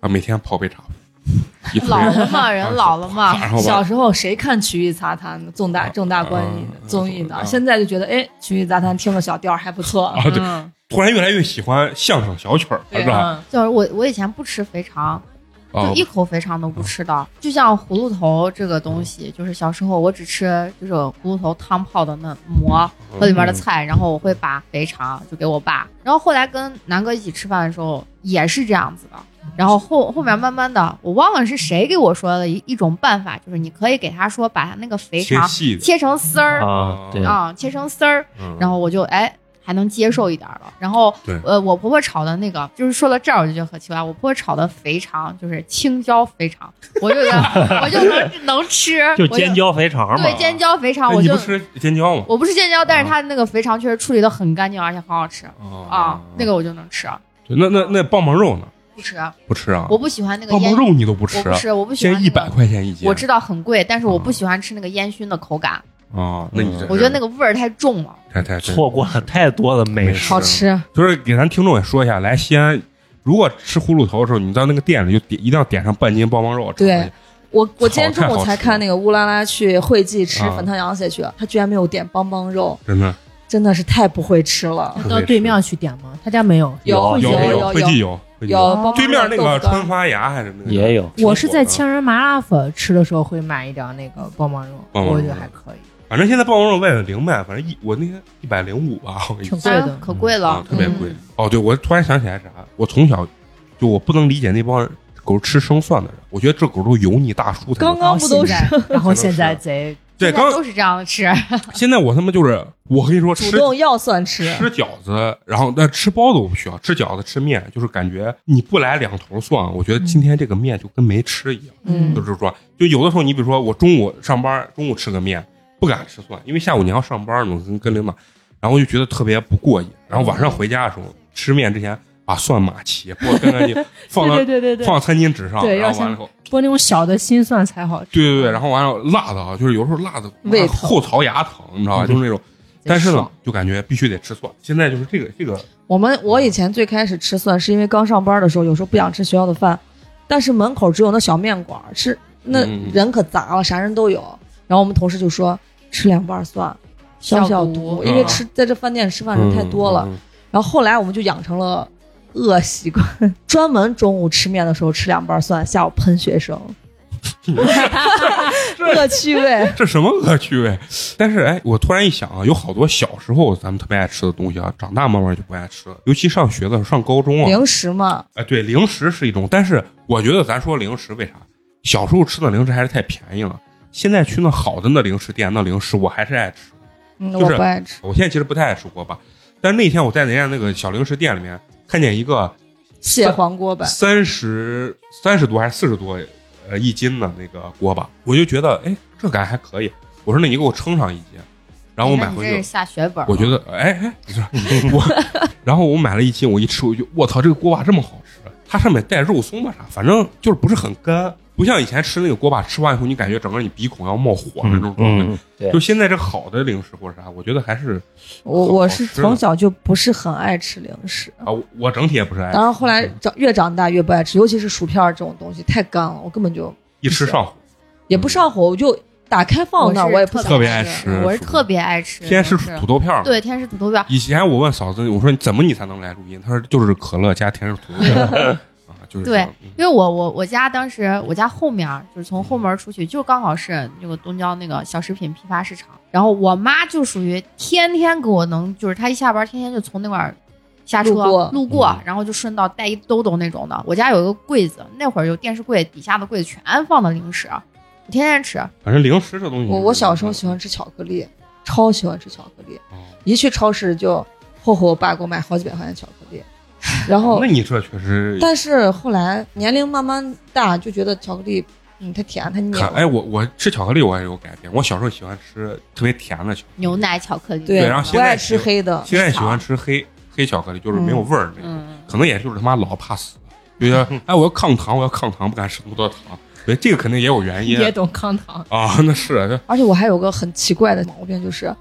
Speaker 2: 啊，每天泡杯茶， 一
Speaker 7: 老
Speaker 2: 杯
Speaker 7: 了 嘛，人老了嘛，
Speaker 2: 然后
Speaker 3: 小
Speaker 2: 吧，
Speaker 3: 时候谁看《曲艺杂谈》呢？正大正大观艺
Speaker 2: 啊
Speaker 3: 的综艺呢
Speaker 2: 啊？
Speaker 3: 现在就觉得，哎，《曲艺杂谈》听个小调儿还不错。
Speaker 7: 嗯
Speaker 2: 啊对，突然越来越喜欢相声小曲儿，
Speaker 5: 对
Speaker 2: 是吧？
Speaker 5: 嗯
Speaker 7: 就是我我以前不吃肥肠，
Speaker 2: 啊
Speaker 7: 啊就，一口肥肠都不吃的。就像葫芦头这个东西，就是小时候我只吃就是葫芦头汤泡的那馍和里面的菜，然后我会把肥肠就给我爸。然后后来跟南哥一起吃饭的时候也是这样子的。然后后后面慢慢的，我忘了是谁给我说的一一种办法，就是你可以给他说把他那个肥
Speaker 2: 切
Speaker 7: 肠
Speaker 2: 细的，
Speaker 7: 切成丝儿
Speaker 4: 啊，对，
Speaker 7: 啊，切成丝儿，
Speaker 2: 嗯
Speaker 7: 然后我就哎还能接受一点儿了。然后
Speaker 2: 对
Speaker 7: 呃，我婆婆炒的那个，就是说到这儿我就觉得很奇怪，我婆婆炒的肥肠就是青椒肥肠， 我就觉 得我就能能吃，
Speaker 4: 就
Speaker 7: 我
Speaker 4: 尖椒肥肠嘛，
Speaker 7: 对尖椒肥肠，
Speaker 2: 哎
Speaker 7: 我
Speaker 2: 你
Speaker 7: 就
Speaker 2: 不吃尖椒吗？
Speaker 7: 我不是尖椒，但是
Speaker 2: 啊
Speaker 7: 它那个肥肠确实处理的很干净，而且很好吃啊，那
Speaker 2: 个
Speaker 7: 个我就能吃，
Speaker 2: 哦那那那棒棒肉呢？
Speaker 7: 不吃，
Speaker 2: 不吃啊？
Speaker 7: 我不喜欢那个
Speaker 2: 棒棒
Speaker 7: 烟，
Speaker 2: 肉你都不吃
Speaker 7: 我不
Speaker 2: 啊？
Speaker 7: 吃，我不喜
Speaker 2: 现
Speaker 7: 欢
Speaker 2: 在
Speaker 7: 那
Speaker 2: 一
Speaker 7: 个
Speaker 2: 百。块钱一斤，
Speaker 7: 我知道很贵，但是我
Speaker 2: 啊
Speaker 7: 不喜欢吃那个烟熏的口感，
Speaker 2: 啊。那你这
Speaker 4: 嗯
Speaker 2: 是
Speaker 7: 我觉得那个味儿太重了。
Speaker 2: 太太太
Speaker 4: 错过了太多的美食。
Speaker 3: 好吃，
Speaker 2: 就是给咱听众也说一下，来西安如果吃葫芦头的时候，你到那个店里就点，一定要点上半斤棒棒肉。
Speaker 3: 对
Speaker 2: 尝一下，
Speaker 3: 我我今天
Speaker 2: 好太
Speaker 3: 中
Speaker 2: 好
Speaker 3: 午才
Speaker 2: 吃
Speaker 3: 看那个乌拉拉去惠济吃
Speaker 2: 啊
Speaker 3: 粉汤羊血去，他居然没有点棒棒肉，
Speaker 2: 真的
Speaker 3: 真的是太不会吃了。
Speaker 5: 到对面去点吗？他家没有。
Speaker 3: 哦有
Speaker 2: 有
Speaker 3: 有
Speaker 2: 有，
Speaker 3: 有
Speaker 2: 会记有会记
Speaker 3: 有棒棒
Speaker 2: 对面
Speaker 3: 肉
Speaker 2: 那
Speaker 3: 豆
Speaker 2: 个
Speaker 3: 腐干
Speaker 2: 川发芽还是那个
Speaker 4: 也有，
Speaker 5: 我是在千人麻辣粉吃的时候会买一点那个棒棒肉，
Speaker 2: 棒棒肉
Speaker 5: 我觉得还可以，
Speaker 2: 反正现在棒棒肉外的零卖，反正一我那天一百零五吧，我一
Speaker 5: 挺贵
Speaker 7: 啊
Speaker 5: 的。
Speaker 7: 可贵了
Speaker 2: 啊，，特别
Speaker 7: 嗯
Speaker 2: 贵。哦，对，我突然想起来啥，我从小就我不能理解那帮人狗吃生蒜的人，我觉得这狗都油腻大叔才能
Speaker 3: 刚刚不都是
Speaker 5: 然后现在然后现
Speaker 2: 可
Speaker 5: 在
Speaker 2: 能
Speaker 5: 贼
Speaker 2: 对
Speaker 7: 现在
Speaker 2: 刚
Speaker 7: 都是这样的吃，
Speaker 2: 现在我他妈就是我跟你说
Speaker 3: 主
Speaker 2: 吃
Speaker 3: 动要算吃，
Speaker 5: 啊
Speaker 2: 吃饺子，然后那吃包子我不需要，吃饺子吃面就是感觉你不来两头蒜，我觉得今天这个面就跟没吃一样，
Speaker 3: 嗯
Speaker 2: 就是说，就有的时候你比如说我中午上班，中午吃个面不敢吃蒜，因为下午你要上班，你跟跟领导，然后就觉得特别不过瘾，然后晚上回家的时候吃面之前把蒜码齐，剥干干净，放到
Speaker 5: 对对对对对，
Speaker 2: 放餐巾纸上，
Speaker 5: 对
Speaker 2: 然
Speaker 5: 要
Speaker 2: 后完了以后，
Speaker 5: 剥那种小的心蒜才好吃。
Speaker 2: 对对对，然后完了辣的啊，就是有时候辣的
Speaker 3: 胃疼
Speaker 2: 后槽牙疼，你知道吧？
Speaker 5: 嗯
Speaker 2: 就是那种，
Speaker 5: 贼
Speaker 2: 但是呢
Speaker 5: 爽，
Speaker 2: 就感觉必须得吃蒜。现在就是这个这个，
Speaker 3: 我们我以前最开始吃蒜是因为刚上班的时候，有时候不想吃学校的饭，但是门口只有那小面馆儿，吃那
Speaker 2: 嗯
Speaker 3: 人可杂了，啥人都有。然后我们同事就说吃两瓣蒜消消毒，
Speaker 2: 毒
Speaker 3: 因为
Speaker 2: 啊
Speaker 3: 吃在这饭店吃饭人太多了。
Speaker 2: 嗯。嗯嗯
Speaker 3: 然后后来我们就养成了恶习惯，专门中午吃面的时候吃两瓣蒜，下午喷学 生，恶趣味。
Speaker 2: 这什么恶趣味？ 但是哎，我突然一想啊，有好多小时候咱们特别爱吃的东西啊，长大慢慢就不爱吃了。尤其上学的时候，上高中啊，
Speaker 3: 零食嘛，
Speaker 2: 哎，对，零食是一种。但是我觉得咱说零食，为啥？小时候吃的零食还是太便宜了。现在去那好的那零食店，那零食我还是爱吃。
Speaker 3: 嗯，
Speaker 2: 就是
Speaker 3: 我不爱吃
Speaker 2: 我现在其实不太爱吃锅巴，但是那天我在人家那个小零食店里面看见一个
Speaker 3: 蟹黄锅巴，
Speaker 2: 三十三十多还是四十多呃一斤的那个锅巴，我就觉得哎这感觉还可以。我说那你给我称上一斤，然后我买
Speaker 7: 哎那
Speaker 2: 回
Speaker 7: 你这
Speaker 2: 去
Speaker 7: 是，下血本儿了。
Speaker 2: 我觉得哎哎，你说 我，然后我买了一斤，我一吃我就我操这个锅巴这么好吃，它上面带肉松吧啥，反正就是不是很干，不像以前吃那个锅巴吃完以后你感觉整个你鼻孔要冒火的那种状态。
Speaker 4: 嗯，对
Speaker 2: 就，现在这好的零食或者啥，我觉得还是
Speaker 3: 我
Speaker 2: 好
Speaker 3: 我
Speaker 2: 好
Speaker 3: 是
Speaker 2: 吃
Speaker 3: 从
Speaker 2: 的
Speaker 3: 小就不是很爱吃零食。
Speaker 2: 啊，我我整体也不是爱吃。
Speaker 3: 当然后来
Speaker 2: 嗯
Speaker 3: 长越长大越不爱吃，尤其是薯片儿这种东西太干了，我根本就
Speaker 2: 一吃上火，
Speaker 3: 也不上火，我就打开放那儿，
Speaker 7: 哦我是
Speaker 3: 我也不
Speaker 7: 特
Speaker 3: 想
Speaker 2: 特别爱吃，
Speaker 7: 我是特别爱吃，
Speaker 2: 偏吃
Speaker 7: 就是
Speaker 2: 土豆片儿。
Speaker 7: 对，天使土豆片儿。
Speaker 2: 以前我问嫂子，我说你怎么你才能来录音？她说就是可乐加甜水土豆片儿啊，就是这
Speaker 7: 对
Speaker 2: 样，嗯
Speaker 7: 因为我我我家当时我家后面儿就是从后门儿出去，就刚好是那个东郊那个小食品批发市场。然后我妈就属于天天给我能，就是她一下班儿天天就从那块儿下车
Speaker 3: 路过
Speaker 2: 嗯
Speaker 7: 然后就顺道带一兜兜那种的。我家有一个柜子，那会儿有电视柜底下的柜子全放的零食，啊我天天吃。
Speaker 2: 反正零食这东西，
Speaker 3: 我我小时候喜欢吃巧克力，超喜欢吃巧克力，
Speaker 2: 哦。
Speaker 3: 一去超市就霍霍我爸给我买好几百块钱巧克 力，然后
Speaker 2: 嗯那你这确实，
Speaker 3: 但是后来年龄慢慢大，就觉得巧克力嗯太甜太黏
Speaker 2: 看，哎，我我吃巧克力我也有改变。我小时候喜欢吃特别甜的巧克力，
Speaker 7: 牛奶巧克力，
Speaker 2: 对
Speaker 3: 对
Speaker 2: 然后现
Speaker 3: 不
Speaker 2: 在
Speaker 3: 爱
Speaker 2: 喜
Speaker 3: 吃
Speaker 2: 欢
Speaker 3: 黑的，
Speaker 2: 现在喜欢吃黑黑巧克力，就是没有味儿那种。
Speaker 7: 嗯，
Speaker 2: 可能也就是他妈老怕死，觉得哎我要抗糖，我要抗糖，不敢吃那么多糖。所以这个肯定也有原因
Speaker 5: 也懂康糖，
Speaker 2: 啊，那是啊
Speaker 3: 而且我还有个很奇怪的毛病，就是，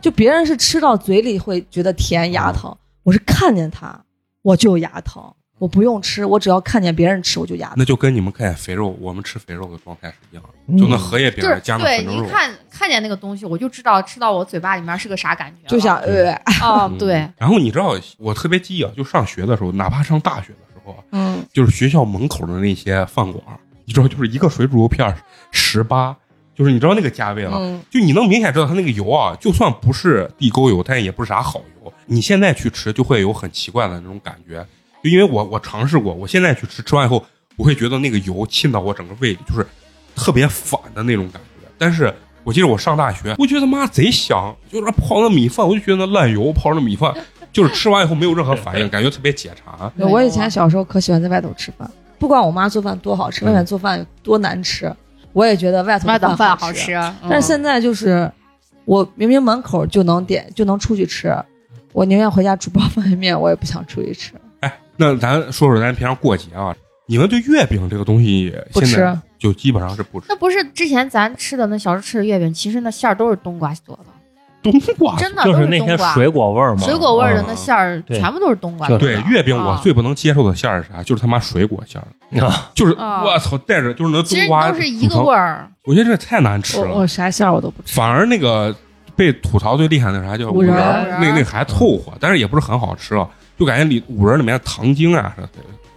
Speaker 3: 就别
Speaker 2: 啊
Speaker 3: 人是吃到嘴里会觉得甜牙疼，我是看见它我就牙疼，我不用吃，我只要看见别人吃我就牙疼。
Speaker 2: 那就跟你们看见肥肉，我们吃肥肉的状态是一样的，就那荷叶饼
Speaker 7: 就是
Speaker 2: 加上
Speaker 7: 对
Speaker 2: 粉
Speaker 7: 你
Speaker 2: 蒸
Speaker 7: 一
Speaker 2: 肉。
Speaker 7: 看看见那个东西，我就知道吃到我嘴巴里面是个啥感觉了，
Speaker 3: 就想呃，
Speaker 7: 哦
Speaker 2: 嗯，
Speaker 7: 对，。
Speaker 2: 然后你知道，我特别记忆啊，就上学的时候，哪怕上大学的时候啊，
Speaker 3: 嗯，
Speaker 2: 就是学校门口的那些饭馆儿，你知道，就是一个水煮肉片十八，就是你知道那个价位了，啊
Speaker 3: 嗯
Speaker 2: 就你能明显知道它那个油啊，就算不是地沟油，但也不是啥好油。你现在去吃就会有很奇怪的那种感觉，就因为我我尝试过，我现在去吃，吃完以后我会觉得那个油沁到我整个胃里，就是特别反的那种感觉。但是我记得我上大学，我觉得妈贼香，就是泡那米饭，我就觉得那烂油泡那米饭，就是吃完以后没有任何反应，感觉特别解馋。
Speaker 7: 没有啊
Speaker 3: 我以前小时候可喜欢在外头吃饭，不管我妈做饭多好吃，外面做饭有多难吃，我也觉得外头的
Speaker 7: 外头饭
Speaker 3: 好
Speaker 7: 好吃。，
Speaker 3: 但
Speaker 7: 嗯
Speaker 3: 是现在就是，我明明门口就能点，就能出去吃，我宁愿回家煮包方便面，我也不想出去吃。
Speaker 2: 哎，那咱说说咱平常过节啊，你们对月饼这个东西
Speaker 3: 不
Speaker 2: 现在
Speaker 3: 吃
Speaker 2: 就基本上是不吃
Speaker 7: 那不是之前咱吃的那小时候吃的月饼，其实那馅儿都是冬瓜做的，
Speaker 2: 冬瓜
Speaker 7: 真的
Speaker 4: 就
Speaker 7: 都
Speaker 4: 是那
Speaker 7: 冬
Speaker 4: 些
Speaker 7: 瓜，
Speaker 4: 水果味儿嘛，
Speaker 7: 水果味儿的那
Speaker 2: 嗯
Speaker 7: 馅儿
Speaker 4: 对
Speaker 7: 全部都是冬瓜
Speaker 4: 就
Speaker 7: 做
Speaker 4: 是
Speaker 7: 的。
Speaker 2: 对月饼，我
Speaker 7: 啊
Speaker 2: 最不能接受的馅儿是啥？就是他妈水果馅儿，
Speaker 4: 啊，
Speaker 2: 就是
Speaker 7: 啊
Speaker 2: 我操，带着就是那
Speaker 7: 其实
Speaker 2: 冬瓜，
Speaker 7: 都是一个味
Speaker 2: 儿。
Speaker 7: 儿，
Speaker 2: 我觉得这太难吃
Speaker 3: 我
Speaker 2: 了，
Speaker 3: 我啥馅儿我都不吃。
Speaker 2: 反而那个被吐槽最厉害的是啥叫
Speaker 3: 五仁
Speaker 2: 仁
Speaker 3: 儿
Speaker 2: 儿，那那还凑合，但是也不是很好吃啊，就感觉里五仁儿里面的糖精啊啥的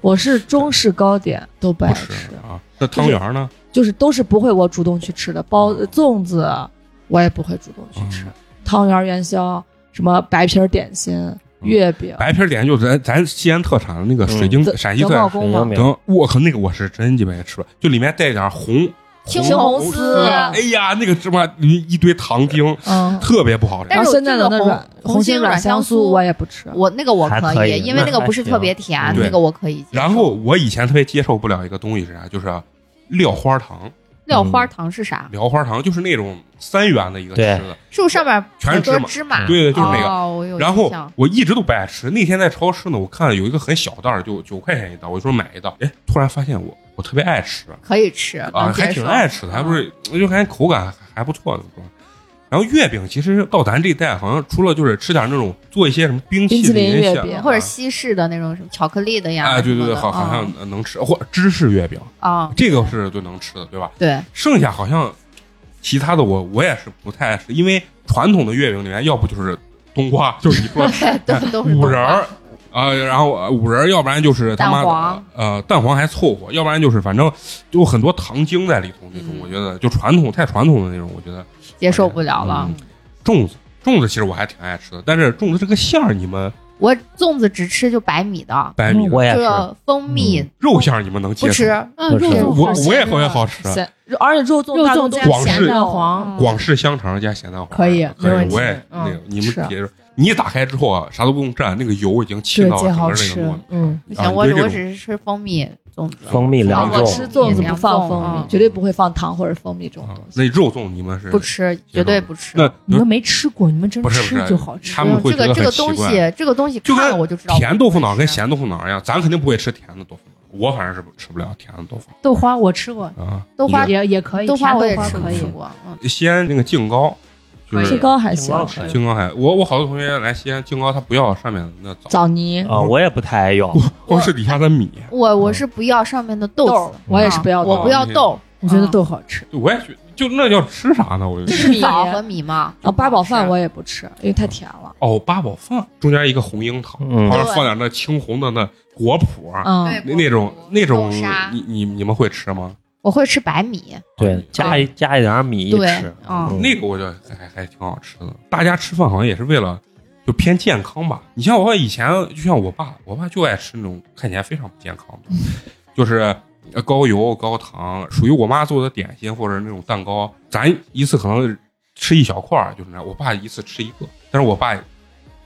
Speaker 3: 我是中式糕点都不爱
Speaker 2: 不
Speaker 3: 吃，
Speaker 2: 吃啊。那汤圆儿呢？
Speaker 3: 就是都是不会我主动去吃的，
Speaker 2: 哦
Speaker 3: 包呃粽子啊我也不会主动去吃，汤圆、元宵、什么白皮儿点心、月饼、
Speaker 2: 嗯白皮儿点就是咱咱西安特产的那
Speaker 3: 嗯
Speaker 2: 个水晶陕西
Speaker 3: 德
Speaker 2: 特产
Speaker 3: 茂宫
Speaker 4: 神经
Speaker 3: 嘛，
Speaker 4: 病
Speaker 2: 等我靠，那个我是真鸡巴也吃不了，就里面带点儿红
Speaker 7: 青
Speaker 3: 青红
Speaker 7: 红
Speaker 3: 丝
Speaker 2: 哎呀，那个芝麻一一堆糖精，
Speaker 3: 嗯，
Speaker 2: 特别不好吃
Speaker 7: 但。
Speaker 3: 然
Speaker 7: 是
Speaker 3: 后
Speaker 7: 我
Speaker 3: 现在的那
Speaker 7: 这个
Speaker 3: 软
Speaker 7: 红
Speaker 3: 红
Speaker 7: 心
Speaker 3: 软
Speaker 7: 软香
Speaker 3: 酥
Speaker 7: 酥
Speaker 3: 我也不吃，
Speaker 7: 我那个我
Speaker 4: 还
Speaker 7: 可
Speaker 4: 可以
Speaker 7: 因为
Speaker 4: 那
Speaker 7: 那个
Speaker 4: 还
Speaker 7: 不是
Speaker 4: 行
Speaker 7: 特别甜，
Speaker 2: 嗯对
Speaker 7: 那个我可以接受。
Speaker 2: 然后我以前特别接受不了一个东西是啥，就是啊料花糖。
Speaker 7: 料
Speaker 2: 嗯
Speaker 7: 花糖是啥？
Speaker 2: 裱花糖就是那种三元的一个吃
Speaker 4: 对
Speaker 2: 的，
Speaker 7: 是不是上面
Speaker 2: 全
Speaker 7: 很
Speaker 2: 是
Speaker 7: 多
Speaker 2: 芝麻嗯
Speaker 7: 芝麻？
Speaker 2: 对对，就是那个。
Speaker 7: 哦，我有
Speaker 2: 然
Speaker 7: 印
Speaker 2: 后
Speaker 7: 象
Speaker 2: 我一直都不爱吃，那天在超市呢，我看有一个很小袋儿，就九块钱一袋，我就说买一袋，哎，突然发现我我特别爱吃
Speaker 7: 可以吃
Speaker 2: 啊，还挺爱吃的，还不是我就感觉口感还还不错的。是吧然后月饼其实到咱这一代，好像除了就是吃点那种做一些什么冰淇
Speaker 3: 冰淇淋
Speaker 2: 馅
Speaker 3: 月饼
Speaker 2: 啊
Speaker 7: 嗯或者西式的那种什么巧克力的呀？
Speaker 2: 哎，对对
Speaker 7: 什么
Speaker 2: 对，
Speaker 7: 的嗯
Speaker 2: 好好像能吃，或者芝士月饼，
Speaker 7: 啊，啊
Speaker 2: 这个是最能吃的，对吧？
Speaker 7: 对
Speaker 2: 剩下好像其他的我我也是不太爱吃，因为传统的月饼里面要不就是冬瓜，就是你说
Speaker 7: 都都哦是
Speaker 2: 五
Speaker 7: 冬
Speaker 2: 仁
Speaker 7: 瓜
Speaker 2: 儿。啊、然后呃五仁儿，要不然就是他妈
Speaker 7: 蛋黄
Speaker 2: 呃蛋黄还凑合，要不然就是反正有很多糖精在里头那种，
Speaker 7: 嗯
Speaker 2: 我觉得就传统太传统的那种，我觉得
Speaker 7: 接受不了了。
Speaker 2: 嗯粽子粽子其实我还挺爱吃的，但是粽子这个馅儿你们
Speaker 7: 我粽子只吃就白米的，
Speaker 2: 白米的
Speaker 4: 嗯我也是，
Speaker 7: 这蜂蜜
Speaker 2: 肉馅儿你们能嗯接
Speaker 7: 不吃
Speaker 2: 受？，啊
Speaker 5: 嗯，
Speaker 4: 不
Speaker 5: 肉
Speaker 4: 是
Speaker 5: 粽
Speaker 2: 我
Speaker 5: 好吃
Speaker 2: 我也会好吃，
Speaker 3: 咸，而且肉
Speaker 5: 肉
Speaker 3: 粽大
Speaker 5: 粽
Speaker 3: 粽
Speaker 5: 加
Speaker 2: 广
Speaker 5: 咸
Speaker 2: 式
Speaker 5: 蛋黄，
Speaker 2: 广式香肠加咸蛋黄
Speaker 5: 可以
Speaker 2: 可
Speaker 5: 没问
Speaker 2: 以，
Speaker 5: 题
Speaker 2: 我也
Speaker 5: 嗯
Speaker 2: 那个你们
Speaker 3: 是
Speaker 2: 接着，你一打开之后啊，啥都不用蘸，那个油已经沁
Speaker 5: 对，
Speaker 2: 到
Speaker 5: 贼
Speaker 2: 整
Speaker 5: 好
Speaker 2: 个那
Speaker 5: 吃
Speaker 2: 个馍。，
Speaker 5: 嗯，
Speaker 7: 不
Speaker 2: 啊
Speaker 7: 行，
Speaker 2: 你
Speaker 7: 我
Speaker 2: 对这
Speaker 7: 我
Speaker 2: 种
Speaker 7: 只是吃蜂蜜粽子。
Speaker 4: 蜂蜜
Speaker 7: 然
Speaker 4: 两
Speaker 7: 后
Speaker 3: 我
Speaker 7: 我
Speaker 3: 吃
Speaker 4: 种，
Speaker 3: 粽子不放蜂
Speaker 7: 嗯
Speaker 3: 蜜，绝对不会放糖或者蜂蜜这种
Speaker 2: 啊
Speaker 3: 东西。
Speaker 2: 那肉粽你们是
Speaker 7: 不？吃，绝对不吃。嗯
Speaker 2: 那
Speaker 5: 你们没吃过，你们真
Speaker 2: 不是不
Speaker 5: 吃
Speaker 2: 是
Speaker 5: 就好吃
Speaker 2: 他。们会
Speaker 7: 这
Speaker 2: 觉得
Speaker 7: 个这
Speaker 2: 很
Speaker 7: 个
Speaker 2: 奇
Speaker 7: 东
Speaker 2: 怪。
Speaker 7: 西，这个东西
Speaker 2: 就
Speaker 7: 看了
Speaker 2: 跟
Speaker 7: 我就知道。
Speaker 2: 甜豆腐脑跟咸豆腐脑一样，咱肯定不会吃甜的豆腐脑，我反正是吃不了甜的豆腐
Speaker 5: 豆花我吃过，
Speaker 2: 脑啊。
Speaker 7: 豆花
Speaker 5: 也也可以，
Speaker 7: 豆花
Speaker 5: 甜
Speaker 7: 我也
Speaker 5: 豆花
Speaker 7: 吃
Speaker 2: 过
Speaker 5: 可以
Speaker 7: 吃。过，嗯，
Speaker 2: 西安那个净糕，就
Speaker 3: 最
Speaker 2: 是
Speaker 3: 高还行
Speaker 4: 挺，好吃的
Speaker 2: 净糕还我我好多同学来西安净糕，他不要上面的那枣，
Speaker 3: 枣泥
Speaker 2: 嗯
Speaker 4: 啊，我也不太爱要，
Speaker 2: 光是底下的米。
Speaker 7: 我我是不要上面的豆
Speaker 3: 豆
Speaker 7: 子，，
Speaker 3: 我也是不要
Speaker 7: 啊我嗯
Speaker 3: 豆
Speaker 7: 不
Speaker 2: 嗯
Speaker 7: 要豆，
Speaker 5: 我觉得豆好吃，
Speaker 2: 我也觉就那叫吃啥呢？我就
Speaker 3: 米
Speaker 7: 枣和米嘛。
Speaker 3: 啊，八宝饭我也不吃，因为太甜了。
Speaker 2: 哦八宝饭中间一个红樱桃，
Speaker 4: 嗯
Speaker 2: 旁边放点那青红的那果脯，啊
Speaker 3: 嗯，
Speaker 2: 那那种那种
Speaker 7: 豆沙，
Speaker 2: 你你你们会吃吗？啊
Speaker 7: 我会吃白米，
Speaker 2: 嗯
Speaker 4: 对，加一加一点米一
Speaker 7: 对
Speaker 4: 吃，
Speaker 7: 嗯
Speaker 2: 那个我觉得还还挺好吃的。大家吃饭好像也是为了就偏健康吧。你像我以前，就像我爸，我爸就爱吃那种看起来非常不健康的，就是呃高油高糖，属于我妈做的点心或者那种蛋糕，咱一次可能吃一小块儿，就是那样。我爸一次吃一个，但是我爸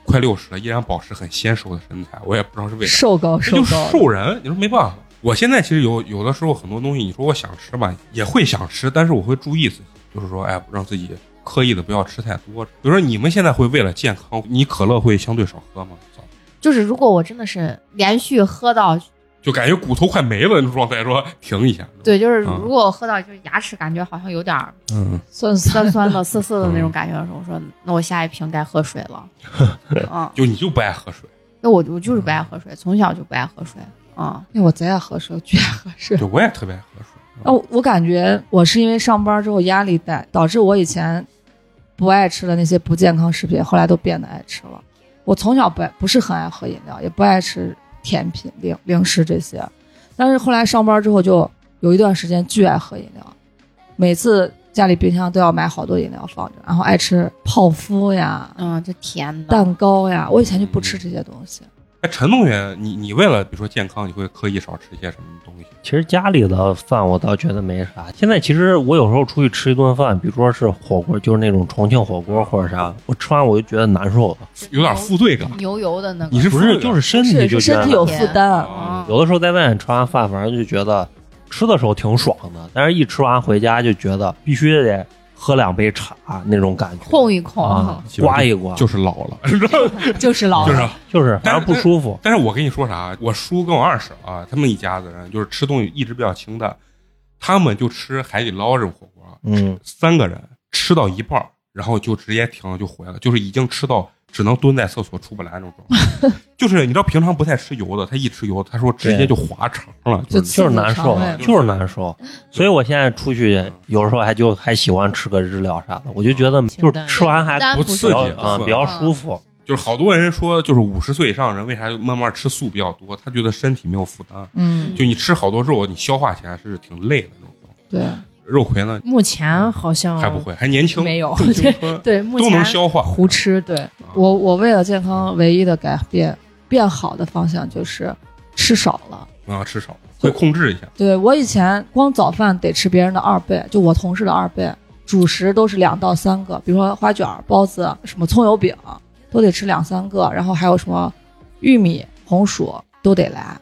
Speaker 2: 快六十了，依然保持很纤瘦的身材，我也不知道是为啥。
Speaker 3: 瘦高
Speaker 2: 这
Speaker 3: 瘦
Speaker 2: 就是
Speaker 3: 高，
Speaker 2: 瘦人，你说没办法。我现在其实有有的时候很多东西，你说我想吃吧，也会想吃，但是我会注意自己，就是说，哎，让自己刻意的不要吃太多。比如说你们现在会为了健康，你可乐会相对少喝吗？早
Speaker 7: 就是如果我真的是连续喝到，
Speaker 2: 就感觉骨头快没了那种状态，说停一下。
Speaker 7: 对，就是
Speaker 2: 嗯
Speaker 7: 如果我喝到就是牙齿感觉好像有点儿
Speaker 2: 嗯，
Speaker 3: 算 算
Speaker 7: 酸酸的、涩涩的那种感觉的时候，我说那我下一瓶该喝 水了。嗯，
Speaker 2: 就你就不爱喝水，
Speaker 7: 嗯那我我就是不爱喝水，从小就不爱喝水。啊，
Speaker 3: 哎，我贼爱喝水，我巨爱喝水。
Speaker 2: 对，我也特别爱喝水。
Speaker 3: 哦，我感觉我是因为上班之后压力大，导致我以前不爱吃的那些不健康食品，后来都变得爱吃了。我从小不爱不是很爱喝饮料，也不爱吃甜品、零零食这些，但是后来上班之后就有一段时间巨爱喝饮料，每次家里冰箱都要买好多饮料放着，然后爱吃泡芙呀、
Speaker 7: 嗯，就甜的，嗯
Speaker 3: 蛋糕呀。我以前就不吃这些东西，
Speaker 2: 哎，陈同学，你你为了比如说健康，你会刻意少吃一些什么东西？
Speaker 4: 其实家里的饭我倒觉得没啥。现在其实我有时候出去吃一顿饭，比如说是火锅，就是那种重庆火锅或者啥，我吃完我就觉得难受了，
Speaker 2: 有点负罪感。
Speaker 7: 牛油的那个，
Speaker 2: 你是
Speaker 4: 不
Speaker 2: 负
Speaker 4: 是
Speaker 2: 罪
Speaker 4: 就
Speaker 2: 感
Speaker 4: 是身体
Speaker 3: 是
Speaker 4: 就是觉
Speaker 3: 身
Speaker 4: 得
Speaker 3: 体有负担。
Speaker 2: 啊？
Speaker 5: 哦
Speaker 4: 有的时候在外面吃完饭，反正就觉得吃的时候挺爽的，但是一吃完回家就觉得必须得喝两杯茶那种感觉，
Speaker 7: 控一控，
Speaker 4: 啊，
Speaker 2: 喜欢
Speaker 4: 刮一刮，
Speaker 2: 就是老了，是吧
Speaker 3: 就是
Speaker 4: 啊
Speaker 3: 老
Speaker 2: 就是。
Speaker 4: 就是反正不舒服。
Speaker 2: 但是我跟你说啥，啊我叔跟我二婶啊，他们一家子人就是吃东西一直比较清淡，他们就吃海底捞这种火锅，啊
Speaker 4: 嗯，
Speaker 2: 三个人吃到一半儿，然后就直接停了，就回来了，就是已经吃到只能蹲在厕所出不来那种状态。就是你知道，平常不太吃油的，他一吃油，他说直接就划肠了，
Speaker 3: 就
Speaker 2: 就是
Speaker 4: 嗯就是难受啊
Speaker 3: 对，
Speaker 4: 就是难受。所以我现在出去有时候还就还喜欢吃个日料啥的，我就觉得就
Speaker 5: 清
Speaker 4: 是
Speaker 5: 淡
Speaker 4: 吃完还
Speaker 2: 不
Speaker 4: 比
Speaker 2: 刺
Speaker 4: 较
Speaker 2: 激
Speaker 4: 啊比较舒服。
Speaker 2: 就是好多人说，就是五十岁以上人为啥就慢慢吃素比较多？他觉得身体没有负担，
Speaker 3: 嗯，
Speaker 2: 就你吃好多肉，你消化起来是挺累的那种。
Speaker 3: 对，
Speaker 2: 肉葵呢
Speaker 5: 目前好像
Speaker 2: 还不会，还年轻，
Speaker 5: 没有
Speaker 2: 正青春
Speaker 5: 对，目
Speaker 2: 都
Speaker 5: 前
Speaker 2: 能消化。
Speaker 5: 胡吃，对，
Speaker 3: 我我为了健康唯一的改变变好的方向就是吃少了。
Speaker 2: 啊，吃少会控制一下。
Speaker 3: 对我以前光早饭得吃别人的二倍，就我同事的二倍，主食都是两到三个，比如说花卷、包子、什么葱油饼都得吃两三个，然后还有什么玉米、红薯都得来。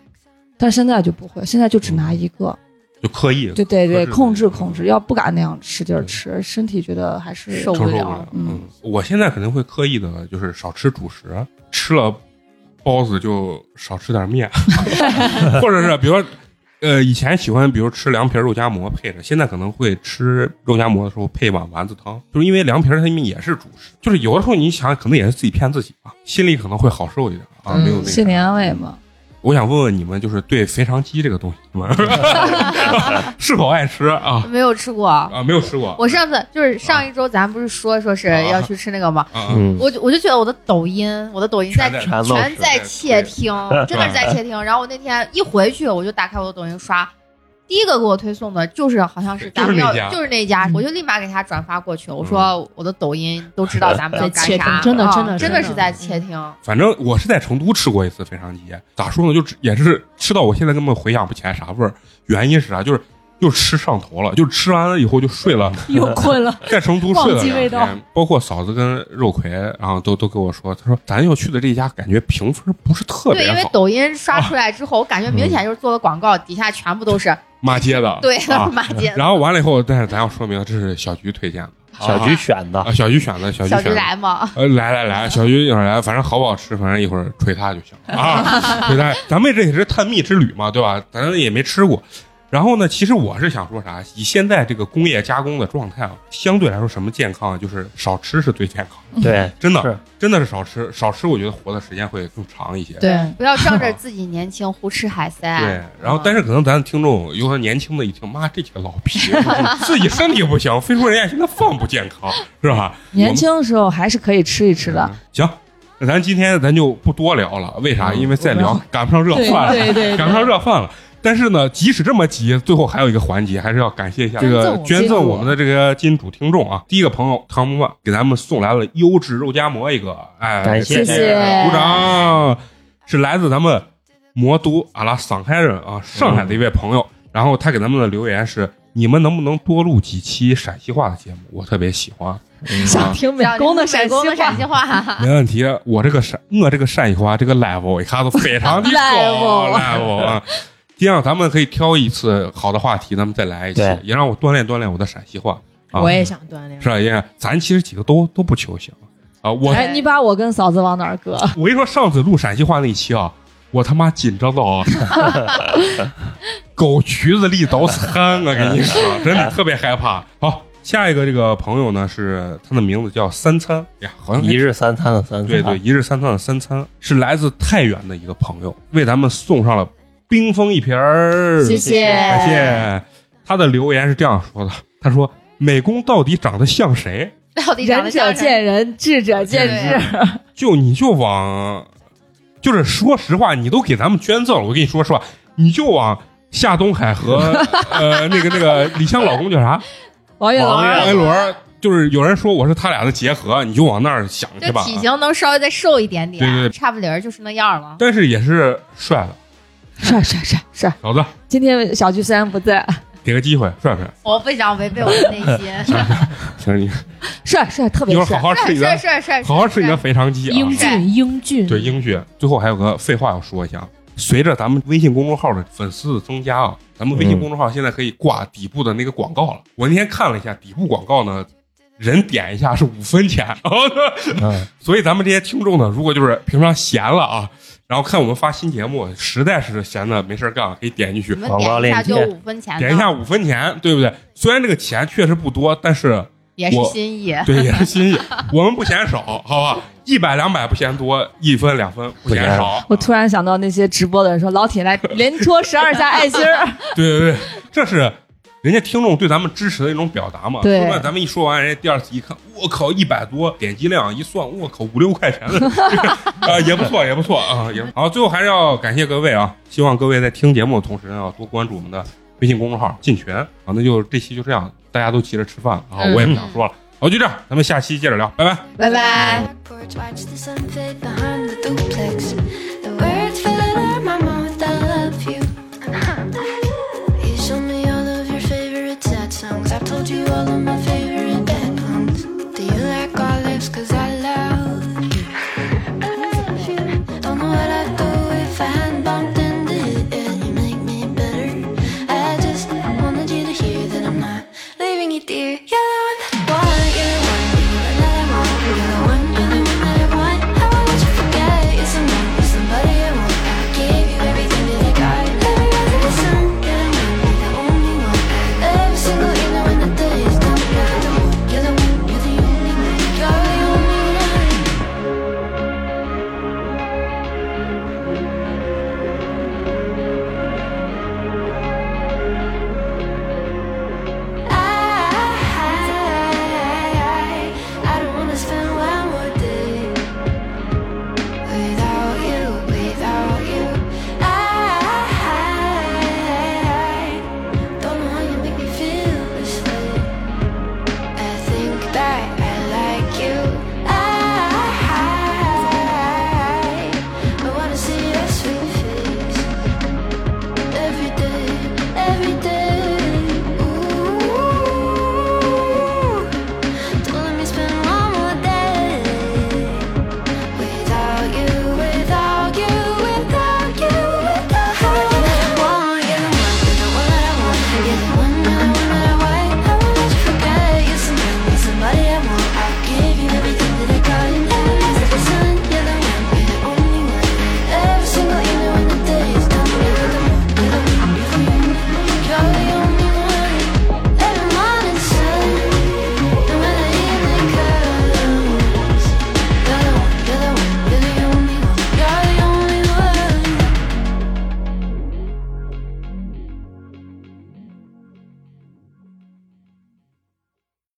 Speaker 3: 但是现在就不会，现在就只拿一个，
Speaker 2: 就刻意
Speaker 3: 对对对，控
Speaker 2: 嗯克制嗯
Speaker 3: 制控制，要不敢那样使劲儿吃，身体觉得还是
Speaker 7: 受
Speaker 2: 承受
Speaker 7: 不了
Speaker 2: 了。
Speaker 3: 嗯，
Speaker 2: 我现在肯定会刻意的，就是少吃主食，吃了包子就少吃点面，或者是比如说，呃，以前喜欢比如吃凉皮儿肉夹馍配着，现在可能会吃肉夹馍的时候配一碗丸子汤，就是因为凉皮儿它因为也是主食，就是有的时候你想可能也是自己骗自己吧，心里可能会好受一点啊，没有那个
Speaker 3: 嗯心理安慰嘛。
Speaker 2: 我想问问你们，就是对肥肠鸡这个东西， 你们是否爱吃啊？
Speaker 7: 没有吃过。
Speaker 2: 啊，没有吃过。
Speaker 7: 我上次就是上一周，咱不是说说是要去吃那个吗？
Speaker 2: 啊，
Speaker 4: 嗯，
Speaker 7: 我就我就觉得我的抖音，我的抖音在
Speaker 2: 全在
Speaker 4: 全都
Speaker 7: 全
Speaker 4: 是
Speaker 7: 在窃听，真的是在窃听。然后我那天一回去，我就打开我的抖音刷，第一个给我推送的就是好像是咱们要
Speaker 2: 就是那家嗯
Speaker 7: 就是那家，我就立马给他转发过去。我说我的抖音都知道咱们要干
Speaker 5: 在窃
Speaker 7: 啥，
Speaker 5: 听真的
Speaker 7: 啊
Speaker 5: 真的
Speaker 7: 真
Speaker 2: 真的
Speaker 7: 是在窃听。
Speaker 2: 反正我是在成都吃过一次肥肠鸡，咋说呢，就只也是吃到我现在根本回想不起来啥味儿。原因是啥？就是又吃上头了，就吃完了以后就睡了，
Speaker 5: 又困了，
Speaker 2: 在成都睡了
Speaker 5: 忘记
Speaker 2: 两
Speaker 5: 味道
Speaker 2: 天。包括嫂子跟肉葵，然后都都跟我说，他说咱要去的这家感觉评分不是特
Speaker 7: 对，
Speaker 2: 别
Speaker 7: 因为
Speaker 2: 好，啊嗯
Speaker 7: 抖音刷出来之后，我感觉明显就是做了广告，底下全部都是
Speaker 2: 骂街的。
Speaker 7: 对，都
Speaker 2: 嗯啊
Speaker 7: 是 骂街。
Speaker 2: 然后完了以后，但是咱要说明这是小菊推荐的，
Speaker 4: 小菊选的
Speaker 2: 啊，小菊选的，小菊
Speaker 7: 小
Speaker 2: 选
Speaker 7: 菊
Speaker 2: 的。
Speaker 7: 来嘛，
Speaker 2: 呃，来来来，小菊一会儿来，反正好不好吃，反正一会儿锤他就行了啊，锤他。咱们这也是探秘之旅嘛，对吧？咱也没吃过。然后呢，其实我是想说啥，以现在这个工业加工的状态啊，相对来说什么健康啊，就是少吃是最健康的，
Speaker 4: 对，
Speaker 2: 真的
Speaker 4: 是，
Speaker 2: 真的是少吃，少吃，我觉得活的时间会更长一些。
Speaker 3: 对，
Speaker 7: 不要仗着自己年轻胡吃海嗯塞。
Speaker 2: 对，然后但是可能咱听众有的年轻的一听，妈这几个老皮，自己身体不行，非说人家现在饭不健康，是吧？
Speaker 3: 年轻的时候还是可以吃一吃的，
Speaker 2: 行，那咱今天咱就不多聊了，为啥？
Speaker 4: 嗯
Speaker 2: 因为再聊赶不上热饭了，
Speaker 5: 对对
Speaker 2: 赶不上热饭了。但是呢，即使这么急，最后还有一个环节，还是要感谢一下这个捐
Speaker 5: 捐赠我们
Speaker 2: 赠我们的这个金主听众啊。第一个朋友汤姆曼给咱们送来了优质肉夹馍一个，哎，
Speaker 4: 感谢
Speaker 3: 谢谢
Speaker 2: 鼓掌，是来自咱们魔都阿拉上海人啊，上海的一位朋友。然后他给咱们的留言是：你们能不能多录几期陕西话的节目？我特别喜欢。
Speaker 3: 想听美
Speaker 7: 只要你
Speaker 3: 工的
Speaker 7: 是美
Speaker 3: 陕西
Speaker 7: 工的
Speaker 3: 话
Speaker 7: 陕。西话。
Speaker 2: 没问题，我这个陕，我这个陕西话这个 level 一下子非常的高
Speaker 3: level
Speaker 2: level 啊！这样咱们可以挑一次好的话题，咱们再来一期
Speaker 4: 对，
Speaker 2: 也让我锻炼锻炼我的陕西话。啊、
Speaker 5: 我也想锻炼
Speaker 2: 是。吧？也咱其实几个都都不求行啊！我
Speaker 3: 哎，你把我跟嫂子往哪儿搁？
Speaker 2: 我跟你说，上次录陕西话那一期啊，我他妈紧张到啊，狗渠子里倒窜啊！跟你说，真的特别害怕。好，下一个这个朋友呢，是他的名字叫三餐，哎呀，好像还
Speaker 4: 一日三餐的三餐，
Speaker 2: 对对，一日三餐的三餐是来自太原的一个朋友为咱们送上了冰封一瓶儿，
Speaker 7: 谢谢
Speaker 2: 感谢。他的留言是这样说的：“他说美工到底长得像谁？
Speaker 7: 到底长
Speaker 3: 仁
Speaker 7: 得
Speaker 3: 者
Speaker 7: 像谁？
Speaker 3: 见仁，智者见智。
Speaker 2: 就你就往，就是说实话，你都给咱们捐赠了。我跟你说实话，你就往夏东海 和呃那个那个李湘老公叫啥
Speaker 3: 王岳
Speaker 4: 王
Speaker 3: 龙
Speaker 4: 岳，
Speaker 2: 王一伦儿，就是有人说我是他俩的结合，你就往那儿想去
Speaker 7: 就
Speaker 2: 吧。
Speaker 7: 体型能稍微再瘦一点点，
Speaker 2: 对对对
Speaker 7: 差不离儿就是那样了。
Speaker 2: 但是也是帅了，
Speaker 3: 帅帅帅帅！
Speaker 2: 小子，
Speaker 3: 今天小菊虽然不在，
Speaker 2: 给个机会，帅不帅？
Speaker 7: 我不想违背我的内心。
Speaker 2: 行，你
Speaker 3: 帅帅特
Speaker 2: 一
Speaker 3: 别
Speaker 2: 会儿 好
Speaker 3: 帅。
Speaker 2: 好吃你
Speaker 7: 帅
Speaker 2: 的，
Speaker 7: 帅帅，
Speaker 2: 好好吃你的肥肠鸡啊！
Speaker 5: 英俊英俊，
Speaker 2: 对英俊。最后还有个废话要说一下，啊随着咱们微信公众号的粉丝的增加啊，咱们微信公众号现在可以挂底部的那个广告了。我那天看了一下，底部广告呢，人点一下是五分钱， 然后呢
Speaker 4: 嗯，
Speaker 2: 所以咱们这些听众呢，如果就是平常闲了啊，然后看我们发新节目，实在是闲的没事儿干啊了，可以点进去
Speaker 7: 你，们点一下就
Speaker 4: 广告链接
Speaker 7: 五分钱呢，
Speaker 2: 点一下五分钱，对不对？虽然这个钱确实不多，但是
Speaker 7: 也是
Speaker 2: 我
Speaker 7: 心意。
Speaker 2: 对也是心意，我们不嫌少，好吧？一百两百不嫌多，一分两分不嫌
Speaker 4: 不嫌
Speaker 2: 少。
Speaker 3: 我突然想到那些直播的人说：“老铁来连戳十二下爱心儿。
Speaker 2: 对对对，这是人家听众对咱们支持的一种表达嘛。
Speaker 3: 对
Speaker 2: 不管咱们一说完，人家第二次一看，我靠，一百多点击量，一算，我靠，五六块钱的， 啊，也不错，也不错啊，也好。最后还是要感谢各位啊，希望各位在听节目的同时呢，要多关注我们的微信公众号“进群”啊。那就这期就这样，大家都急着吃饭啊，我
Speaker 4: 嗯
Speaker 2: 也不想说了，好，就这样，咱们下期接着聊，拜拜。
Speaker 7: 拜拜。
Speaker 1: Porch, watch the sun fade behind